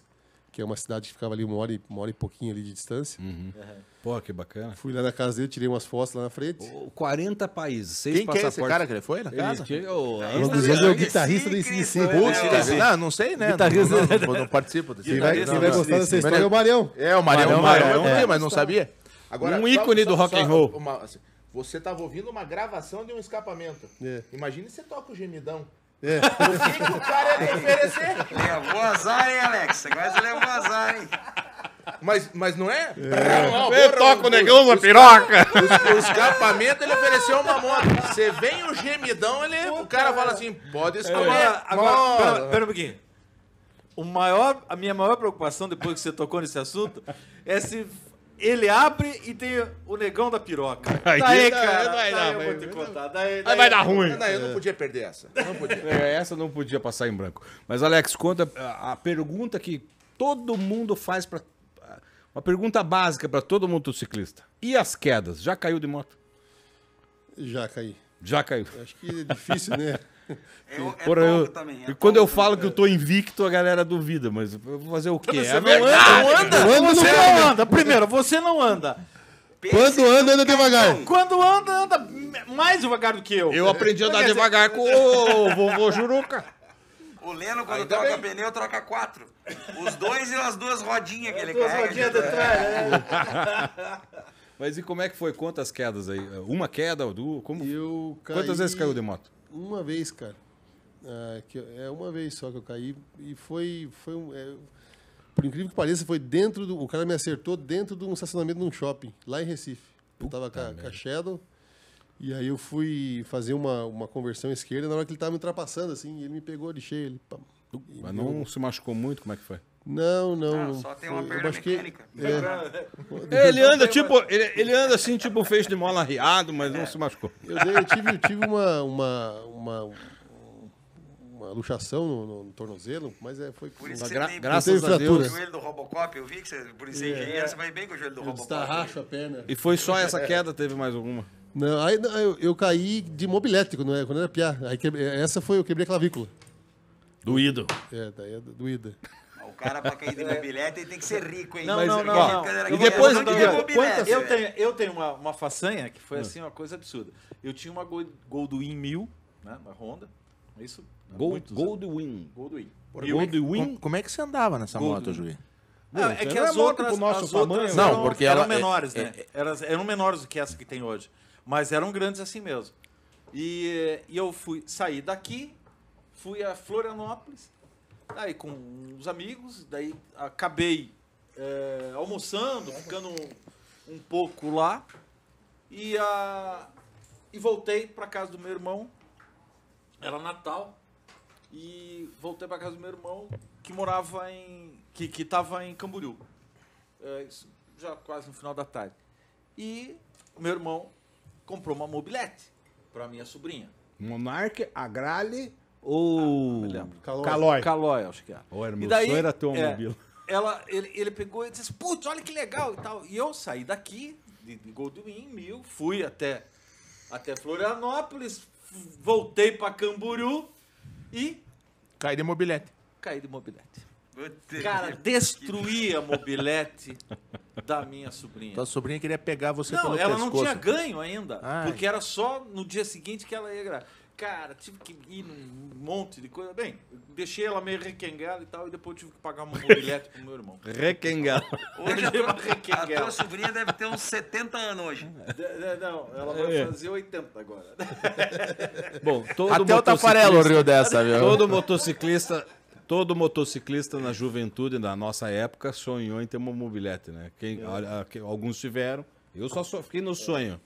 S3: que é uma cidade que ficava ali uma hora e, uma hora e pouquinho ali de distância.
S1: Uhum. Porra, que bacana.
S3: Fui lá na casa dele, tirei umas fotos lá na frente.
S1: Ô, 40 países, seis
S6: Quem que é
S1: passaportes.
S6: esse cara que ele foi na casa?
S1: Ele, tinha- ô,
S3: O Angus
S2: Isso
S3: Young é o
S2: é
S3: guitarrista do
S2: Cristo,
S3: ICDC.
S2: né?
S3: Putz,
S2: Não,
S3: cara.
S6: Ah, não sei, né? Não, não, não, não participo desse
S3: Quem vai,
S6: Não,
S3: quem
S6: não,
S3: vai
S6: não.
S3: gostar dessa história é o Marião.
S6: É, o Marião.
S1: Marião,
S6: O Marião, eu
S1: Marião,
S6: vi, mas não sabia.
S1: Um ícone do rock and roll.
S6: uma- assim, você tava ouvindo uma gravação de um escapamento.
S3: É.
S6: Imagina você toca o gemidão.
S3: É.
S6: O que, que o cara é ia te oferecer?
S2: Levou azar, hein, Alex? Agora você levou azar, hein?
S6: Mas, mas não é?
S1: Eu toco o negão na piroca.
S6: O escapamento ele ofereceu uma moto. Você vem o gemidão, ele, o cara fala assim: pode escolher.
S7: É. Agora, agora pera, pera um pouquinho. O maior, a minha maior preocupação, depois que você tocou nesse assunto, é se ele abre e tem o negão da piroca.
S1: Aí
S7: daí,
S1: dá-
S7: cara,
S1: vai
S7: daí
S1: dar,
S7: eu
S1: vai-
S7: vou te contar. Daí,
S1: Aí
S7: daí-
S1: vai dar Tá ruim.
S6: Não, eu não podia perder essa. Não podia.
S1: É, Essa não podia passar em branco. Mas, Alex, conta a, a pergunta que todo mundo faz para Uma pergunta básica para todo motociclista. E as quedas? Já caiu de moto?
S3: Já caí.
S1: Já caiu.
S3: Acho que é difícil, né?
S2: Eu, é
S1: Porra,
S2: tonto
S1: eu-
S2: também.
S1: e quando eu falo que eu tô invicto, a galera duvida, mas eu vou fazer o quê? É a verdade.
S7: Não anda, você
S1: é
S7: não anda. Primeiro, você não anda.
S3: Quando anda, anda devagar.
S7: Quando anda, anda mais devagar do que eu.
S1: Eu aprendi a andar
S7: Quer dizer-
S1: devagar com o vovô Juruca.
S2: O Leno, quando troca pneu, troca quatro. Os dois e as duas rodinhas que ele tá
S7: Duas
S2: carrega.
S7: rodinhas do trás, né?
S1: Mas e como é que foi? Quantas quedas aí? Uma queda ou duas? Como...
S3: Eu caí...
S1: Quantas vezes caiu de moto?
S3: Uma vez, cara. Ah, que eu- é uma vez só que eu caí e foi foi um, é, por incrível que pareça foi dentro do o cara me acertou dentro de um estacionamento de um shopping lá em Recife. Eu tava com a, com a Shadow e aí eu fui fazer uma, uma conversão esquerda na hora que ele tava me ultrapassando assim, e ele me pegou de cheio, ele pá, e
S1: Mas
S3: me
S1: não se machucou muito, como é que foi?
S3: Não, não.
S2: Ah,
S3: não
S2: só tem
S3: foi-
S2: uma
S3: eu
S2: perna
S3: machuquei-
S2: mecânica.
S3: É,
S1: Ele anda tipo, ele, ele anda assim, tipo um feixe de mola arriado, mas não se machucou.
S3: eu, dei- eu tive, eu tive uma, uma, uma, um- uma luxação no, no- no tornozelo, mas é, foi.
S2: Por isso
S1: Gra-
S2: você tem
S1: graças
S3: Não
S1: a
S3: teve
S1: Deus.
S2: o joelho do Robocop, eu vi que você, por
S5: É.
S2: ser engenheiro, você vai bem com o joelho do
S3: Eu
S2: Robocop.
S3: Destarracho a perna.
S1: E foi só essa queda? Teve mais alguma?
S3: Não, aí não, eu, eu caí de mobilético, não é? Quando eu era piá. Aí quebrei- essa foi, eu quebrei a clavícula.
S1: Doído.
S3: É, daí é doída.
S2: O cara pra cair de mobilete, ele tem que ser rico, hein?
S5: É. Não,
S2: Mas-
S5: não, não,
S2: Porque
S5: não.
S2: quando era
S5: Eu
S1: E
S5: vou-
S1: depois-
S2: criança, não
S7: um
S1: e
S2: tinha
S1: de-
S2: mobilete,
S5: quantas- eu
S2: velho.
S5: tenho, eu tenho uma, uma façanha que
S1: Ah.
S5: foi assim, uma coisa absurda. Eu tinha uma Gold- Goldwing 1000, né, uma Honda. Isso. há
S1: Gold,
S5: muitos
S1: Goldwing.
S5: anos. Goldwing.
S1: Goldwing?
S6: Como é que você andava nessa moto, Juí?
S5: Ah, é que as outras, as outras
S6: Não,
S5: eram,
S6: porque
S5: eram
S6: ela- é-
S5: menores, né? Elas eram menores do que essa que tem hoje. Mas eram grandes assim mesmo. E, e eu fui saí daqui, fui a Florianópolis, daí com uns amigos, daí acabei é, almoçando, ficando um, um pouco lá, e, a, e voltei para casa do meu irmão. Era Natal, e voltei para casa do meu irmão que morava em que que estava em Camboriú É, isso já quase no final da tarde e o meu irmão comprou uma mobilete para minha sobrinha
S1: Monarch, Agrale ou.
S3: Calói.
S5: Calói acho que era
S1: Ô, irmão,
S5: E
S1: o sonho era ter uma
S5: é,
S1: mobília.
S5: ela ele, ele pegou e disse putz olha que legal e tal e eu saí daqui de, de Goldwyn mil fui até até Florianópolis f- voltei para Camboriú e
S6: Caí de mobilete.
S5: caí de mobilete
S2: Puta
S5: Cara,
S2: que-
S5: destruí a mobilete da minha sobrinha.
S6: Tua sobrinha queria pegar você
S5: Não,
S6: pelo
S5: ela
S6: pescoço. né?
S5: não tinha ganho ainda,
S6: Ai.
S5: porque era só no dia seguinte que ela ia gravar. Cara, tive que ir num monte de coisa. Bem, eu deixei ela meio requengada e tal, e depois tive que pagar uma mobilete pro meu irmão.
S1: Requengal.
S2: Hoje a
S5: Ela
S2: tua, a
S5: requenguela.
S2: tua sobrinha deve ter uns 70 anos hoje.
S5: De- de- Não, ela
S6: É.
S5: vai fazer 80 agora.
S1: Bom, todo
S6: Até Tá o
S1: motociclista-
S6: Tafarelo riu dessa, viu?
S1: Todo motociclista, todo motociclista na juventude, na nossa época, sonhou em ter uma mobilete, né? Quem, a- a- que- alguns tiveram. Eu só, só fiquei no sonho.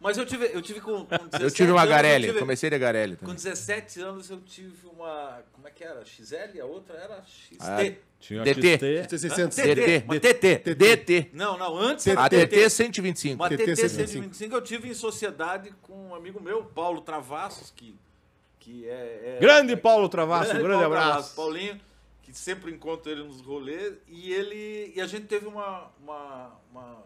S5: Mas eu tive, eu tive com, com 17
S6: Eu tive uma
S5: anos, eu
S6: Garelli,
S5: tive-
S6: comecei de Garelli
S5: Com
S6: também.
S5: 17 anos eu tive uma. Como é que era? XL? A outra era XT.
S6: Ah,
S1: Tinha
S6: DT.
S1: XT.
S3: T600.
S6: DT.
S5: Uma TT.
S6: DT.
S5: Não, não, antes era
S6: A é TT
S5: TT.
S6: 125.
S5: Uma TT
S3: TT
S5: 125 eu tive em sociedade com um amigo meu, Paulo Travassos, que, que é, é-
S1: Grande
S5: é-
S1: Paulo Travasso, um
S5: Paulo
S1: grande
S5: Travassos,
S1: abraço.
S5: Paulinho, que sempre encontro ele nos rolês, e ele. E a gente teve uma, uma, uma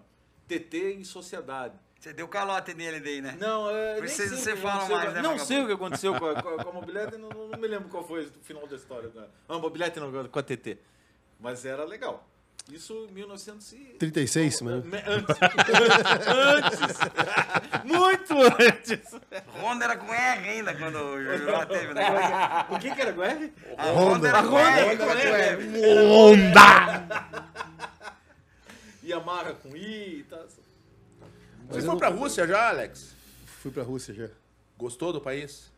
S5: TT em sociedade.
S2: Você deu calote nele daí, né?
S5: Não, é, nem
S2: Precisa-
S5: sei o
S2: você
S5: que
S2: fala
S5: aconteceu
S2: mais,
S5: com a-
S2: né,
S5: Não
S2: vagabundo?
S5: sei o que aconteceu com a, com a, com a mobilete, não, não me lembro qual foi o final da história. Né? Ah, mobilete não, com a TT. Mas era legal. Isso em 1936.
S3: 36, mano.
S5: Antes. antes. Muito antes.
S2: Honda era com R ainda quando o Jujuba teve, né?
S5: O que que era com R?
S2: A Honda era com
S5: é
S2: R. quando teve.
S5: E amarra com I tá? e tal.
S6: Você foi pra Rússia já, Alex?
S3: Fui pra Rússia já.
S6: Gostou do país?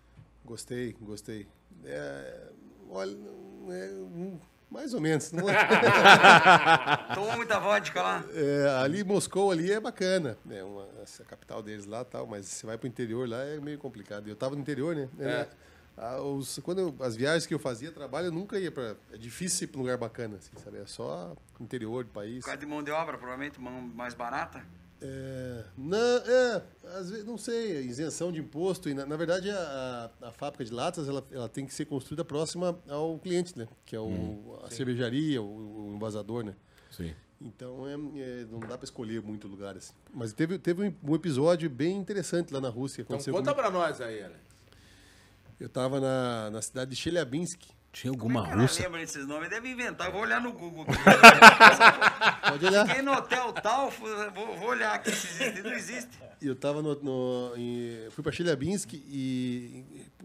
S3: Gostei, gostei. É, olha, é, hum, mais ou menos. Não-
S2: Tomou muita vodka lá.
S3: É, ali Moscou ali é bacana, né? Uma, essa capital deles lá tal, mas você vai pro interior lá é meio complicado. Eu tava no interior, né? Era- ah, os- quando eu- as viagens que eu fazia trabalho, eu nunca ia para. É difícil ir pra um lugar bacana, assim, sabe? É só interior do país.
S2: Por causa de mão de obra, provavelmente mão mais barata.
S3: É, não, é, às vezes, não sei, isenção de imposto. E na, na verdade, a, a- a fábrica de latas ela, ela tem que ser construída próxima ao cliente, né? Que é o, a cervejaria, o, o envasador, né?
S1: Sim.
S3: Então é, é, não dá para escolher muito lugar assim. Mas teve, teve um- um episódio bem interessante lá na Rússia.
S6: Então
S3: Aconteceu
S6: conta
S3: comigo.
S6: pra nós aí, Alex.
S3: Eu estava na, na cidade de Chelyabinsk.
S1: Tinha alguma
S2: Cara,
S1: russa.
S2: é lembra desses nomes, deve inventar. Eu vou olhar no Google.
S3: Pode olhar.
S2: Fiquei no hotel tal, fu- vou, vou olhar aqui se existe. Não existe.
S3: E Eu tava no, no- em- fui para Chelyabinsk e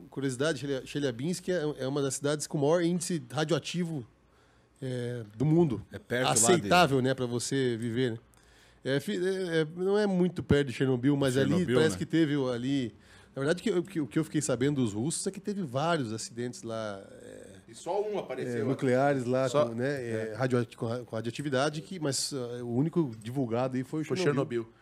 S3: curiosidade, Chely- Chelyabinsk é é uma das cidades com o maior índice radioativo é, do mundo.
S1: É perto lá de-
S3: aceitável, né, para você viver. né? É, fi- é- é- não é muito perto de Chernobyl, mas ali
S1: Chernobyl,
S3: parece
S1: né?
S3: que teve ali. Na verdade, o que eu- que, eu- que eu fiquei sabendo dos russos é que teve vários acidentes lá é,
S6: E só um
S3: é,
S6: apareceu. aqui.
S3: nucleares lá, com, né, é, radioati- com, ra- com radioatividade, que, mas ah, o único divulgado aí foi o
S6: Foi
S3: Chernobyl.
S6: Chernobyl.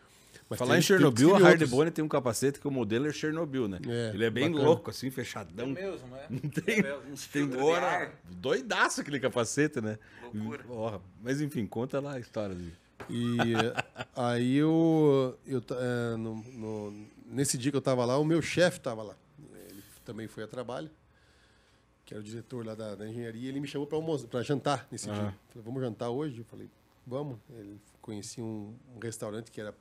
S3: Mas
S1: Falar em
S3: teve- teve-
S1: Chernobyl, a
S3: teve outros.
S1: Hardbone tem um capacete que o modelo é Chernobyl, né?
S3: É,
S1: Ele é bem
S3: bacana.
S1: louco, assim,
S2: É
S1: fechadão.
S5: Mesmo, né?
S1: Não tem,
S2: uns
S1: tem
S2: filtros um de
S1: hora.
S2: ar.
S1: Doidaço aquele capacete, né?
S2: Loucura.
S1: Porra, Mas enfim, conta lá a história. De...
S3: E eh, aí eu, eu ta- eh, no, no- nesse dia que eu tava lá, o meu chefe tava lá. Ele também foi a trabalho. que era o diretor lá da, da engenharia, e ele me chamou para jantar nesse dia. Falei, vamos jantar hoje? Eu falei, vamos. Ele conhecia um, um restaurante que era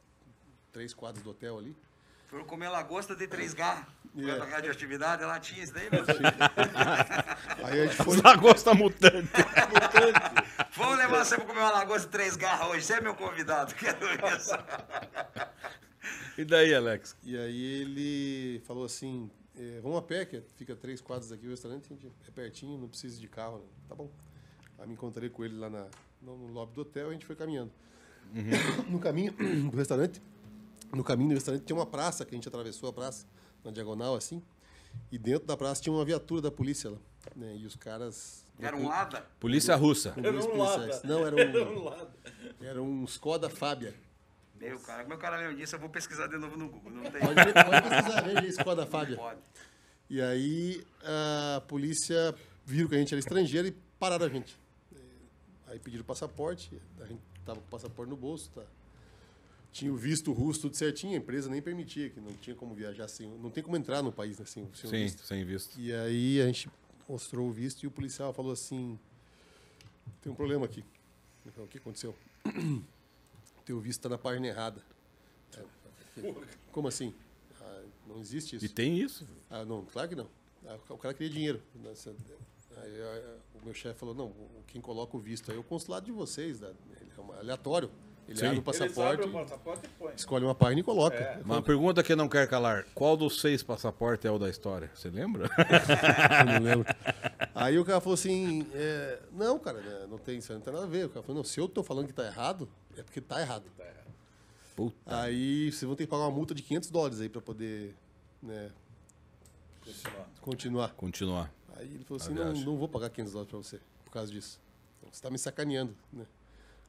S3: três quadros do hotel ali.
S2: Foram comer lagosta de 3G.
S3: Yeah.
S2: Yeah. Pra radioatividade, ela tinha isso daí, meu.
S3: Aí a gente foi.
S1: Lagosta mutante.
S2: Vamos levar você pra comer uma lagosta de 3G hoje. Você é meu convidado. Quero isso.
S1: E daí, Alex?
S3: E aí ele falou assim, é, vamos a pé, que fica três quadros aqui o restaurante, a gente é pertinho, não precisa de carro, né? tá bom. Aí me encontrei com ele lá na, no, no lobby do hotel e a gente foi caminhando. No caminho do restaurante, no caminho do restaurante tinha uma praça, que a gente atravessou a praça, na diagonal assim, e dentro da praça tinha uma viatura da polícia lá, né? E os caras...
S2: Era um lada?
S1: Polícia russa.
S3: Com dois policiais. Não, era um... Era um, Skoda Fábia.
S2: Meu, cara, como é que o cara lembra disso? Eu vou pesquisar de novo no Google. Não tem.
S3: Pode, pode pesquisar, veja aí, Skoda Fábia.
S2: Pode.
S3: E aí a polícia viram que a gente era estrangeiro e pararam a gente. É, Aí pediram passaporte, a gente tava com o passaporte no bolso, tá? Tinha o visto russo tudo certinho, a empresa nem permitia, que não tinha como viajar sem, não tem como entrar no país né, sem, sem o
S1: Sim,
S3: visto.
S1: sem visto.
S3: E aí a gente mostrou o visto e o policial falou assim: tem um problema aqui. Eu falei, o que aconteceu? Teu visto está na página errada. Aí eu falei, Como assim? "Ah, não existe isso.
S1: E tem isso.
S3: Ah, não, claro que não. Ah, O cara queria dinheiro. Nossa, aí, ah, o meu chefe falou, não, o- quem coloca o visto aí é o consulado de vocês. né? Ele é um aleatório. Ele
S1: Sim.
S3: abre o passaporte,
S7: passaporte e põe.
S3: escolhe uma página e coloca.
S1: Uma pergunta que eu não quero calar. Qual dos seis passaportes é o da história? Você lembra?
S3: Eu não lembro. Aí o cara falou assim, é, não, cara, né, não tem isso, aí não tem nada a ver. O cara falou, não, se eu tô falando que tá errado, é porque tá errado.
S1: Puta.
S3: Aí vocês vão ter que pagar uma multa de 500 dólares aí pra poder, né, continuar.
S1: Continuar.
S3: Aí ele falou assim, não,
S1: viagem.
S3: não vou pagar 500 dólares pra você, por causa disso. Você está me sacaneando, né?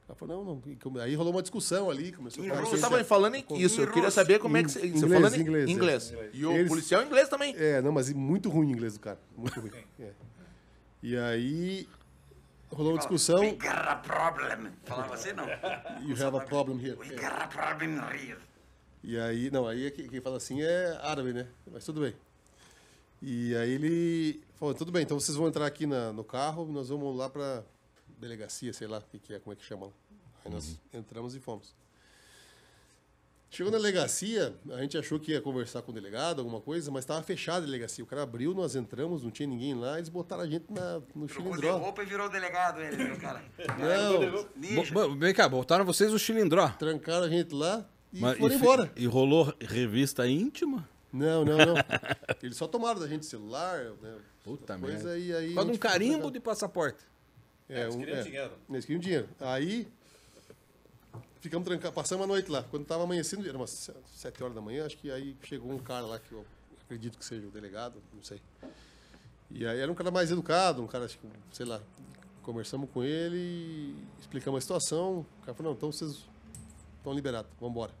S3: Ela falou, não, não. E come- Aí rolou uma discussão ali, começou a falar...
S6: Vocês estavam falando em isso, eu queria saber como é que você.
S3: Inglês,
S6: você falando em
S3: inglês,
S6: inglês.
S3: é.
S6: E o
S3: Eles-
S6: policial inglês também.
S3: É, não, mas muito ruim o inglês do cara, muito ruim. é. E aí rolou uma discussão,
S2: We got a problem. Falava assim, não.
S3: you have a problem here.
S2: We
S3: É.
S2: got a problem here.
S3: E aí, não, aí é que- quem fala assim é árabe, né? Mas tudo bem. E aí ele falou, tudo bem, então vocês vão entrar aqui na- no carro, nós vamos lá pra delegacia, sei lá, o que, que é, como é que chama lá. Aí nós
S1: Uhum.
S3: entramos e fomos. Chegou na delegacia, a gente achou que ia conversar com o delegado, alguma coisa, mas estava fechada a delegacia. O cara abriu, nós entramos, não tinha ninguém lá, eles botaram a gente na,
S2: Trocou
S3: no
S2: de
S3: xilindró.
S2: roupa e virou delegado ele, meu cara.
S3: Não,
S2: Ninja.
S1: Bo- bo- Vem cá, botaram vocês o cilindró.
S3: trancaram a gente lá e
S1: Mas-
S3: foram
S1: e fi-
S3: embora.
S1: E rolou revista íntima?
S3: Não, não, não. Eles só tomaram da gente celular, né?
S1: Puta
S3: outra
S1: merda.
S3: coisa, e aí.
S1: Faz
S3: a
S1: um
S3: gente ficou
S1: carimbo
S3: pra-
S1: de passaporte.
S3: É, eles queriam dinheiro. Eles queriam dinheiro. Aí. Ficamos trancados, passamos a noite lá. Quando estava amanhecendo, era umas se- sete horas da manhã, acho que aí chegou um cara lá que eu acredito que seja o delegado, não sei. E aí era um cara mais educado, um cara, acho que, sei lá. Conversamos com ele, explicamos a situação. O cara falou: não, então vocês estão liberados, vamos embora.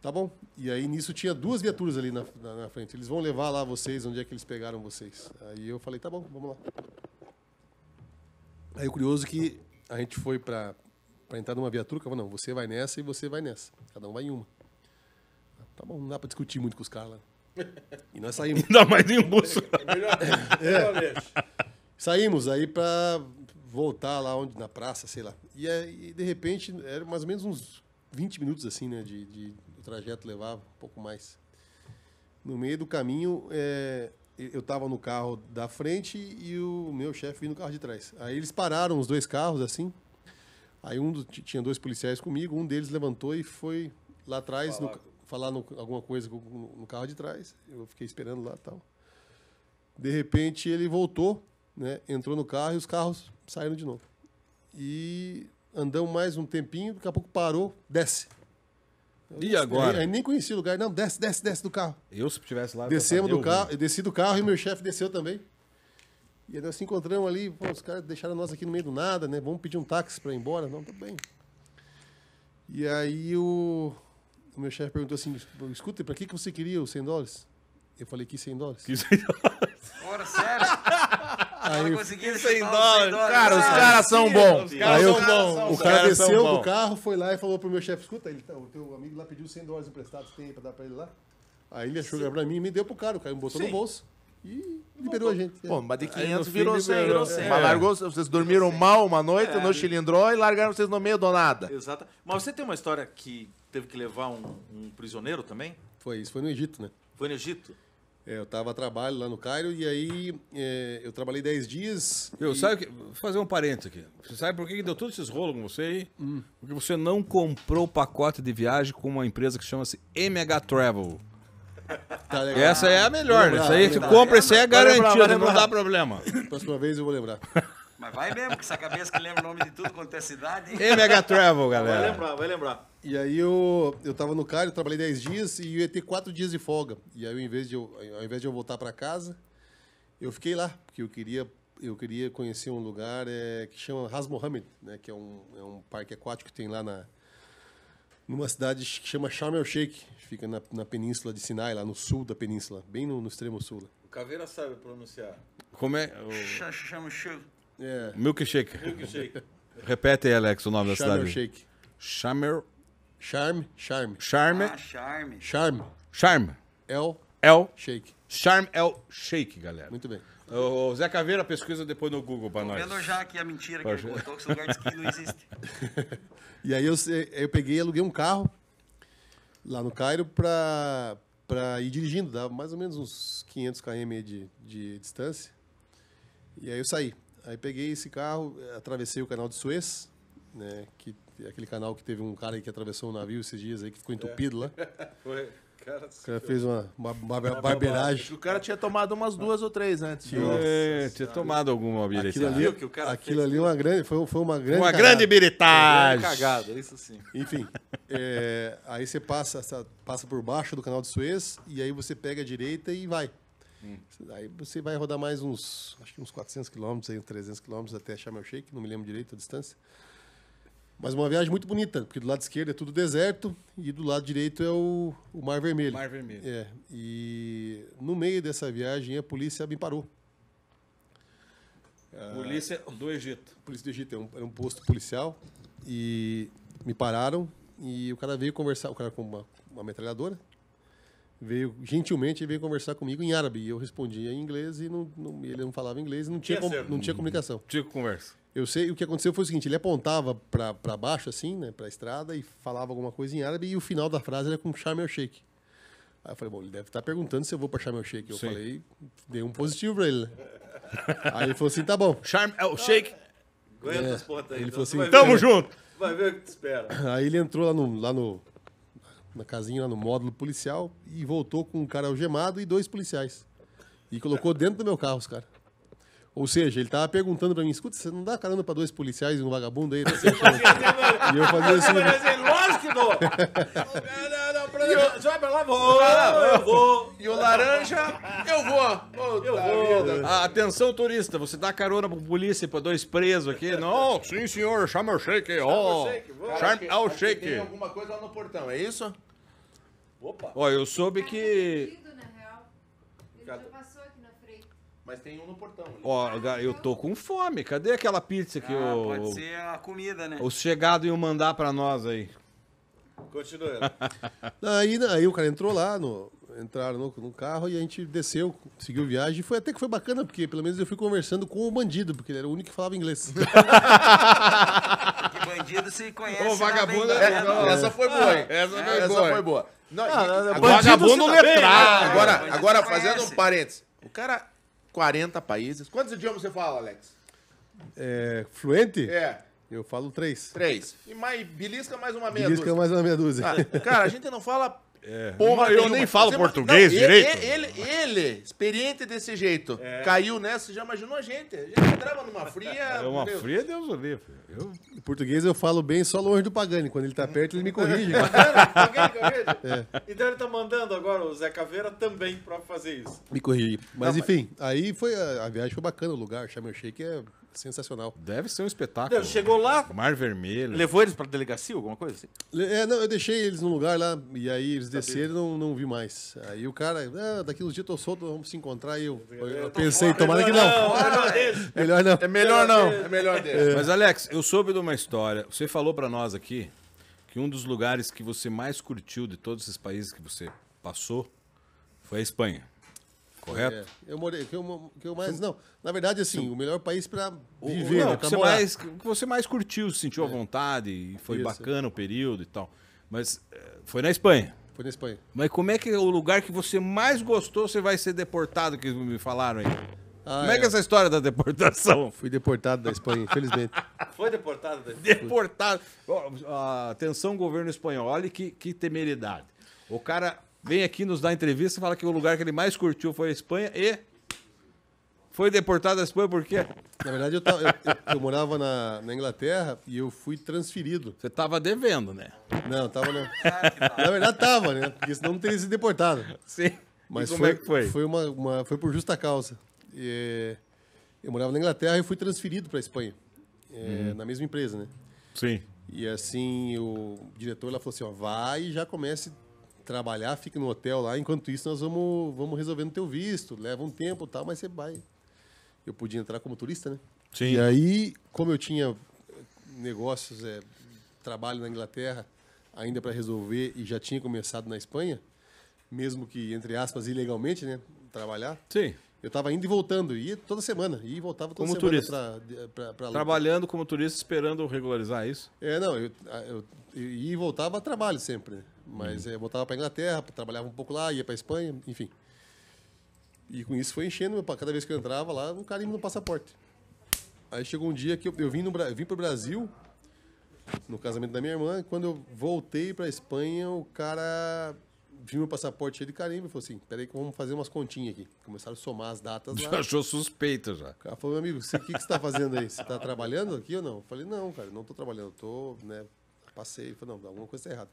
S3: Tá bom. E aí nisso tinha duas viaturas ali na, na, na frente. Eles vão levar lá vocês, onde é que eles pegaram vocês. Aí eu falei, tá bom, vamos lá. Aí o curioso é que a gente foi pra, pra entrar numa viatura, que falou, não, você vai nessa e você vai nessa. Cada um vai em uma. Tá bom, não dá pra discutir muito com os caras lá. E nós saímos.
S1: Dá mais um buço.
S5: É
S1: É.
S3: Saímos aí pra voltar lá onde na praça, sei lá. E aí, de repente, era mais ou menos uns 20 minutos assim, né, de, de o trajeto levava, um pouco mais. No meio do caminho, é, eu tava no carro da frente e o meu chefe vinha no carro de trás. Aí eles pararam os dois carros assim. Aí um do- t- tinha dois policiais comigo, um deles levantou e foi lá atrás no ca- falar, no- alguma coisa com- no, no carro de trás. Eu fiquei esperando lá, tal. De repente ele voltou, né? Entrou no carro e os carros saíram de novo. E andamos mais um tempinho, daqui a pouco parou, desce.
S1: E
S3: Aí,
S1: agora? Ah, tá,
S3: aí nem conhecia o lugar, não, desce, desce, desce do carro.
S1: Eu, se tivesse lá...
S3: Descemos
S1: eu
S3: do carro, eu desci do carro e meu chefe desceu também. E aí nós se encontramos ali, pô, os caras deixaram nós aqui no meio do nada, né? Vamos pedir um táxi para ir embora? Não, tudo bem. E aí o, o meu chefe perguntou assim, escuta, para que, que você queria os 100 dólares? Eu falei, que 100 dólares?
S2: Ora, sério? Aí, conseguiu 100
S1: dólares.
S6: Cara, os Ah,
S2: né?
S6: caras são bons.
S3: Aí
S1: são
S3: o,
S1: bons,
S3: o
S1: os
S3: cara
S1: caras são
S3: desceu do
S1: bons.
S3: carro, foi lá e falou pro meu chefe, escuta, ele, tá- o teu amigo lá pediu 100 dólares emprestados, tem aí pra dar pra ele lá? Aí ele achou que era pra mim e me deu pro cara, o cara me botou no bolso. E liberou a gente. é.
S6: Pô, mas de
S3: Aí no
S6: 500
S3: fim
S6: virou 100.
S3: liberou. É.
S6: Mas largou, vocês dormiram mal uma noite no cilindró e largaram vocês no meio do nada.
S5: Exato. Mas você tem uma história que teve que levar um, um prisioneiro também?
S3: Foi isso, foi no Egito, né?
S5: Foi no Egito?
S3: É, eu tava a trabalho lá no Cairo e aí é, eu trabalhei 10 dias.
S1: Eu,
S3: e...
S1: sabe que, vou fazer um parênteses aqui. Você sabe por que que deu todos esses rolos com você aí?
S3: Hum.
S1: Porque você não comprou o pacote de viagem com uma empresa que chama-se MH Travel.
S3: Tá legal.
S1: Essa é a melhor, né?
S3: Lembrar,
S1: Isso aí, você
S3: lembrar.
S1: compra, isso aí é
S3: lembrar, vai
S1: garantido, não
S3: lembrar.
S1: dá problema.
S3: Próxima vez eu vou lembrar.
S2: Mas vai mesmo, com essa cabeça que lembra o nome de tudo quanto é cidade, hein?
S1: MH Travel, galera.
S5: vai lembrar.
S3: E aí eu, eu tava no Cairo, trabalhei 10 dias e eu ia ter 4 dias de folga. E aí ao invés de eu, ao invés de eu voltar para casa, eu fiquei lá, porque eu queria eu queria conhecer um lugar eh, que chama Ras Mohammed, né, que é um, é um parque aquático que tem lá na numa cidade que chama Sharm el Sheikh, fica na, na península de Sinai, lá no sul da península, bem no, no extremo sul. lá.
S5: O Caveira sabe pronunciar.
S1: Como é?
S2: Ch- Chama o Chu.
S3: É,
S1: O milkshake. Repete aí, Alex, o nome da
S3: Sharm el
S1: cidade.
S3: Sheikh.
S1: Shamer.
S3: Sharm, Sharm,
S1: Charme.
S2: Ah, charme.
S3: Sharm
S1: Charme.
S3: el
S1: El.
S3: Sheikh.
S1: Charme El Shake, galera.
S3: Muito bem.
S1: O Zé Caveira pesquisa depois no Google pra nós.
S2: Vendo já aqui a mentira que ele
S1: Pode-
S2: contou, que esse lugar diz que não existe.
S3: E aí eu, se- eu peguei e aluguei um carro lá no Cairo pra, pra ir dirigindo. Dava mais ou menos uns 500 km aí de, de distância. E aí eu saí. Aí peguei esse carro, eh, atravessei o canal de Suez, né? Que, é aquele canal que teve um cara aí que atravessou um navio esses dias aí, que ficou entupido lá.
S5: Foi. Cara,
S3: O cara fez uma, uma, barbe- barbeiragem.
S6: O cara tinha tomado umas duas ou três antes.
S1: É, tinha tomado alguma
S3: Aquilo
S1: bilheteira.
S3: ali,
S5: que o cara
S3: aquilo ali é uma grande, foi, foi uma grande
S1: Uma
S3: cagada.
S1: grande biritagem.
S5: cagada, é isso sim.
S3: Enfim, é, aí você passa, essa- passa por baixo do canal de Suez e aí você pega a direita e vai.
S1: Hum.
S3: Aí você vai rodar mais uns, acho que uns 400 quilômetros, aí, uns 300 quilômetros até Sharm el Sheikh, não me lembro direito a distância. Mas uma viagem muito bonita, porque do lado esquerdo é tudo deserto e do lado direito é o, o Mar Vermelho.
S1: Mar Vermelho.
S3: É, e no meio dessa viagem a polícia me parou. né?
S1: Polícia do Egito.
S3: Polícia do Egito, era um, era um posto policial. E me pararam e o cara veio conversar, o cara com uma, uma metralhadora, veio gentilmente veio conversar comigo em árabe. E eu respondia em inglês e não, não- ele não falava inglês e não tinha, com- não tinha comunicação.
S1: Tico conversa.
S3: Eu sei, o que aconteceu foi o seguinte, ele apontava para baixo assim, né, para estrada e falava alguma coisa em árabe e o final da frase era com Sharm el Sheikh. Aí eu falei, bom, ele deve estar perguntando se eu vou para Sharm el Sheikh. Eu
S1: Sim.
S3: falei, dei um positivo para ele. né? Aí ele falou assim, tá bom.
S1: Charme
S2: é,
S1: El Shake. É,
S5: Aguenta as portas aí. então,
S3: Ele falou assim,
S1: Ah. Tamo junto.
S5: Vai ver o que te espera.
S3: Aí ele entrou lá no, lá no na casinha, lá no módulo policial e voltou com um cara algemado e dois policiais. E colocou dentro do meu carro os caras. Ou seja, ele tava perguntando pra mim, escuta, você não dá carona pra dois policiais e um vagabundo aí? Tá se achando?"
S6: né?
S3: e eu fazia assim,
S5: Lógico que dou. Não, não, não. Vai pra lá, vou. Eu vou.
S6: E o laranja, eu vou. Puta vida.
S1: Ah, atenção, turista, você dá carona pro polícia e pra dois presos aqui? Não, sim, senhor, chama o shake, ó. Charme
S6: Cara,
S1: ao
S6: acho que
S1: shake.
S6: Tem alguma coisa lá no portão, é isso?
S1: Ó, eu soube que.
S8: Perdido, na real. Ele já passou aqui na frente.
S6: Mas tem um no portão. ali.
S1: Ó, ga- eu tô com fome. Cadê aquela pizza que
S2: Ah,
S1: o.
S2: pode ser a comida, né?
S1: Os chegados iam mandar pra nós aí.
S5: Continua.
S3: Aí, aí o cara entrou lá, no, entraram no, no carro e a gente desceu, seguiu viagem. Foi até que foi bacana, porque pelo menos eu fui conversando com o bandido, porque ele era o único que falava inglês.
S2: Que bandido se conhece.
S1: Ô,
S2: lá
S1: vagabundo
S2: bem,
S1: é-
S2: né?
S1: não.
S6: Essa foi boa, hein?
S1: Essa foi
S6: Essa
S1: boa.
S6: foi boa. Não, e- agora,
S2: tá
S1: Vagabundo letrado.
S6: agora,
S2: Bandido
S6: agora
S2: você
S6: fazendo
S2: conhece.
S6: um parênteses. O cara, 40 países. Quantos idiomas você fala, Alex?
S3: É, fluente?
S6: É,
S3: Eu falo três.
S6: três. E mais, belisca mais uma meia
S3: Diz que é
S6: dúzia.
S3: mais uma meia dúzia.
S6: Ah, cara, a gente não fala
S1: Porra, eu
S6: nenhuma.
S1: É, nem falo
S6: Você-
S1: português
S6: não, ele-
S1: direito.
S6: Ele, ele, experiente desse jeito, caiu nessa, já imaginou a gente. A gente entrava numa fria.
S1: É uma
S6: meu,
S1: fria, Deus o livre. Eu...
S3: Em português eu falo bem só longe do Pagani. Quando ele tá perto, ele me corrige.
S5: Cara, alguém, alguém? Então ele tá mandando agora o Zé Caveira também pra fazer isso.
S3: me corrige. Mas enfim, aí foi a, a viagem foi bacana o lugar. Sharm el Sheikh é sensacional.
S1: Deve ser um espetáculo.
S5: Chegou lá,
S1: Mar Vermelho.
S5: levou eles pra delegacia, alguma coisa assim?
S3: Le- É, não, eu deixei eles num lugar lá e aí eles desceram e não, não vi mais. Aí o cara, ah, daqui uns dias eu tô solto, vamos se encontrar. E eu, eu pensei, tomara que não. Melhor não.
S6: É melhor não, é melhor dele.
S1: Mas, Alex, eu soube de uma história. Você falou pra nós aqui que um dos lugares que você mais curtiu de todos esses países que você passou foi a Espanha. correto?
S3: É, eu morei, que eu, mo- que eu mais não. Na verdade, assim, o melhor país para
S1: O- o-
S3: viver,
S1: não,
S3: né,
S1: que
S3: pra
S1: você
S3: morar.
S1: mais, que você mais curtiu, se sentiu à vontade, e foi
S3: Isso.
S1: bacana o período e tal. Mas eh, foi na Espanha.
S3: Foi na Espanha.
S1: Mas como é que é o lugar que você mais gostou, você vai ser deportado, que me falaram aí?
S3: Ah,
S1: como é,
S3: é.
S1: que é essa história da deportação?
S3: Fui deportado da Espanha, infelizmente.
S5: Foi deportado daí?
S1: Deportado. Ó, ah, atenção, governo espanhol, olha que, que temeridade. O cara vem aqui nos dar entrevista e fala que o lugar que ele mais curtiu foi a Espanha e foi deportado da Espanha por quê?
S3: Na verdade, eu, tava- eu- eu- eu morava na, na Inglaterra e eu fui transferido.
S1: Você tava devendo, né?
S3: Não, tava na.
S1: Ah,
S3: Na verdade, tava, né? Porque senão não teria sido deportado.
S1: Sim.
S3: Mas
S1: e como
S3: foi,
S1: é que foi?
S3: uma, uma- foi por justa causa. É, eu morava na Inglaterra e fui transferido para a Espanha,
S1: Uhum.
S3: é, na mesma empresa, né?
S1: Sim.
S3: E assim, o diretor lá falou assim, ó, vai e já comece a trabalhar, fica no hotel lá, enquanto isso nós vamos, vamos resolvendo teu visto, leva um tempo e tal, mas você vai. Eu podia entrar como turista, né?
S1: Sim.
S3: E aí, como eu tinha negócios, é, trabalho na Inglaterra ainda para resolver e já tinha começado na Espanha, mesmo que, entre aspas, ilegalmente, né, trabalhar,
S1: Sim.
S3: eu estava indo e voltando, ia toda semana, ia e voltava toda
S1: Como
S3: semana para
S1: Trabalhando como turista, esperando regularizar isso.
S3: é, não, eu, a- eu, eu ia e voltava a trabalho sempre, né? Mas eh, eu voltava para Inglaterra, trabalhava um pouco lá, ia para Espanha, enfim. E com isso foi enchendo, meu pa- cada vez que eu entrava lá, um carimbo no passaporte. Aí chegou um dia que eu, eu vim, no, Bra- eu vim para o Brasil, no casamento da minha irmã, e quando eu voltei para Espanha, o cara viu meu passaporte cheio de carimbo e falou assim, peraí que vamos fazer umas continhas aqui. Começaram a somar as datas lá.
S1: Já achou suspeita já.
S3: O cara falou, meu amigo, você- o que, que você está fazendo aí? Você está trabalhando aqui ou não? Eu falei, não, cara, não estou trabalhando, estou, né, passei. Ele falou, não, alguma coisa está errada.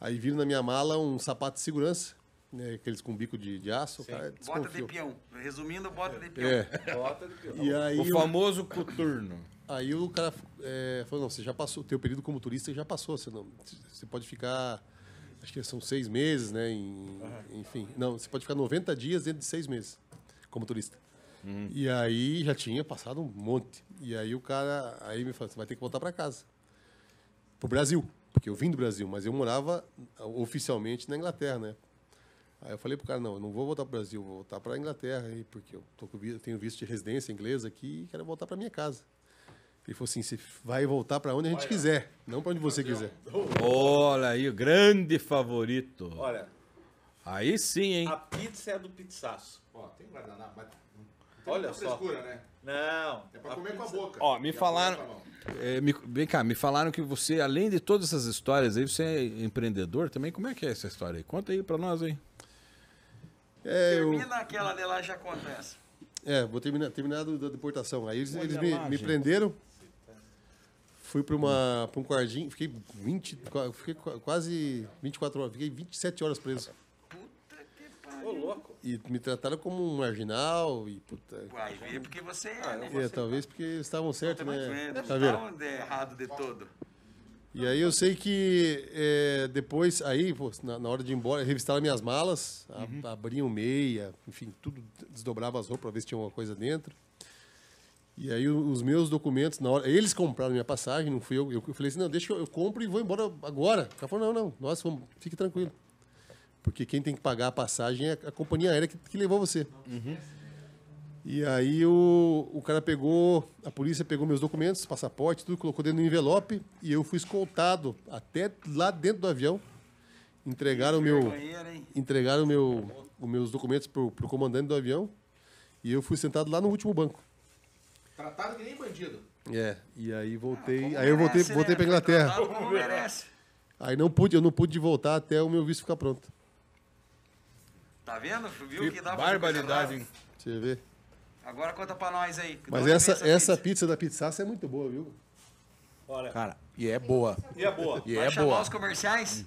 S3: Aí viram na minha mala um sapato de segurança, né, aqueles com bico de, de aço, o cara
S2: Bota de
S3: desconfiou.
S2: peão. Resumindo, bota de Tá peão.
S3: É, e aí
S1: O
S3: o,
S1: famoso coturno.
S3: aí o cara é, falou, não, você já passou, o teu período como turista já passou, você, não, você pode ficar, acho que são seis meses, né, em- enfim. Não, você pode ficar 90 dias dentro de seis meses como turista. E aí já tinha passado um monte. E aí o cara aí me falou, você vai ter que voltar para casa. Pro Brasil, porque eu vim do Brasil, mas eu morava ah, oficialmente na Inglaterra, né? Aí eu falei pro cara, não, eu não vou voltar pro Brasil, vou voltar para Inglaterra aí, porque eu tô com vi- eu tenho visto de residência inglesa aqui e quero voltar para minha casa. Ele falou assim, você vai um- voltar para onde a gente quiser, não para onde você quiser.
S1: Olha aí, o grande favorito.
S5: Olha,
S1: Aí sim, hein?
S5: a pizza é do pizzaço.
S6: Ó, tem guardanapo, mas
S5: Olha só.
S6: né?
S5: Não.
S6: É pra comer com a boca.
S1: Ó, me falaram. é, me- vem cá, me falaram que você, além de todas essas histórias aí, você é empreendedor também. Como é que é essa história aí? Conta aí pra nós aí.
S3: É, eu,
S2: Termina aquela de lá já conta essa.
S3: É, vou terminar, terminar do- da deportação. Aí eles, eles me, me prenderam. Fui para uma pra um quartinho, fiquei 20, qua- fiquei qua- quase 24 horas, fiquei 27 horas preso.
S5: Ô, louco.
S3: E me trataram como um marginal e puta.
S2: Uai, vê porque você é, né?
S3: É, talvez porque eles estavam certos, né?
S2: Não
S3: Tá vendo?
S2: tá onde é errado de todo.
S3: E aí eu sei que é, depois, aí, pô, na, na hora de ir embora, revistaram minhas malas, a- abriam meia, enfim, tudo, desdobrava as roupas para ver se tinha alguma coisa dentro. E aí o- os meus documentos, na hora, eles compraram minha passagem, não fui eu. Eu, eu falei assim, não, deixa que eu, eu compro e vou embora agora. O cara falou, não, não, nós vamos, fique tranquilo. Porque quem tem que pagar a passagem é a, a companhia aérea que, que levou você. E aí o, o cara pegou, a polícia pegou meus documentos, passaporte, tudo, colocou dentro do envelope e eu fui escoltado até lá dentro do avião. Entregaram o meu,
S2: Banheiro, hein?
S3: entregaram o meu, os meus documentos pro, pro comandante do avião e eu fui sentado lá no último banco.
S6: Tratado que nem bandido.
S3: É. E
S2: Ah,
S3: aí voltei, aí eu voltei,
S2: Merece,
S3: voltei
S2: né?
S3: para Inglaterra.
S2: Tratado Como merece.
S3: Aí não pude, eu não pude voltar até o meu visto ficar pronto.
S2: Tá vendo? Viu que dá pra fazer coisa
S1: Barbaridade.
S2: lá?
S1: hein?
S3: Você vê.
S6: Então
S2: Agora conta pra nós aí. De
S6: é
S3: Mas
S2: onde
S3: essa
S2: vem
S3: essa pizza da Pizzaça é muito boa, viu?
S4: Cara, e é boa.
S5: né? E é boa.
S4: E
S2: Vai
S4: é
S2: chamar
S4: boa.
S2: os
S3: Hum.
S2: comerciais?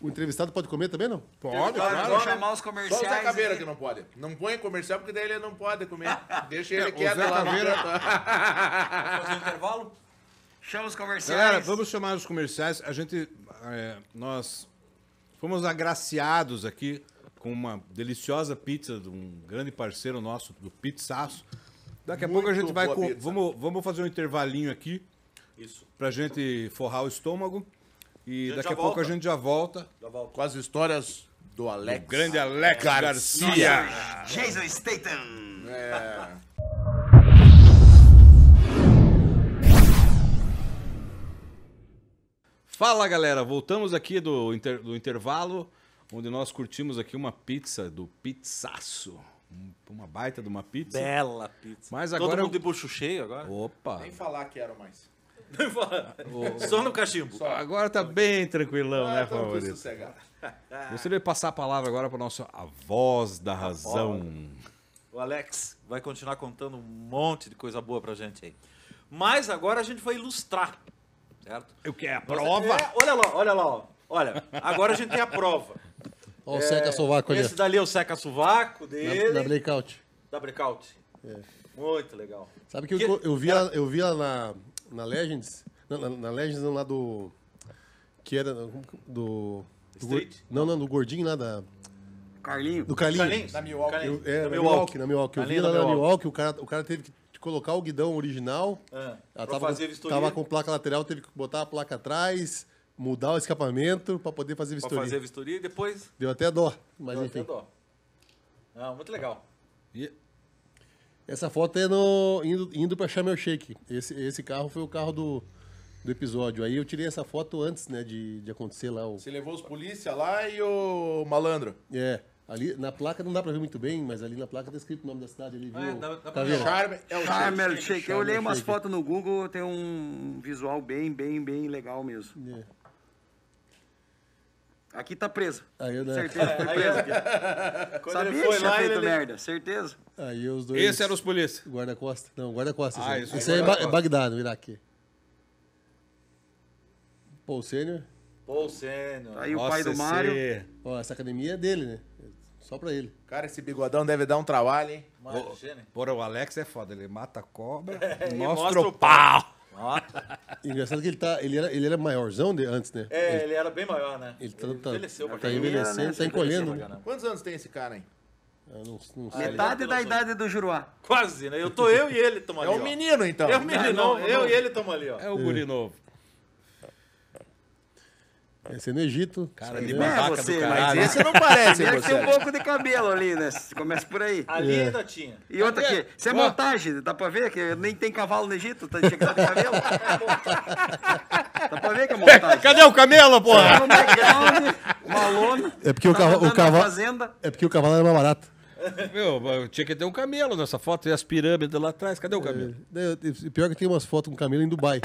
S3: O entrevistado pode comer também, não?
S6: Pode,
S2: Vai
S6: claro.
S2: chamar os
S6: Só o
S2: comerciais.
S6: Zé Caveira
S2: aí.
S6: que não pode. Não põe comercial porque daí ele não pode comer. Deixa ele
S1: o
S6: quieto
S1: Zé
S6: lá. no
S1: Caveira-
S6: canto.
S5: Fazer um intervalo?
S2: Chama os comerciais.
S1: Galera, vamos chamar os comerciais. A gente. é, nós fomos agraciados aqui com uma deliciosa pizza de um grande parceiro nosso, do Pizzaço. Daqui a pouco a gente vai.
S6: boa
S1: com-
S6: pizza.
S1: vamos, vamos fazer um intervalinho aqui.
S5: Isso.
S1: Pra gente forrar o estômago. E
S5: gente
S1: daqui
S5: já
S1: a pouco a
S5: volta.
S1: gente já volta.
S6: Com as histórias do Alex.
S1: Grande Alex Garcia.
S2: Jason Statham.
S1: Fala galera, voltamos aqui do, inter- do intervalo, onde nós curtimos aqui uma pizza do Pizzaço. Um- Uma baita de uma pizza.
S5: Bela pizza.
S1: Mas
S5: Todo
S1: agora.
S5: mundo de bucho cheio agora?
S1: Opa!
S6: falar que era mais.
S5: Só no cachimbo.
S1: Agora tá bem tranquilão,
S6: Ah,
S1: né,
S6: então
S1: favorito?
S6: sossegado.
S1: Gostaria de É. passar a palavra agora para nossa a voz da razão.
S5: O Alex vai continuar contando um monte de coisa boa pra gente aí. Mas agora a gente vai ilustrar, certo?
S1: Eu quero a
S5: É, olha lá, olha lá. ó. Olha, agora a gente tem a prova.
S3: Olha o Seca Sovaco ali.
S5: Esse dali é o Seca Sovaco
S3: ó,
S5: dele.
S3: Na, É. na breakout.
S5: Da Breakout. Muito legal.
S3: Sabe que, eu-
S5: Que-
S3: eu, vi ela, eu vi ela na, na Legends. Na, na, na Legends, não, lá do. Que era. Do. do gor-
S5: Street?
S3: não, não, do gordinho lá da.
S2: Carlinho.
S3: Do Carlinhos.
S5: Carlinhos? Na Milwaukee.
S3: Eu- é,
S5: na
S3: na
S5: Milwaukee.
S3: Milwaukee, na Milwaukee. Eu
S5: Na
S3: vi
S5: linha
S3: lá
S5: da
S3: na
S5: Milwaukee.
S3: Milwaukee, o cara, o cara teve que colocar o guidão original.
S5: Ah, pra
S3: Ela tava,
S5: fazer
S3: com-
S5: vistoria.
S3: tava com placa lateral, teve que botar a placa atrás, mudar o escapamento pra poder fazer
S5: Pra
S3: vistoria.
S5: fazer a vistoria e depois...
S3: Deu até dó. Mas
S5: Deu
S3: enfim.
S5: até dó. Não, muito legal.
S3: Essa foto é no, indo, indo pra Chamel Shake. Esse, esse carro foi o carro do, do episódio. Aí eu tirei essa foto antes, né, de, de acontecer lá o.
S6: Você levou os polícia lá e o malandro.
S3: É. Ali na placa não dá pra ver muito bem, mas ali na placa tá escrito o nome da cidade. Ali, viu?
S5: É, dá- dá pra
S3: tá vendo?
S6: Charme é o
S2: Carmel Shake. Eu olhei
S3: Carmel
S2: umas
S3: Shake.
S2: fotos no Google, tem um visual bem, bem, bem legal mesmo.
S3: É.
S2: Aqui tá preso.
S3: Aí, eu, né,
S2: Certeza, foi preso aqui.
S5: Quando
S2: Sabia que tinha feito merda, certeza?
S3: aí os dois.
S1: Esse era os polícia.
S3: Guarda-costas? Não, guarda-costas.
S1: Ah,
S3: né?
S1: isso
S3: isso
S1: é
S3: aí é, ba
S1: guarda-costas.
S3: é Bagdá, no Iraque. Paul Sênior.
S5: Pô, o Sênior.
S2: Aí o pai do
S1: esse-
S2: Mário.
S3: Ó, essa academia é dele, né? Só pra ele.
S6: Cara, esse bigodão deve dar um trabalho, hein?
S5: Mário Gênio.
S1: Porra, o Alex é foda, ele mata a cobra, É,
S5: E
S1: mostra,
S5: mostra
S1: o pau.
S3: Engraçado que ele tá. Ele era, ele era maiorzão de, antes, né?
S5: É, ele era bem maior, né?
S3: Ele tá, tá,
S5: envelheceu pra
S3: tá
S5: caramba.
S3: envelhecendo, tá encolhendo. né?
S5: Caramba.
S6: Quantos anos tem esse cara, hein?
S3: Ah, não, não sei.
S2: Metade da idade do Juruá.
S5: Quase, né? Eu tô eu e ele tomando
S6: É
S5: ali.
S6: um
S5: ó.
S6: menino, então.
S5: Eu, menino,
S6: Não, não,
S5: eu
S6: não.
S5: e ele tomamos ali, ó.
S1: É o guri novo.
S3: Esse é no Egito.
S1: Cara de
S3: É.
S2: babaca
S1: barraca
S2: você,
S1: do
S2: mas
S1: caralho.
S6: Esse não parece, hein,
S2: Primeiro que tem um
S6: você.
S2: pouco de cabelo ali, né? Começa por aí.
S5: Ali ainda tinha.
S2: E outra aqui, isso é montagem, dá pra ver que nem tem cavalo no Egito, tá chegando de cabelo. dá pra ver que é montagem.
S1: Cadê o camelo, porra?
S2: Tá no background, Malone.
S3: É porque o
S2: tá
S3: cava- o
S2: andando na
S3: cava-
S2: fazenda.
S3: É porque o cavalo era mais barato.
S1: Meu, mas tinha que ter um camelo nessa foto e as pirâmides lá atrás. Cadê o camelo?
S3: Daí eu- É. e Pior que tem umas fotos com camelo em Dubai.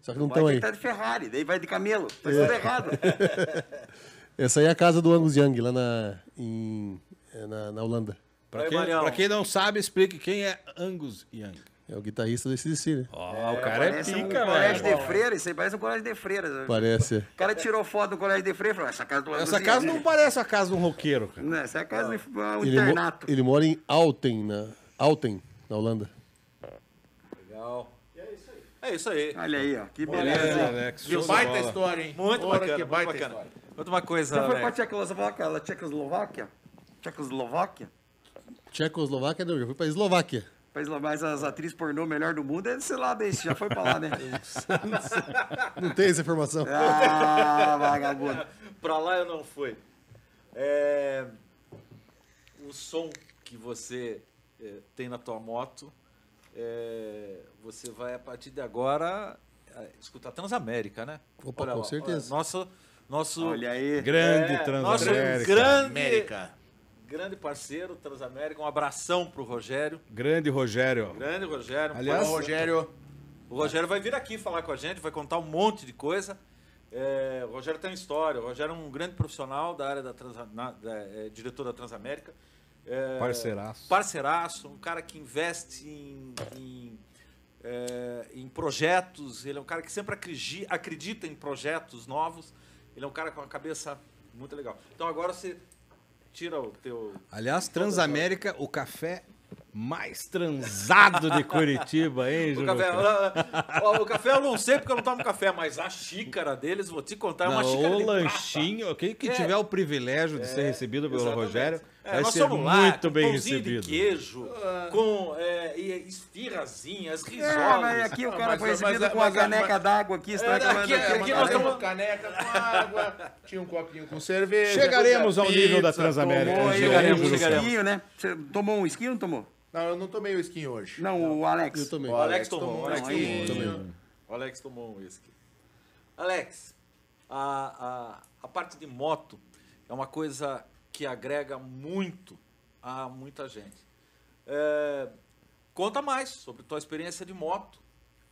S3: Só que não
S2: Vai
S3: estão
S2: que
S3: Então
S2: tá
S3: aí. É.
S2: de Ferrari, daí vai de camelo. Tá tudo errado.
S3: Essa aí é a casa do Angus Young, lá na, em- é, na, na Holanda.
S1: Pra
S5: Vai,
S1: quem,
S5: Marião.
S1: pra quem não sabe, explique quem é Angus Young.
S3: É o guitarrista do CDC, né?
S1: Ó, o cara é
S2: Parece um
S1: pica,
S2: colégio
S1: velho.
S2: de freira, isso aí parece um colégio de freiras. O
S3: Parece. é.
S2: cara tirou foto do colégio de freira e falou, essa casa do
S1: Essa casa não parece a casa de um roqueiro, cara.
S2: Não, essa é a casa de é um
S3: Ele, mo-
S2: internato.
S3: ele mora em Alten, na, Alten, na Holanda.
S5: Legal. E é isso aí. É isso aí.
S2: Olha aí, ó, que beleza.
S1: Beleza, Alex.
S6: Que
S1: show de
S6: um baita
S1: bola.
S6: história, hein?
S5: Muito
S6: Olha,
S5: bacana,
S6: que
S5: muito
S6: baita
S5: bacana.
S6: história.
S5: Outra uma coisa,
S2: Você foi pra
S5: Alex.
S2: Tchecoslováquia, ela- Tchecoslováquia? Tchecoslováquia?
S3: Tchecoslováquia, não, já fui pra Eslováquia.
S2: País lá mais as atrizes pornô melhor do mundo é desse lado aí, você já foi pra lá, né?
S3: Não tem essa informação.
S2: ah, vagabundo.
S5: Pra lá eu não fui. É, O som que você é, tem na tua moto, é, você vai a partir de agora é, escutar Transamérica, né?
S3: Opa,
S5: Olha
S3: com
S5: lá,
S3: certeza.
S5: olha, Nosso, nosso,
S2: Olha aí.
S1: Grande
S5: é, nosso
S1: Transamérica.
S5: grande,
S6: América.
S5: grande parceiro Transamérica. Um abração pro Rogério.
S1: Grande Rogério.
S5: Grande Rogério.
S1: Aliás,
S6: Ô, Rogério.
S5: O Rogério vai vir aqui falar com a gente, vai contar um monte de coisa. É, o Rogério tem história. O Rogério é um grande profissional da área da, Transa- na- da- é, diretor da Transamérica. É,
S1: Parceiraço.
S5: Parceiraço, um cara que investe em, em, é, em projetos. Ele é um cara que sempre acredi- acredita em projetos novos. Ele é um cara com uma cabeça muito legal. Então agora você tira o teu.
S1: Aliás, Transamérica, o café mais transado de Curitiba, hein,
S5: O café,
S1: Juruca?
S5: Ó, o café eu não sei porque eu não tomo café, mas a xícara deles, vou te contar, é uma
S1: Não,
S5: xícara
S1: o
S5: de prata.
S1: lanchinho, quem que tiver o privilégio de ser recebido pelo
S5: exatamente.
S1: Rogério,
S5: É,
S1: Vai
S5: nós
S1: ser
S5: somos lá,
S1: muito
S5: com
S1: bem
S5: pãozinho
S1: recebido.
S5: de queijo, com é, e esfirrazinhas,
S1: Ah,
S5: risoles.
S2: É, mas aqui o cara
S6: mas-
S2: foi
S6: mas-
S2: recebido
S6: mas-
S2: com uma
S6: mas-
S2: caneca
S6: mas-
S2: d'água aqui, está
S5: É,
S2: reclamando
S5: aqui-
S2: aqui, né?
S5: aqui
S2: uma
S5: nós
S6: Nós
S2: caneca.
S6: temos caneca com água, tinha um copinho com cerveja.
S1: Chegaremos ao
S6: pizza,
S1: nível da
S6: tomou
S1: Transamérica.
S6: aí-
S1: Chegaremos,
S2: um
S1: Luciano.
S2: esquinho, né? Você tomou um esquinho ou não tomou?
S6: Não, eu não tomei o skin hoje.
S2: Não, o Alex.
S3: Eu também.
S5: O Alex tomou,
S1: um
S5: né? o Alex
S2: Não,
S5: tomou.
S2: aí-
S5: O Alex tomou um uísque. Alex, a, a, a parte de moto é uma coisa que agrega muito a muita gente. É, conta mais sobre tua experiência de moto.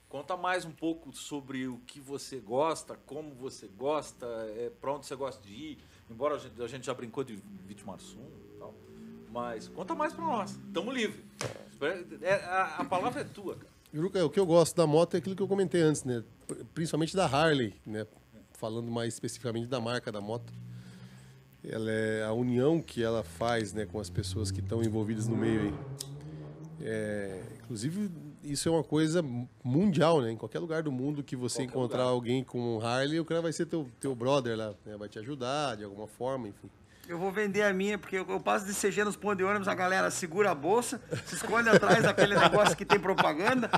S5: Conta mais um pouco sobre o que você gosta, como você gosta, é, para onde você gosta de ir. Embora a gente, a gente já brincou de Vítima Marsum e tal. Mas conta mais para nós. Tamo livre. É, a, a palavra é tua, cara.
S3: Juruca, o que eu gosto da moto é aquilo que eu comentei antes, né? P- Principalmente da Harley, né? Falando mais especificamente da marca da moto. Ela é a união que ela faz, né, com as pessoas que estão envolvidas no meio aí. É, inclusive, isso é uma coisa mu- mundial, né? Em qualquer lugar do mundo que você encontrar alguém com um Harley, o cara vai ser teu, teu brother lá, né? Vai te ajudar de alguma forma, enfim.
S2: Eu vou vender a minha, porque eu, eu passo de CG nos pontos de ônibus, a galera segura a bolsa, se esconde atrás daquele negócio que tem propaganda.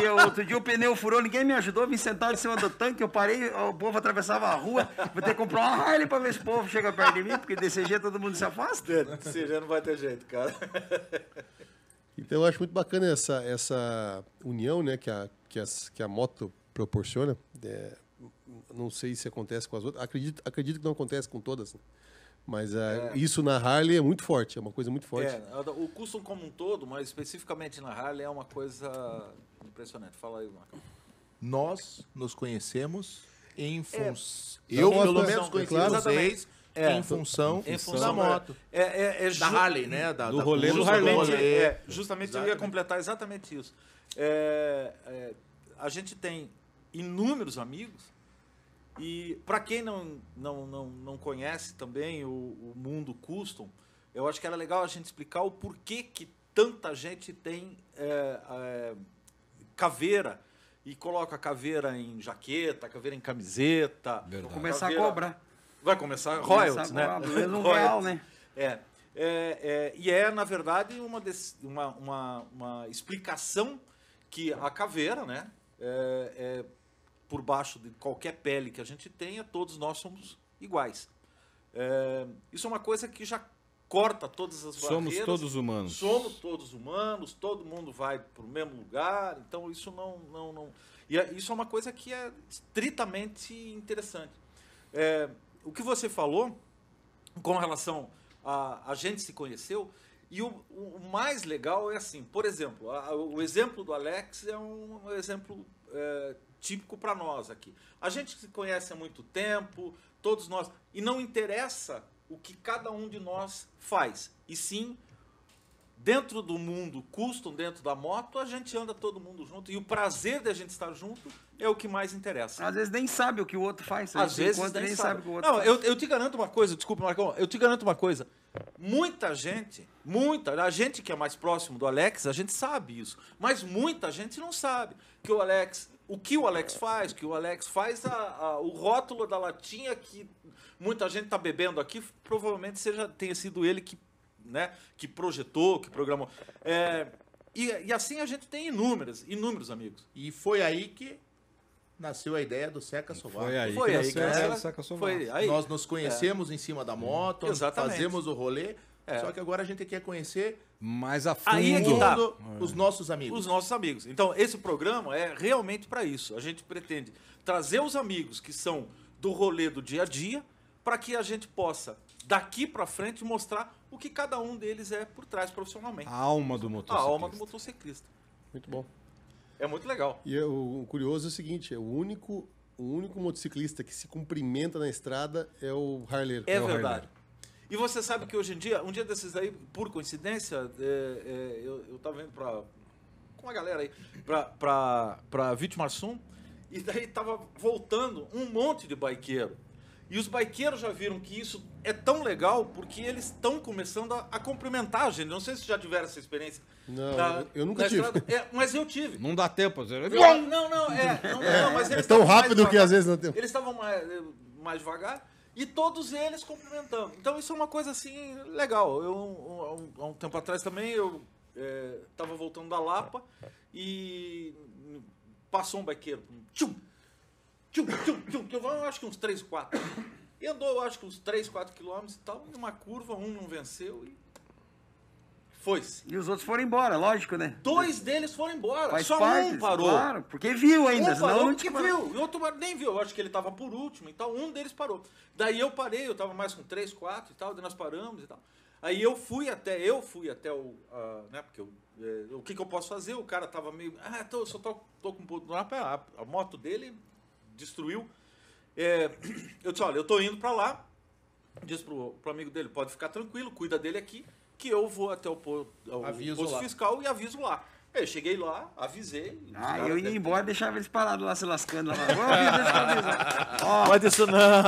S2: E eu- outro dia o pneu furou, ninguém me ajudou, vim sentado em cima do tanque, eu parei, o povo atravessava a rua, vou ter que comprar uma Harley pra ver se o povo chega perto de mim, porque de CG todo mundo se afasta.
S5: É, Você já não vai ter jeito, cara.
S3: Então eu acho muito bacana essa, essa união né, que, a, que, as, que a moto proporciona. É, não sei se acontece com as outras. Acredito, acredito que não acontece com todas. né? Mas ah, isso na Harley é muito forte, é uma coisa muito forte.
S5: É, a da- o custom como um todo, mas especificamente na Harley, é uma coisa impressionante. Fala aí, Marcão.
S4: Nós nos conhecemos em função.
S3: Da
S4: Eu,
S3: moto,
S4: pelo
S3: é,
S4: menos,
S3: é
S4: conheci
S3: claro.
S4: vocês
S5: É.
S4: em função
S5: Em função
S4: da moto.
S5: É, é, é ju-
S4: Da Harley, né? Da,
S1: Do
S4: da
S1: rolê do
S4: curva,
S1: Harley.
S4: rolê.
S5: É, justamente eu ia completar exatamente isso. É, é, a gente tem inúmeros amigos e para quem não, não, não, não conhece também o, o mundo custom, eu acho que era legal a gente explicar o porquê que tanta gente tem é, é, caveira e coloca caveira em jaqueta, caveira em camiseta.
S2: Vou começar a
S5: Caveira-
S2: cobrar.
S5: Vai começar
S2: Vou começar
S5: royalties,
S2: a
S5: né?
S2: cobrar, pelo menos um
S5: Royalties.
S2: real, né?
S5: É, é, é, e é, na verdade, uma, des- uma, uma, uma explicação que a caveira, né? É, é, por baixo de qualquer pele que a gente tenha, todos nós somos iguais. É, isso é uma coisa que já corta todas as
S1: Somos
S5: barreiras.
S1: todos humanos.
S5: Somos todos humanos, todo mundo vai para o mesmo lugar, então isso não. não, não... E é- isso é uma coisa que é estritamente interessante. É, o que você falou com relação a a gente se conheceu, e o, o- o mais legal é assim, por exemplo, a- a- o exemplo do Alex é um exemplo é, típico para nós aqui. A gente se conhece há muito tempo, todos nós, e não interessa o que cada um de nós faz, e sim dentro do mundo custom, dentro da moto, a gente anda todo mundo junto. E o prazer de a gente estar junto é o que mais interessa.
S2: Às vezes nem sabe o que o outro faz.
S5: Às
S2: se
S5: vezes
S2: encontra,
S5: nem
S2: sabe.
S5: sabe.
S2: o que o outro
S5: Não,
S2: faz.
S5: eu, eu te garanto uma coisa, desculpa, Marcão, eu te garanto uma coisa. Muita gente, muita, a gente que é mais próximo do Alex, a gente sabe isso. Mas muita gente não sabe que o Alex, o que o Alex faz, que o Alex faz a- a- o rótulo da latinha que muita gente está bebendo aqui, provavelmente seja tenha sido ele que, né, que projetou, que programou. É, e, e assim a gente tem inúmeras, inúmeros amigos.
S6: E foi aí que nasceu a ideia do Seca Sovaco.
S1: Foi aí
S5: Foi
S1: que
S5: aí,
S1: nasceu
S5: cara.
S1: a Saca Sovaco.
S5: Foi aí.
S6: Nós nos conhecemos em cima
S1: Hum.
S6: da moto,
S5: Exatamente.
S6: fazemos o rolê, só que agora a gente quer conhecer
S1: Mais a fundo.
S5: Aí é que tá.
S6: todo- os nossos amigos.
S5: os nossos amigos. Então, esse programa é realmente para isso. A gente pretende trazer os amigos que são do rolê do dia a dia para que a gente possa, daqui para frente, mostrar o que cada um deles é por trás profissionalmente.
S1: A alma do
S5: A
S1: Ah, motociclista.
S5: alma do motociclista.
S3: Muito bom.
S5: É muito legal.
S3: E eu- o curioso é o seguinte, é o único, o único motociclista que se cumprimenta na estrada é o Harley.
S5: É
S3: o Harley.
S5: verdade. E você sabe que hoje em dia, um dia desses aí, por coincidência, é, é, eu, eu tava indo pra. com uma galera aí, pra, pra, pra Vitmarsum, e daí tava voltando um monte de baiqueiro. E os baiqueiros já viram que isso é tão legal porque eles estão começando a, a cumprimentar a gente. Não sei se já tiveram essa experiência.
S3: Não, eu- eu nunca tive.
S5: estrada. É, mas eu tive.
S1: Não dá tempo. Você...
S5: Não, não, não, é. Não, não, mas
S3: É
S5: eles
S3: tão
S5: estavam mais
S3: rápido que
S5: devagar.
S3: às vezes não tem. um
S5: Eles estavam mais, mais devagar. E E todos eles cumprimentando. Então isso é uma coisa assim legal. Eu um- há um, há um tempo atrás também eu estava voltando da Lapa e passou um baqueiro. Tchum! Tchum, tchum, tchum, que eu vou, eu acho que uns 3, 4. E andou, eu acho que uns 3, 4 quilômetros e tal, numa curva, um não venceu e. Foi-se.
S2: E os outros foram embora, lógico, né?
S5: Dois deles foram embora,
S2: Faz
S5: só
S2: parte,
S5: um parou.
S2: Claro, porque viu ainda,
S5: Um
S2: senão
S5: parou
S2: não
S5: que
S2: tinha
S5: viu, e outro nem viu. Eu acho que ele tava por último, então um deles parou. Daí eu parei, eu tava mais com três, quatro e tal, daí nós paramos e tal. Aí eu fui até, eu fui até o. ah, né, porque eu, eh, o que, que eu posso fazer? O cara tava meio. Ah, tô, só tô, tô com um pouco. A, a moto dele destruiu. É, eu disse, olha, eu tô indo pra lá. Diz pro, pro amigo dele, pode ficar tranquilo, cuida dele aqui, que eu vou até o, po, ao
S6: Aviso
S5: posto
S6: lá.
S5: fiscal e aviso lá. Eu cheguei lá, avisei. os
S2: Ah,
S5: caras
S2: eu
S5: devem-
S2: ia embora e deixava eles parados lá se lascando lá. Vamos, deixa eu avisar. Ó,
S7: Pode isso não.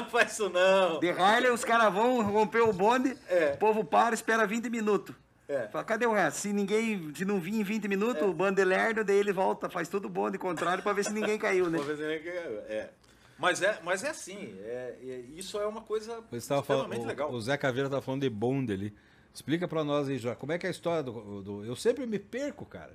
S5: Não faz isso não.
S2: de Harley, os caras vão romper o bonde,
S5: É.
S2: o povo para, espera 20 minutos.
S5: É.
S2: Fala, cadê o resto? Se ninguém, se não vir em 20 minutos, o bando é lerdo, daí ele volta, faz tudo bom de contrário pra ver se ninguém caiu, né?
S5: Uma vez ele- é. Mas é, mas é assim, é, é- isso é uma coisa
S1: Você estava falando,
S5: extremamente
S1: o-
S5: legal.
S1: o Zé Caveira estava falando de bonde ali. Explica pra nós aí, já como é que é a história do... do- eu sempre me perco, cara.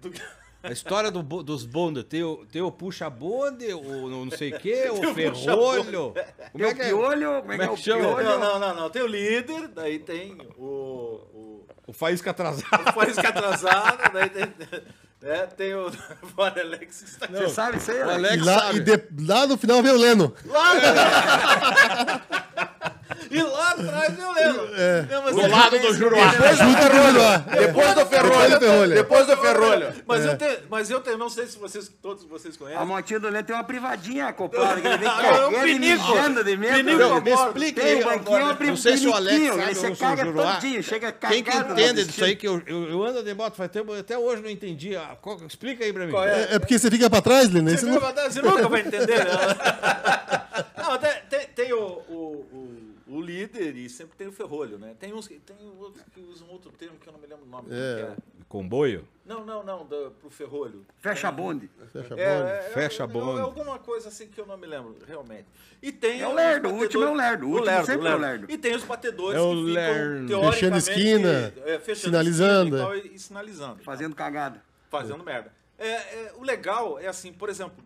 S1: A história do bo- dos bondes. Tem o, tem o puxa-bonde, o não não sei o quê, o ferrolho. Como
S2: Tem
S1: é
S2: o
S1: que é?
S2: piolho, como é que é o
S1: chama?
S2: piolho?
S5: Não, não, não, não. Tem o líder, daí tem o. o
S1: O faísca tá atrasado.
S5: o Faísca atrasada, daí tem. né, tem o. Bora, Alex, que está aqui.
S2: Você sabe isso aí, Alex?
S1: Alex
S3: E, lá,
S1: sabe.
S3: e de- lá no final veio o Leno.
S5: E lá atrás eu lembro. Não, mas
S1: É. Do
S5: eu
S1: lado
S5: também-
S1: do Juruá.
S3: Depois do Ferrolho.
S6: Depois do
S3: Depois do
S6: ferrolho.
S3: Ferrolho.
S6: Depois do ferrolho.
S1: É.
S5: Mas, eu tenho, mas eu tenho, não sei se vocês, todos vocês
S2: A
S5: conhecem.
S2: motinha do Lento tem uma privadinha acoplada, que ele vem
S5: Não, é
S2: cagando
S5: um
S2: e
S5: pinico.
S2: mijando de medo.
S5: Pinico
S2: Não,
S1: Me explica
S2: Tem
S1: aí,
S2: o banquinho, é um
S1: Não sei se o Alex
S2: piniquinho,
S1: sabe,
S2: aí você
S1: ou se o
S2: caga
S1: Juruá.
S2: todinho, chega
S1: Quem que
S2: cagado no
S1: entende disso
S2: destino.
S1: aí, que eu, eu, eu ando de moto faz tempo, até hoje não entendi. Ah, qual- explica aí pra mim.
S3: É, é porque você fica pra trás, Leno. aí
S5: Você,
S3: Você não...
S5: nunca- você nunca vai entender, né? Não, tem, tem- tem o, o- o- o líder e sempre tem o ferrolho, né? Tem uns que, tem outros que usam outro termo que eu não me lembro o nome. como que é.
S1: Comboio?
S5: Não, não, não, do, pro ferrolho.
S2: Fecha bonde.
S3: Fecha a
S5: É,
S3: bola.
S5: é,
S1: Fecha
S5: é,
S1: a bonde.
S5: É alguma coisa assim que eu não me lembro, realmente. E tem
S2: É o
S5: os
S2: lerdo, o
S5: batedores-
S2: último é o lerdo, o último sempre é o lerdo.
S5: E tem os batedores
S1: É o
S5: que
S1: lerdo.
S5: ficam, teoricamente...
S3: Fechando esquina,
S5: é, fechando
S3: sinalizando,
S5: esquina e, tal, e- e sinalizando.
S2: Fazendo cagada.
S5: fazendo merda. É, é, o legal é assim, por exemplo,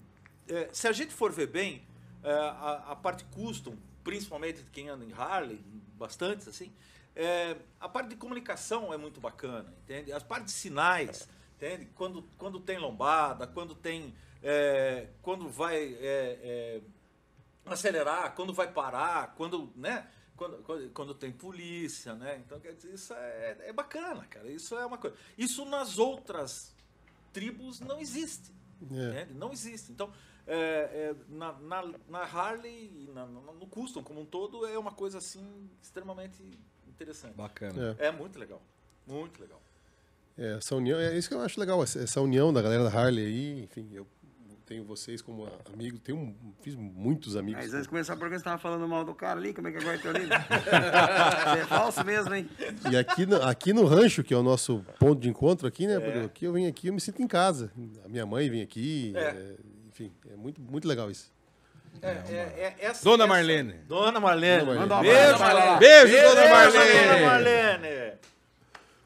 S5: é, se a gente for ver bem, é, a, a parte custom, principalmente de quem anda em Harley, bastante assim, é, a parte de comunicação é muito bacana, entende? As partes de sinais, entende? Quando, quando tem lombada, quando tem. é, quando vai. é, é, acelerar, quando vai parar, quando, né? Quando, quando, quando tem polícia, né? Então, quer dizer, isso é, é bacana, cara. Isso é uma coisa. Isso nas outras tribos não existe.
S3: É.
S5: entende? Não existe. Então, é, é, na, na, na Harley, e na, na- no Custom como um todo, é uma coisa assim extremamente interessante.
S1: Bacana.
S5: É muito legal. Muito legal.
S3: É, essa união, é isso que eu acho legal, essa essa união da galera da Harley aí, enfim, eu tenho vocês como a- amigos, tenho, um- fiz muitos amigos.
S2: Mas antes de começar o programa, você tava falando mal do cara ali, como é que agora é teu livro? Você é falso mesmo, hein?
S3: E aqui, no- aqui no rancho, que é o nosso ponto de encontro aqui,
S5: É.
S3: né, Bruno? Aqui eu venho aqui, eu me sinto em casa. A minha mãe vem aqui,
S5: É.
S3: é, enfim, é muito, muito legal isso.
S5: É, é- é essa-
S1: Dona
S5: essa-
S1: Marlene.
S5: Dona Marlene.
S3: Dona
S2: Manda uma
S5: Ah, Beijo,
S2: abraço.
S5: Marlene.
S1: Beijo, Dona
S5: Beleza,
S1: Marlene.
S5: Dona Marlene.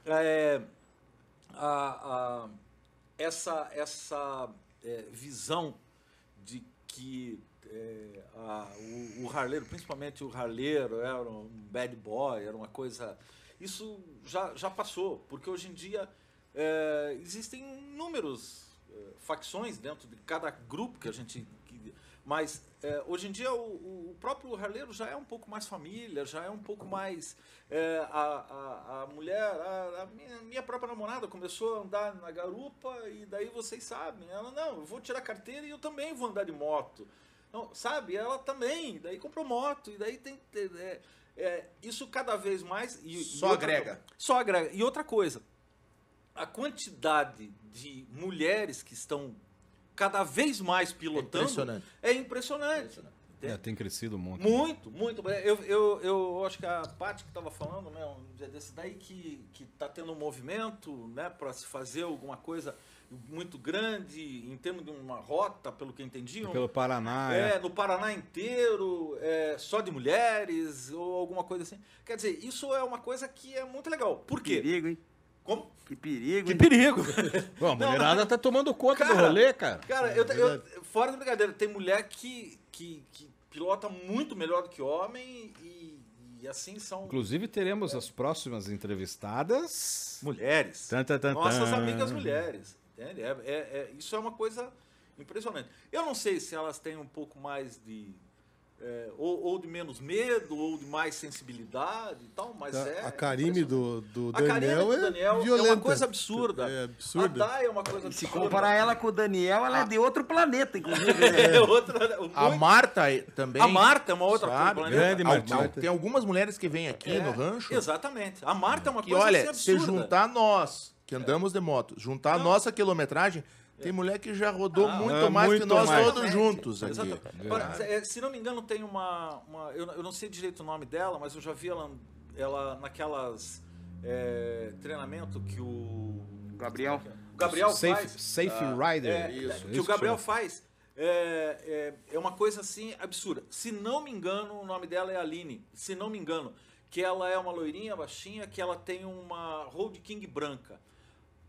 S5: É, a- a- essa essa é, visão de que é, a- o, o harleiro, principalmente o harleiro, era um bad boy, era uma coisa... Isso já, já passou, porque hoje em dia é, existem inúmeros é, facções dentro de cada grupo que a gente... que- mas é, hoje em dia o, o- o próprio harleiro já é um pouco mais família, já é um pouco mais. é, a, a, a mulher, a, a minha, minha própria namorada começou a andar na garupa e daí vocês sabem. Ela, não, eu vou tirar carteira e eu também vou andar de moto. Não, sabe? Ela também, daí comprou moto, e daí tem. é, é, isso cada vez mais. e- e
S6: Só
S5: outra-
S6: agrega.
S5: Só agrega. E outra coisa, a quantidade de mulheres que estão cada vez mais pilotando
S6: impressionante.
S5: é impressionante.
S1: É, tem crescido um monte.
S5: Muito, muito. Eu, eu, eu acho que a Paty que estava falando, né, um dia desse daí que, que tá tendo um movimento, né, para se fazer alguma coisa muito grande, em termos de uma rota, pelo que eu entendi. um-
S1: Pelo Paraná.
S5: é,
S1: é.
S5: no Paraná inteiro, é, só de mulheres, ou alguma coisa assim. Quer dizer, isso é uma coisa que é muito legal. Por
S2: Que
S5: quê?
S2: perigo, hein?
S5: Como?
S2: Que perigo,
S5: Que
S2: hein?
S5: perigo!
S1: Bom, a
S5: Não,
S1: mulherada
S5: não.
S1: tá tomando conta do
S5: Cara,
S1: rolê, cara.
S5: Cara, eu, eu, fora da brincadeira, tem mulher que, que, que pilota muito melhor do que homem e, e assim são
S1: Inclusive, teremos as próximas entrevistadas.
S5: mulheres.
S1: Tan, tan, tan,
S5: Nossas
S1: tan.
S5: amigas mulheres. Entende? É, é- é- isso é uma coisa impressionante. Eu não sei se elas têm um pouco mais de. é, ou, ou de menos medo, ou de mais sensibilidade e tal, mas é.
S3: Tá? A Karime do, do
S5: A Karine
S3: Daniel,
S5: do Daniel
S3: é
S5: é
S3: violenta.
S5: uma coisa absurda.
S3: É absurda.
S5: A Dai é uma coisa
S2: Se
S5: absurda.
S2: comparar ela com o Daniel, ela é de outro planeta, inclusive. né?
S5: É outra. muito-
S6: A Marta aí também.
S5: A Marta é uma outra
S6: sabe?
S5: coisa. né?
S1: Grande
S6: Al-
S1: Martinha.
S6: al- Tem algumas mulheres que vêm aqui
S5: É,
S6: no rancho
S5: Exatamente. A Marta é uma
S6: que,
S5: coisa
S6: olha,
S5: assim,
S6: se
S5: absurda.
S6: juntar nós, que andamos de moto, juntar a nossa quilometragem, tem mulher que já rodou muito
S1: é,
S6: mais
S1: muito
S6: que nós
S1: mais.
S6: todos juntos aqui.
S5: Ah. Exatamente. Olha, é, se não me engano, tem uma. uma- eu, não- eu não sei direito o nome dela, mas eu já vi ela, ela naquelas. é, treinamento que o.
S2: Gabriel.
S5: o Gabriel
S1: Safe,
S5: faz.
S1: safe Rider.
S5: É,
S1: isso,
S5: que
S1: isso
S5: o Gabriel
S1: chama.
S5: faz. É, é, é uma coisa assim absurda. Se não me engano, o nome dela é Aline. Se não me engano, que ela é uma loirinha baixinha, que ela tem uma Road King branca.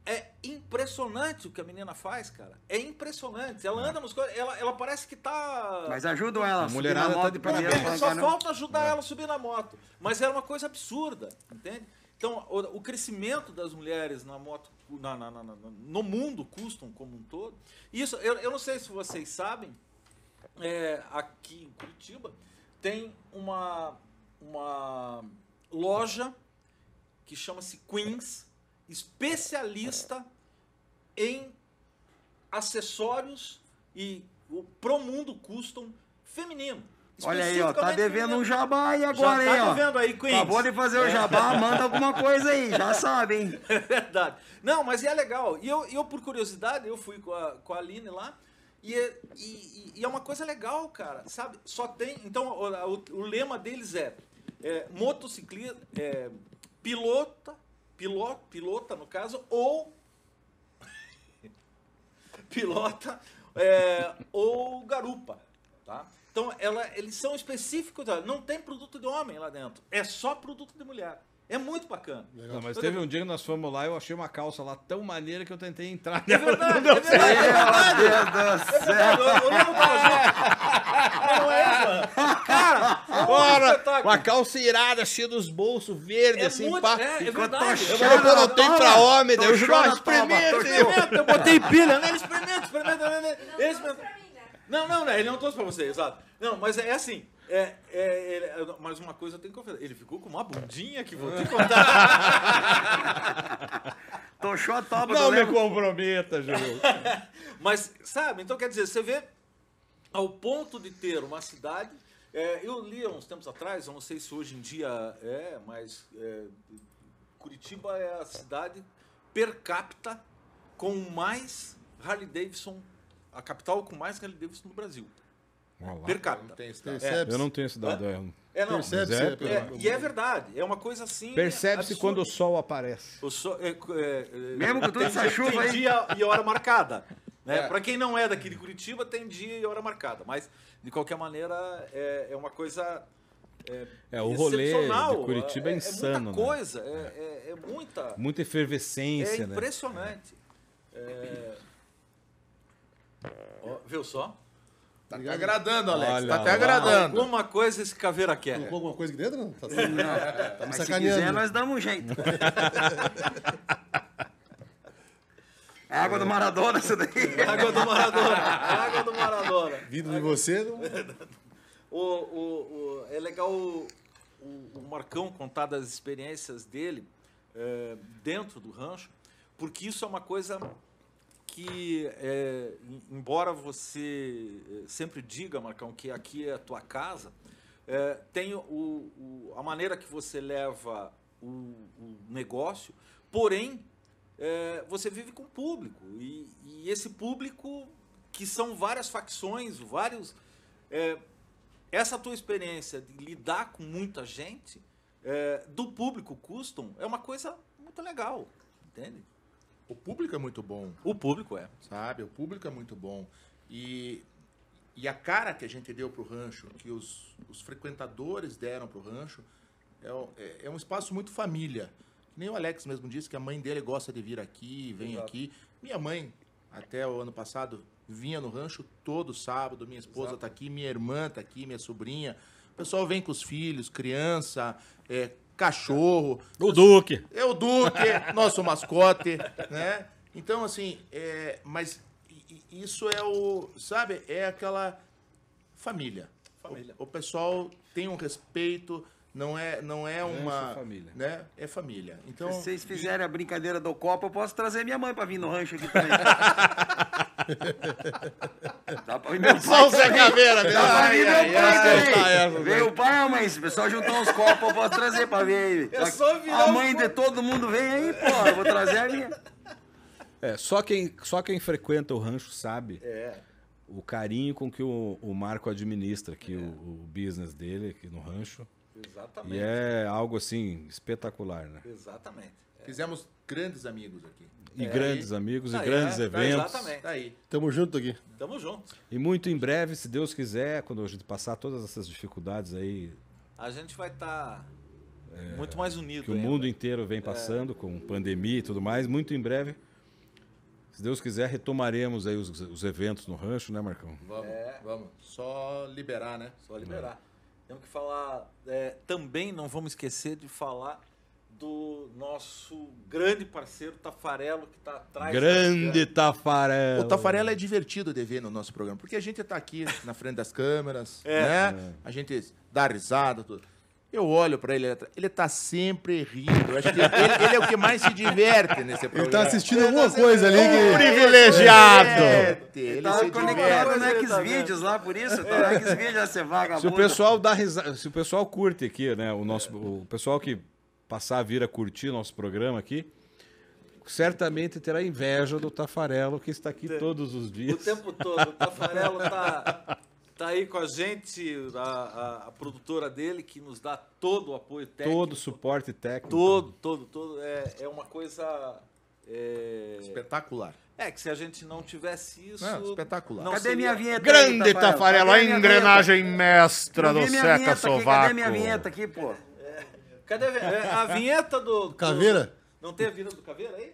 S5: É impressionante o que a menina faz, cara. É impressionante. Ela
S1: É.
S5: anda nos coisas, ela, ela parece que tá.
S2: Mas ajudam ela.
S1: A mulherada tá de
S2: primeiro.
S1: parabéns.
S5: Só falta ajudar ela a subir na moto. Mas era uma coisa absurda, entende? Então, o, o crescimento das mulheres na moto, na- na- na- na- no mundo custom como um todo. Isso, eu, eu não sei se vocês sabem, é, aqui em Curitiba, tem uma, uma loja que chama-se Queens, especialista em acessórios e o pro mundo custom feminino.
S2: Olha aí, ó. Tá
S5: Especificamente
S2: devendo um
S5: feminino.
S2: jabá aí agora,
S5: né? Já
S2: hein,
S5: tá
S2: ó.
S5: devendo aí, Queens.
S2: Acabou de fazer o jabá, manda alguma coisa aí, já sabe, hein?
S5: É verdade. Não, mas é legal. E eu, eu, por curiosidade, eu fui com a, com a Aline lá. E é, e- e- e é uma coisa legal, cara. Sabe? Só tem. Então, o, o- o lema deles é, é motociclista. É, pilota. Pilota, pilota, no caso, ou. pilota é, ou garupa. Tá? Então, ela, eles são específicos. tá? Não tem produto de homem lá dentro. É só produto de mulher. É muito bacana.
S1: Não, mas teve um dia que nós fomos lá e eu achei uma calça lá tão maneira que eu tentei entrar
S5: É
S1: nela.
S5: verdade, é verdade, é verdade. É verdade, eu, eu lembro que ela junto. Não é, mano. Cara, é um
S1: Bora! Com
S5: espetáculo.
S1: a calça irada, cheia dos bolsos verdes,
S5: É
S1: assim,
S5: muito,
S1: pá.
S5: é, é
S2: tá
S5: verdade.
S1: Eu
S5: Eu
S1: falei, pô,
S5: vou-
S1: não tem pra homem, daí eu juro, ó,
S2: Tochona,
S1: experimenta,
S2: toma,
S1: hein, meu.
S5: Experimenta, eu botei pilha nele, experimenta, experimenta, né, né,
S8: Não,
S5: ele
S8: Esse
S5: experimenta.
S8: pra mim, né?
S5: Não, não, não, ele não trouxe pra você, exato. Não, mas é, é assim. É, é, ele- é, mas uma coisa eu tenho que confessar. Ele ficou com uma bundinha que vou te contar.
S2: Tochou a toba do
S1: Não me
S2: Léo.
S1: comprometa, Júlio.
S5: Mas, sabe, então quer dizer, você vê ao ponto de ter uma cidade. é, eu li há uns tempos atrás, eu não sei se hoje em dia é, mas é, Curitiba é a cidade per capita com mais Harley Davidson, a capital com mais Harley Davidson no Brasil. Per
S6: Tá
S5: capita.
S3: Percebe-se.
S1: Eu não tenho esse dado. é um-
S5: É, não,
S3: Percebe-se.
S1: Mas é,
S5: é, e é verdade, é uma coisa assim.
S1: Percebe-se
S5: absurda.
S1: quando o sol aparece.
S5: O sol- é, é, é,
S2: Mesmo com toda
S5: tem
S2: essa
S5: dia-
S2: chuva
S5: tem
S2: aí.
S5: dia e hora marcada. Né? Para quem não é daqui de Curitiba, tem dia e hora marcada. Mas, de qualquer maneira, é, é uma coisa.
S1: É, o rolê
S5: excepcional,
S1: de Curitiba é, insano,
S5: muita
S1: né?
S5: coisa, é, é- é muita.
S1: Muita
S5: É
S1: efervescência, né?
S5: impressionante. É... Ó, viu só?
S6: Tá te agradando, Alex.
S1: Olha
S6: tá te
S1: lá.
S6: agradando.
S5: Alguma coisa esse caveira quer.
S3: Colocou alguma coisa aqui dentro? Não? Tá, tá me
S2: Mas se quiser,
S3: sacaneando.
S2: nós damos um jeito. É água do Maradona, isso daí.
S5: Água do Maradona. Água do Maradona.
S3: Vindo de você, não...
S5: O, o- o- é legal o, o- o Marcão contar das experiências dele é, dentro do rancho, porque isso é uma coisa que, é, em- embora você é, sempre diga, Marcão, que aqui é a tua casa, é, tem o- o- a maneira que você leva o, o negócio, porém, é, você vive com o público. E, e esse público, que são várias facções, vários. é, essa tua experiência de lidar com muita gente é, do público custom é uma coisa muito legal, entende?
S6: O público é muito bom,
S5: O público é.
S6: sabe? O público é muito bom. E, e a cara que a gente deu pro rancho, que os, os frequentadores deram pro rancho, é, um- é- é um espaço muito família. Que nem o Alex mesmo disse que a mãe dele gosta de vir aqui, vem aqui. Minha mãe, até o ano passado, vinha no rancho todo sábado. Minha esposa tá aqui, minha irmã tá aqui, minha sobrinha. O pessoal vem com os filhos, criança, é, cachorro.
S1: O Duque.
S6: É o Duque, nosso mascote, né? Então, assim, é, mas i- i- isso é o, sabe, é aquela família.
S7: Família.
S6: O, o pessoal tem um respeito, não é, não é uma...
S1: família.
S6: Né? É família. Então,
S2: Se vocês fizerem a brincadeira do copo, eu posso trazer minha mãe pra vir no rancho aqui também. Dá pra vir meu pai
S6: Zé Caveira,
S2: Dá pra vir meu pai
S6: ai, ai,
S2: também. Veio o pai e a mãe. Se o pessoal juntar uns copos, eu posso trazer pra ver aí.
S7: É só virar
S2: a
S7: um
S2: mãe de todo mundo vem aí, pô. Eu vou trazer a minha.
S1: É, só quem, só quem frequenta o rancho sabe o carinho com que o, o Marco administra aqui o, o business dele aqui no rancho.
S5: Exatamente.
S1: E é algo assim espetacular, né?
S5: Exatamente.
S6: fizemos grandes amigos aqui.
S1: E grandes amigos, e
S5: Tá aí,
S1: grandes
S5: é, tá,
S1: eventos.
S5: Exatamente.
S6: Tá aí.
S3: Tamo junto aqui.
S5: Tamo junto.
S1: E muito em breve, se Deus quiser, quando a gente passar todas essas dificuldades aí
S5: A gente vai estar muito mais unido.
S1: É, que o mundo inteiro vem passando com pandemia e tudo mais, muito em breve, se Deus quiser, retomaremos aí os, os eventos no rancho, né, Marcão?
S6: Vamos, vamos. Só liberar, né?
S5: Só liberar. Temos que falar. é, também não vamos esquecer de falar do nosso grande parceiro Tafarelo, que está atrás. da-
S1: Grande Tafarel!
S6: O
S9: Então-
S6: Tafarela é divertido de ver no nosso programa, porque a gente tá aqui na frente das câmeras,
S2: É.
S6: né? A gente dá risada, tudo. Eu olho pra ele, ele tá- ele tá sempre rindo. Eu acho que ele, ele é o que mais se diverte nesse programa.
S3: Ele tá assistindo É, alguma coisa ali que. Um
S6: privilegiado.
S3: é.
S6: Ele
S2: Tava Tá
S6: se
S2: conectado
S6: diverte.
S2: no Xvideos lá, por isso. Tá no Xvideos, você
S5: Tá
S1: Se
S2: vagabundo.
S1: o
S5: então.
S1: pessoal dá risa... se o pessoal curte aqui, né, o nosso o pessoal que passar a vir a curtir nosso programa aqui, certamente terá inveja do Tafarelo que está aqui todos os
S5: O
S1: dias.
S5: tempo todo. O Tafarelo tá, tá aí com a gente, a, a- a produtora dele, que nos dá todo o apoio técnico.
S1: Todo suporte técnico.
S5: Todo, todo, todo. É, é uma coisa. É,
S6: Espetacular.
S5: é que se a gente não tivesse isso.
S6: Não, espetacular.
S5: não
S2: Cadê
S5: seria-
S2: minha vinheta?
S9: Então Grande
S2: aí,
S9: Tafarel, a
S2: Cadê minha vinheta?
S9: engrenagem mestra
S2: Não
S9: do
S2: vi minha vinheta
S9: Seca
S2: aqui, Cadê minha
S9: Sovaco.
S2: vinheta aqui, pô?
S5: Cadê a vi- é, a vinheta do. do-
S3: Caveira?
S5: não tem a vinheta do Caveira aí?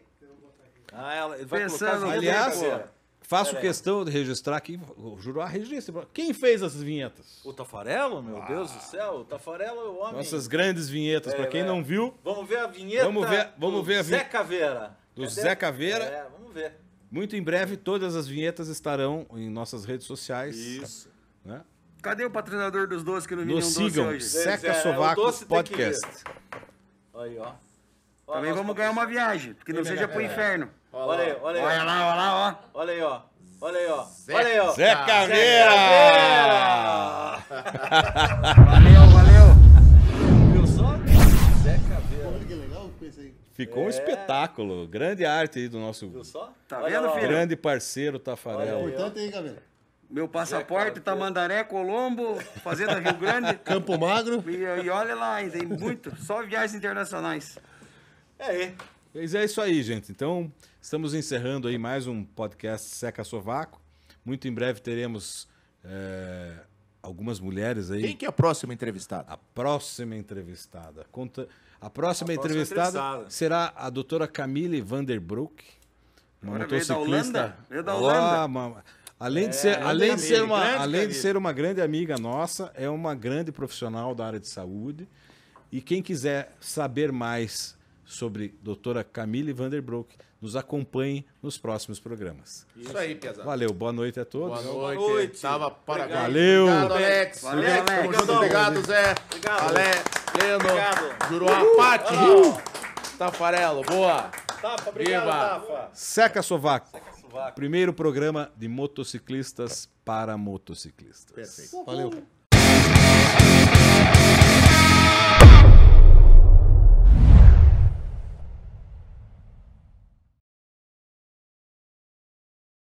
S5: Ah, ela ele vai
S2: Pensando
S5: colocar a vinheta
S1: Aliás,
S5: do Caveira.
S1: faço questão de registrar aqui, o Juruá registra. Quem fez essas vinhetas?
S5: O Tafarelo, meu Deus do céu, o Tafarelo é o homem.
S1: Ah. Nossas grandes vinhetas,
S5: É,
S1: pra quem
S5: é.
S1: não viu,
S5: Vamos ver a vinheta
S1: Vamos ver- vamos
S5: do
S1: ver a
S5: Zé
S1: vinheta.
S5: Caveira.
S1: Do Zé Caveira.
S5: É, vamos ver.
S1: muito em breve todas as vinhetas estarão em nossas redes sociais. Isso. Né?
S2: Cadê o patrocinador dos doces que não vinha um
S1: Nos
S2: doce
S1: sigam,
S2: hoje?
S1: Seca
S5: é, o
S1: Sovaco
S5: doce tem que
S1: Podcast.
S5: Aí, ó. Ó,
S2: Também
S5: nosso
S2: vamos ganhar uma viagem, que não seja pro inferno.
S5: Olha aí, olha aí.
S2: Olha lá, olha lá, ó.
S5: Olha aí, ó. Olha aí, ó. Olha aí, ó.
S1: Zé Caveira!
S2: Valeu, valeu.
S5: Viu só? Zé Caveira. É.
S1: Ficou um espetáculo. Grande arte aí do nosso
S5: Viu só?
S2: Tá
S5: Olha
S2: vendo,
S5: lá, ó.
S2: filho?
S1: grande parceiro Tafarel.
S5: Olha aí, ó.
S3: aí, Gabriel.
S2: Meu passaporte, Tamandaré, Colombo, Fazenda Rio Grande.
S3: Campo Magro.
S2: E, e olha lá, hein, tem muito. Só viagens internacionais.
S5: É aí.
S1: Mas é isso aí, gente. Então, estamos encerrando aí mais um podcast Seca Sovaco. Muito em breve teremos eh, algumas mulheres aí.
S6: Quem que é a próxima entrevistada?
S1: A próxima entrevistada. Conta... A próxima entrevistada
S5: entrevistada.
S1: será a doutora Camille Vanderbroek, uma
S2: Agora veio da
S1: motociclista.
S2: Holanda? Veio da Holanda.
S1: Ah, uma- Além de ser, além de
S5: Camille,
S1: ser, uma,
S5: grande
S1: além de
S5: Camille.
S1: ser uma grande amiga nossa, é uma grande profissional da área de saúde. E quem quiser saber mais sobre doutora Camille Vanderbroek, nos acompanhe nos próximos programas.
S6: Isso aí, pesado.
S1: Valeu, boa noite a todos.
S6: Tá. Boa noite.
S5: noite.
S6: Tava parabéns.
S1: Valeu.
S6: Obrigado, Alex.
S2: Valeu,
S6: Alex,
S2: Alex.
S6: tamo junto. Obrigado, Zé.
S5: Obrigado.
S6: Alex, Leno.
S5: Obrigado.
S6: Juruá, Pati. Tafarelo, boa.
S5: Tafa, obrigado,
S6: Viva.
S5: Tafa.
S1: Seca Sovaco. Primeiro programa de motociclistas para motociclistas.
S3: Valeu.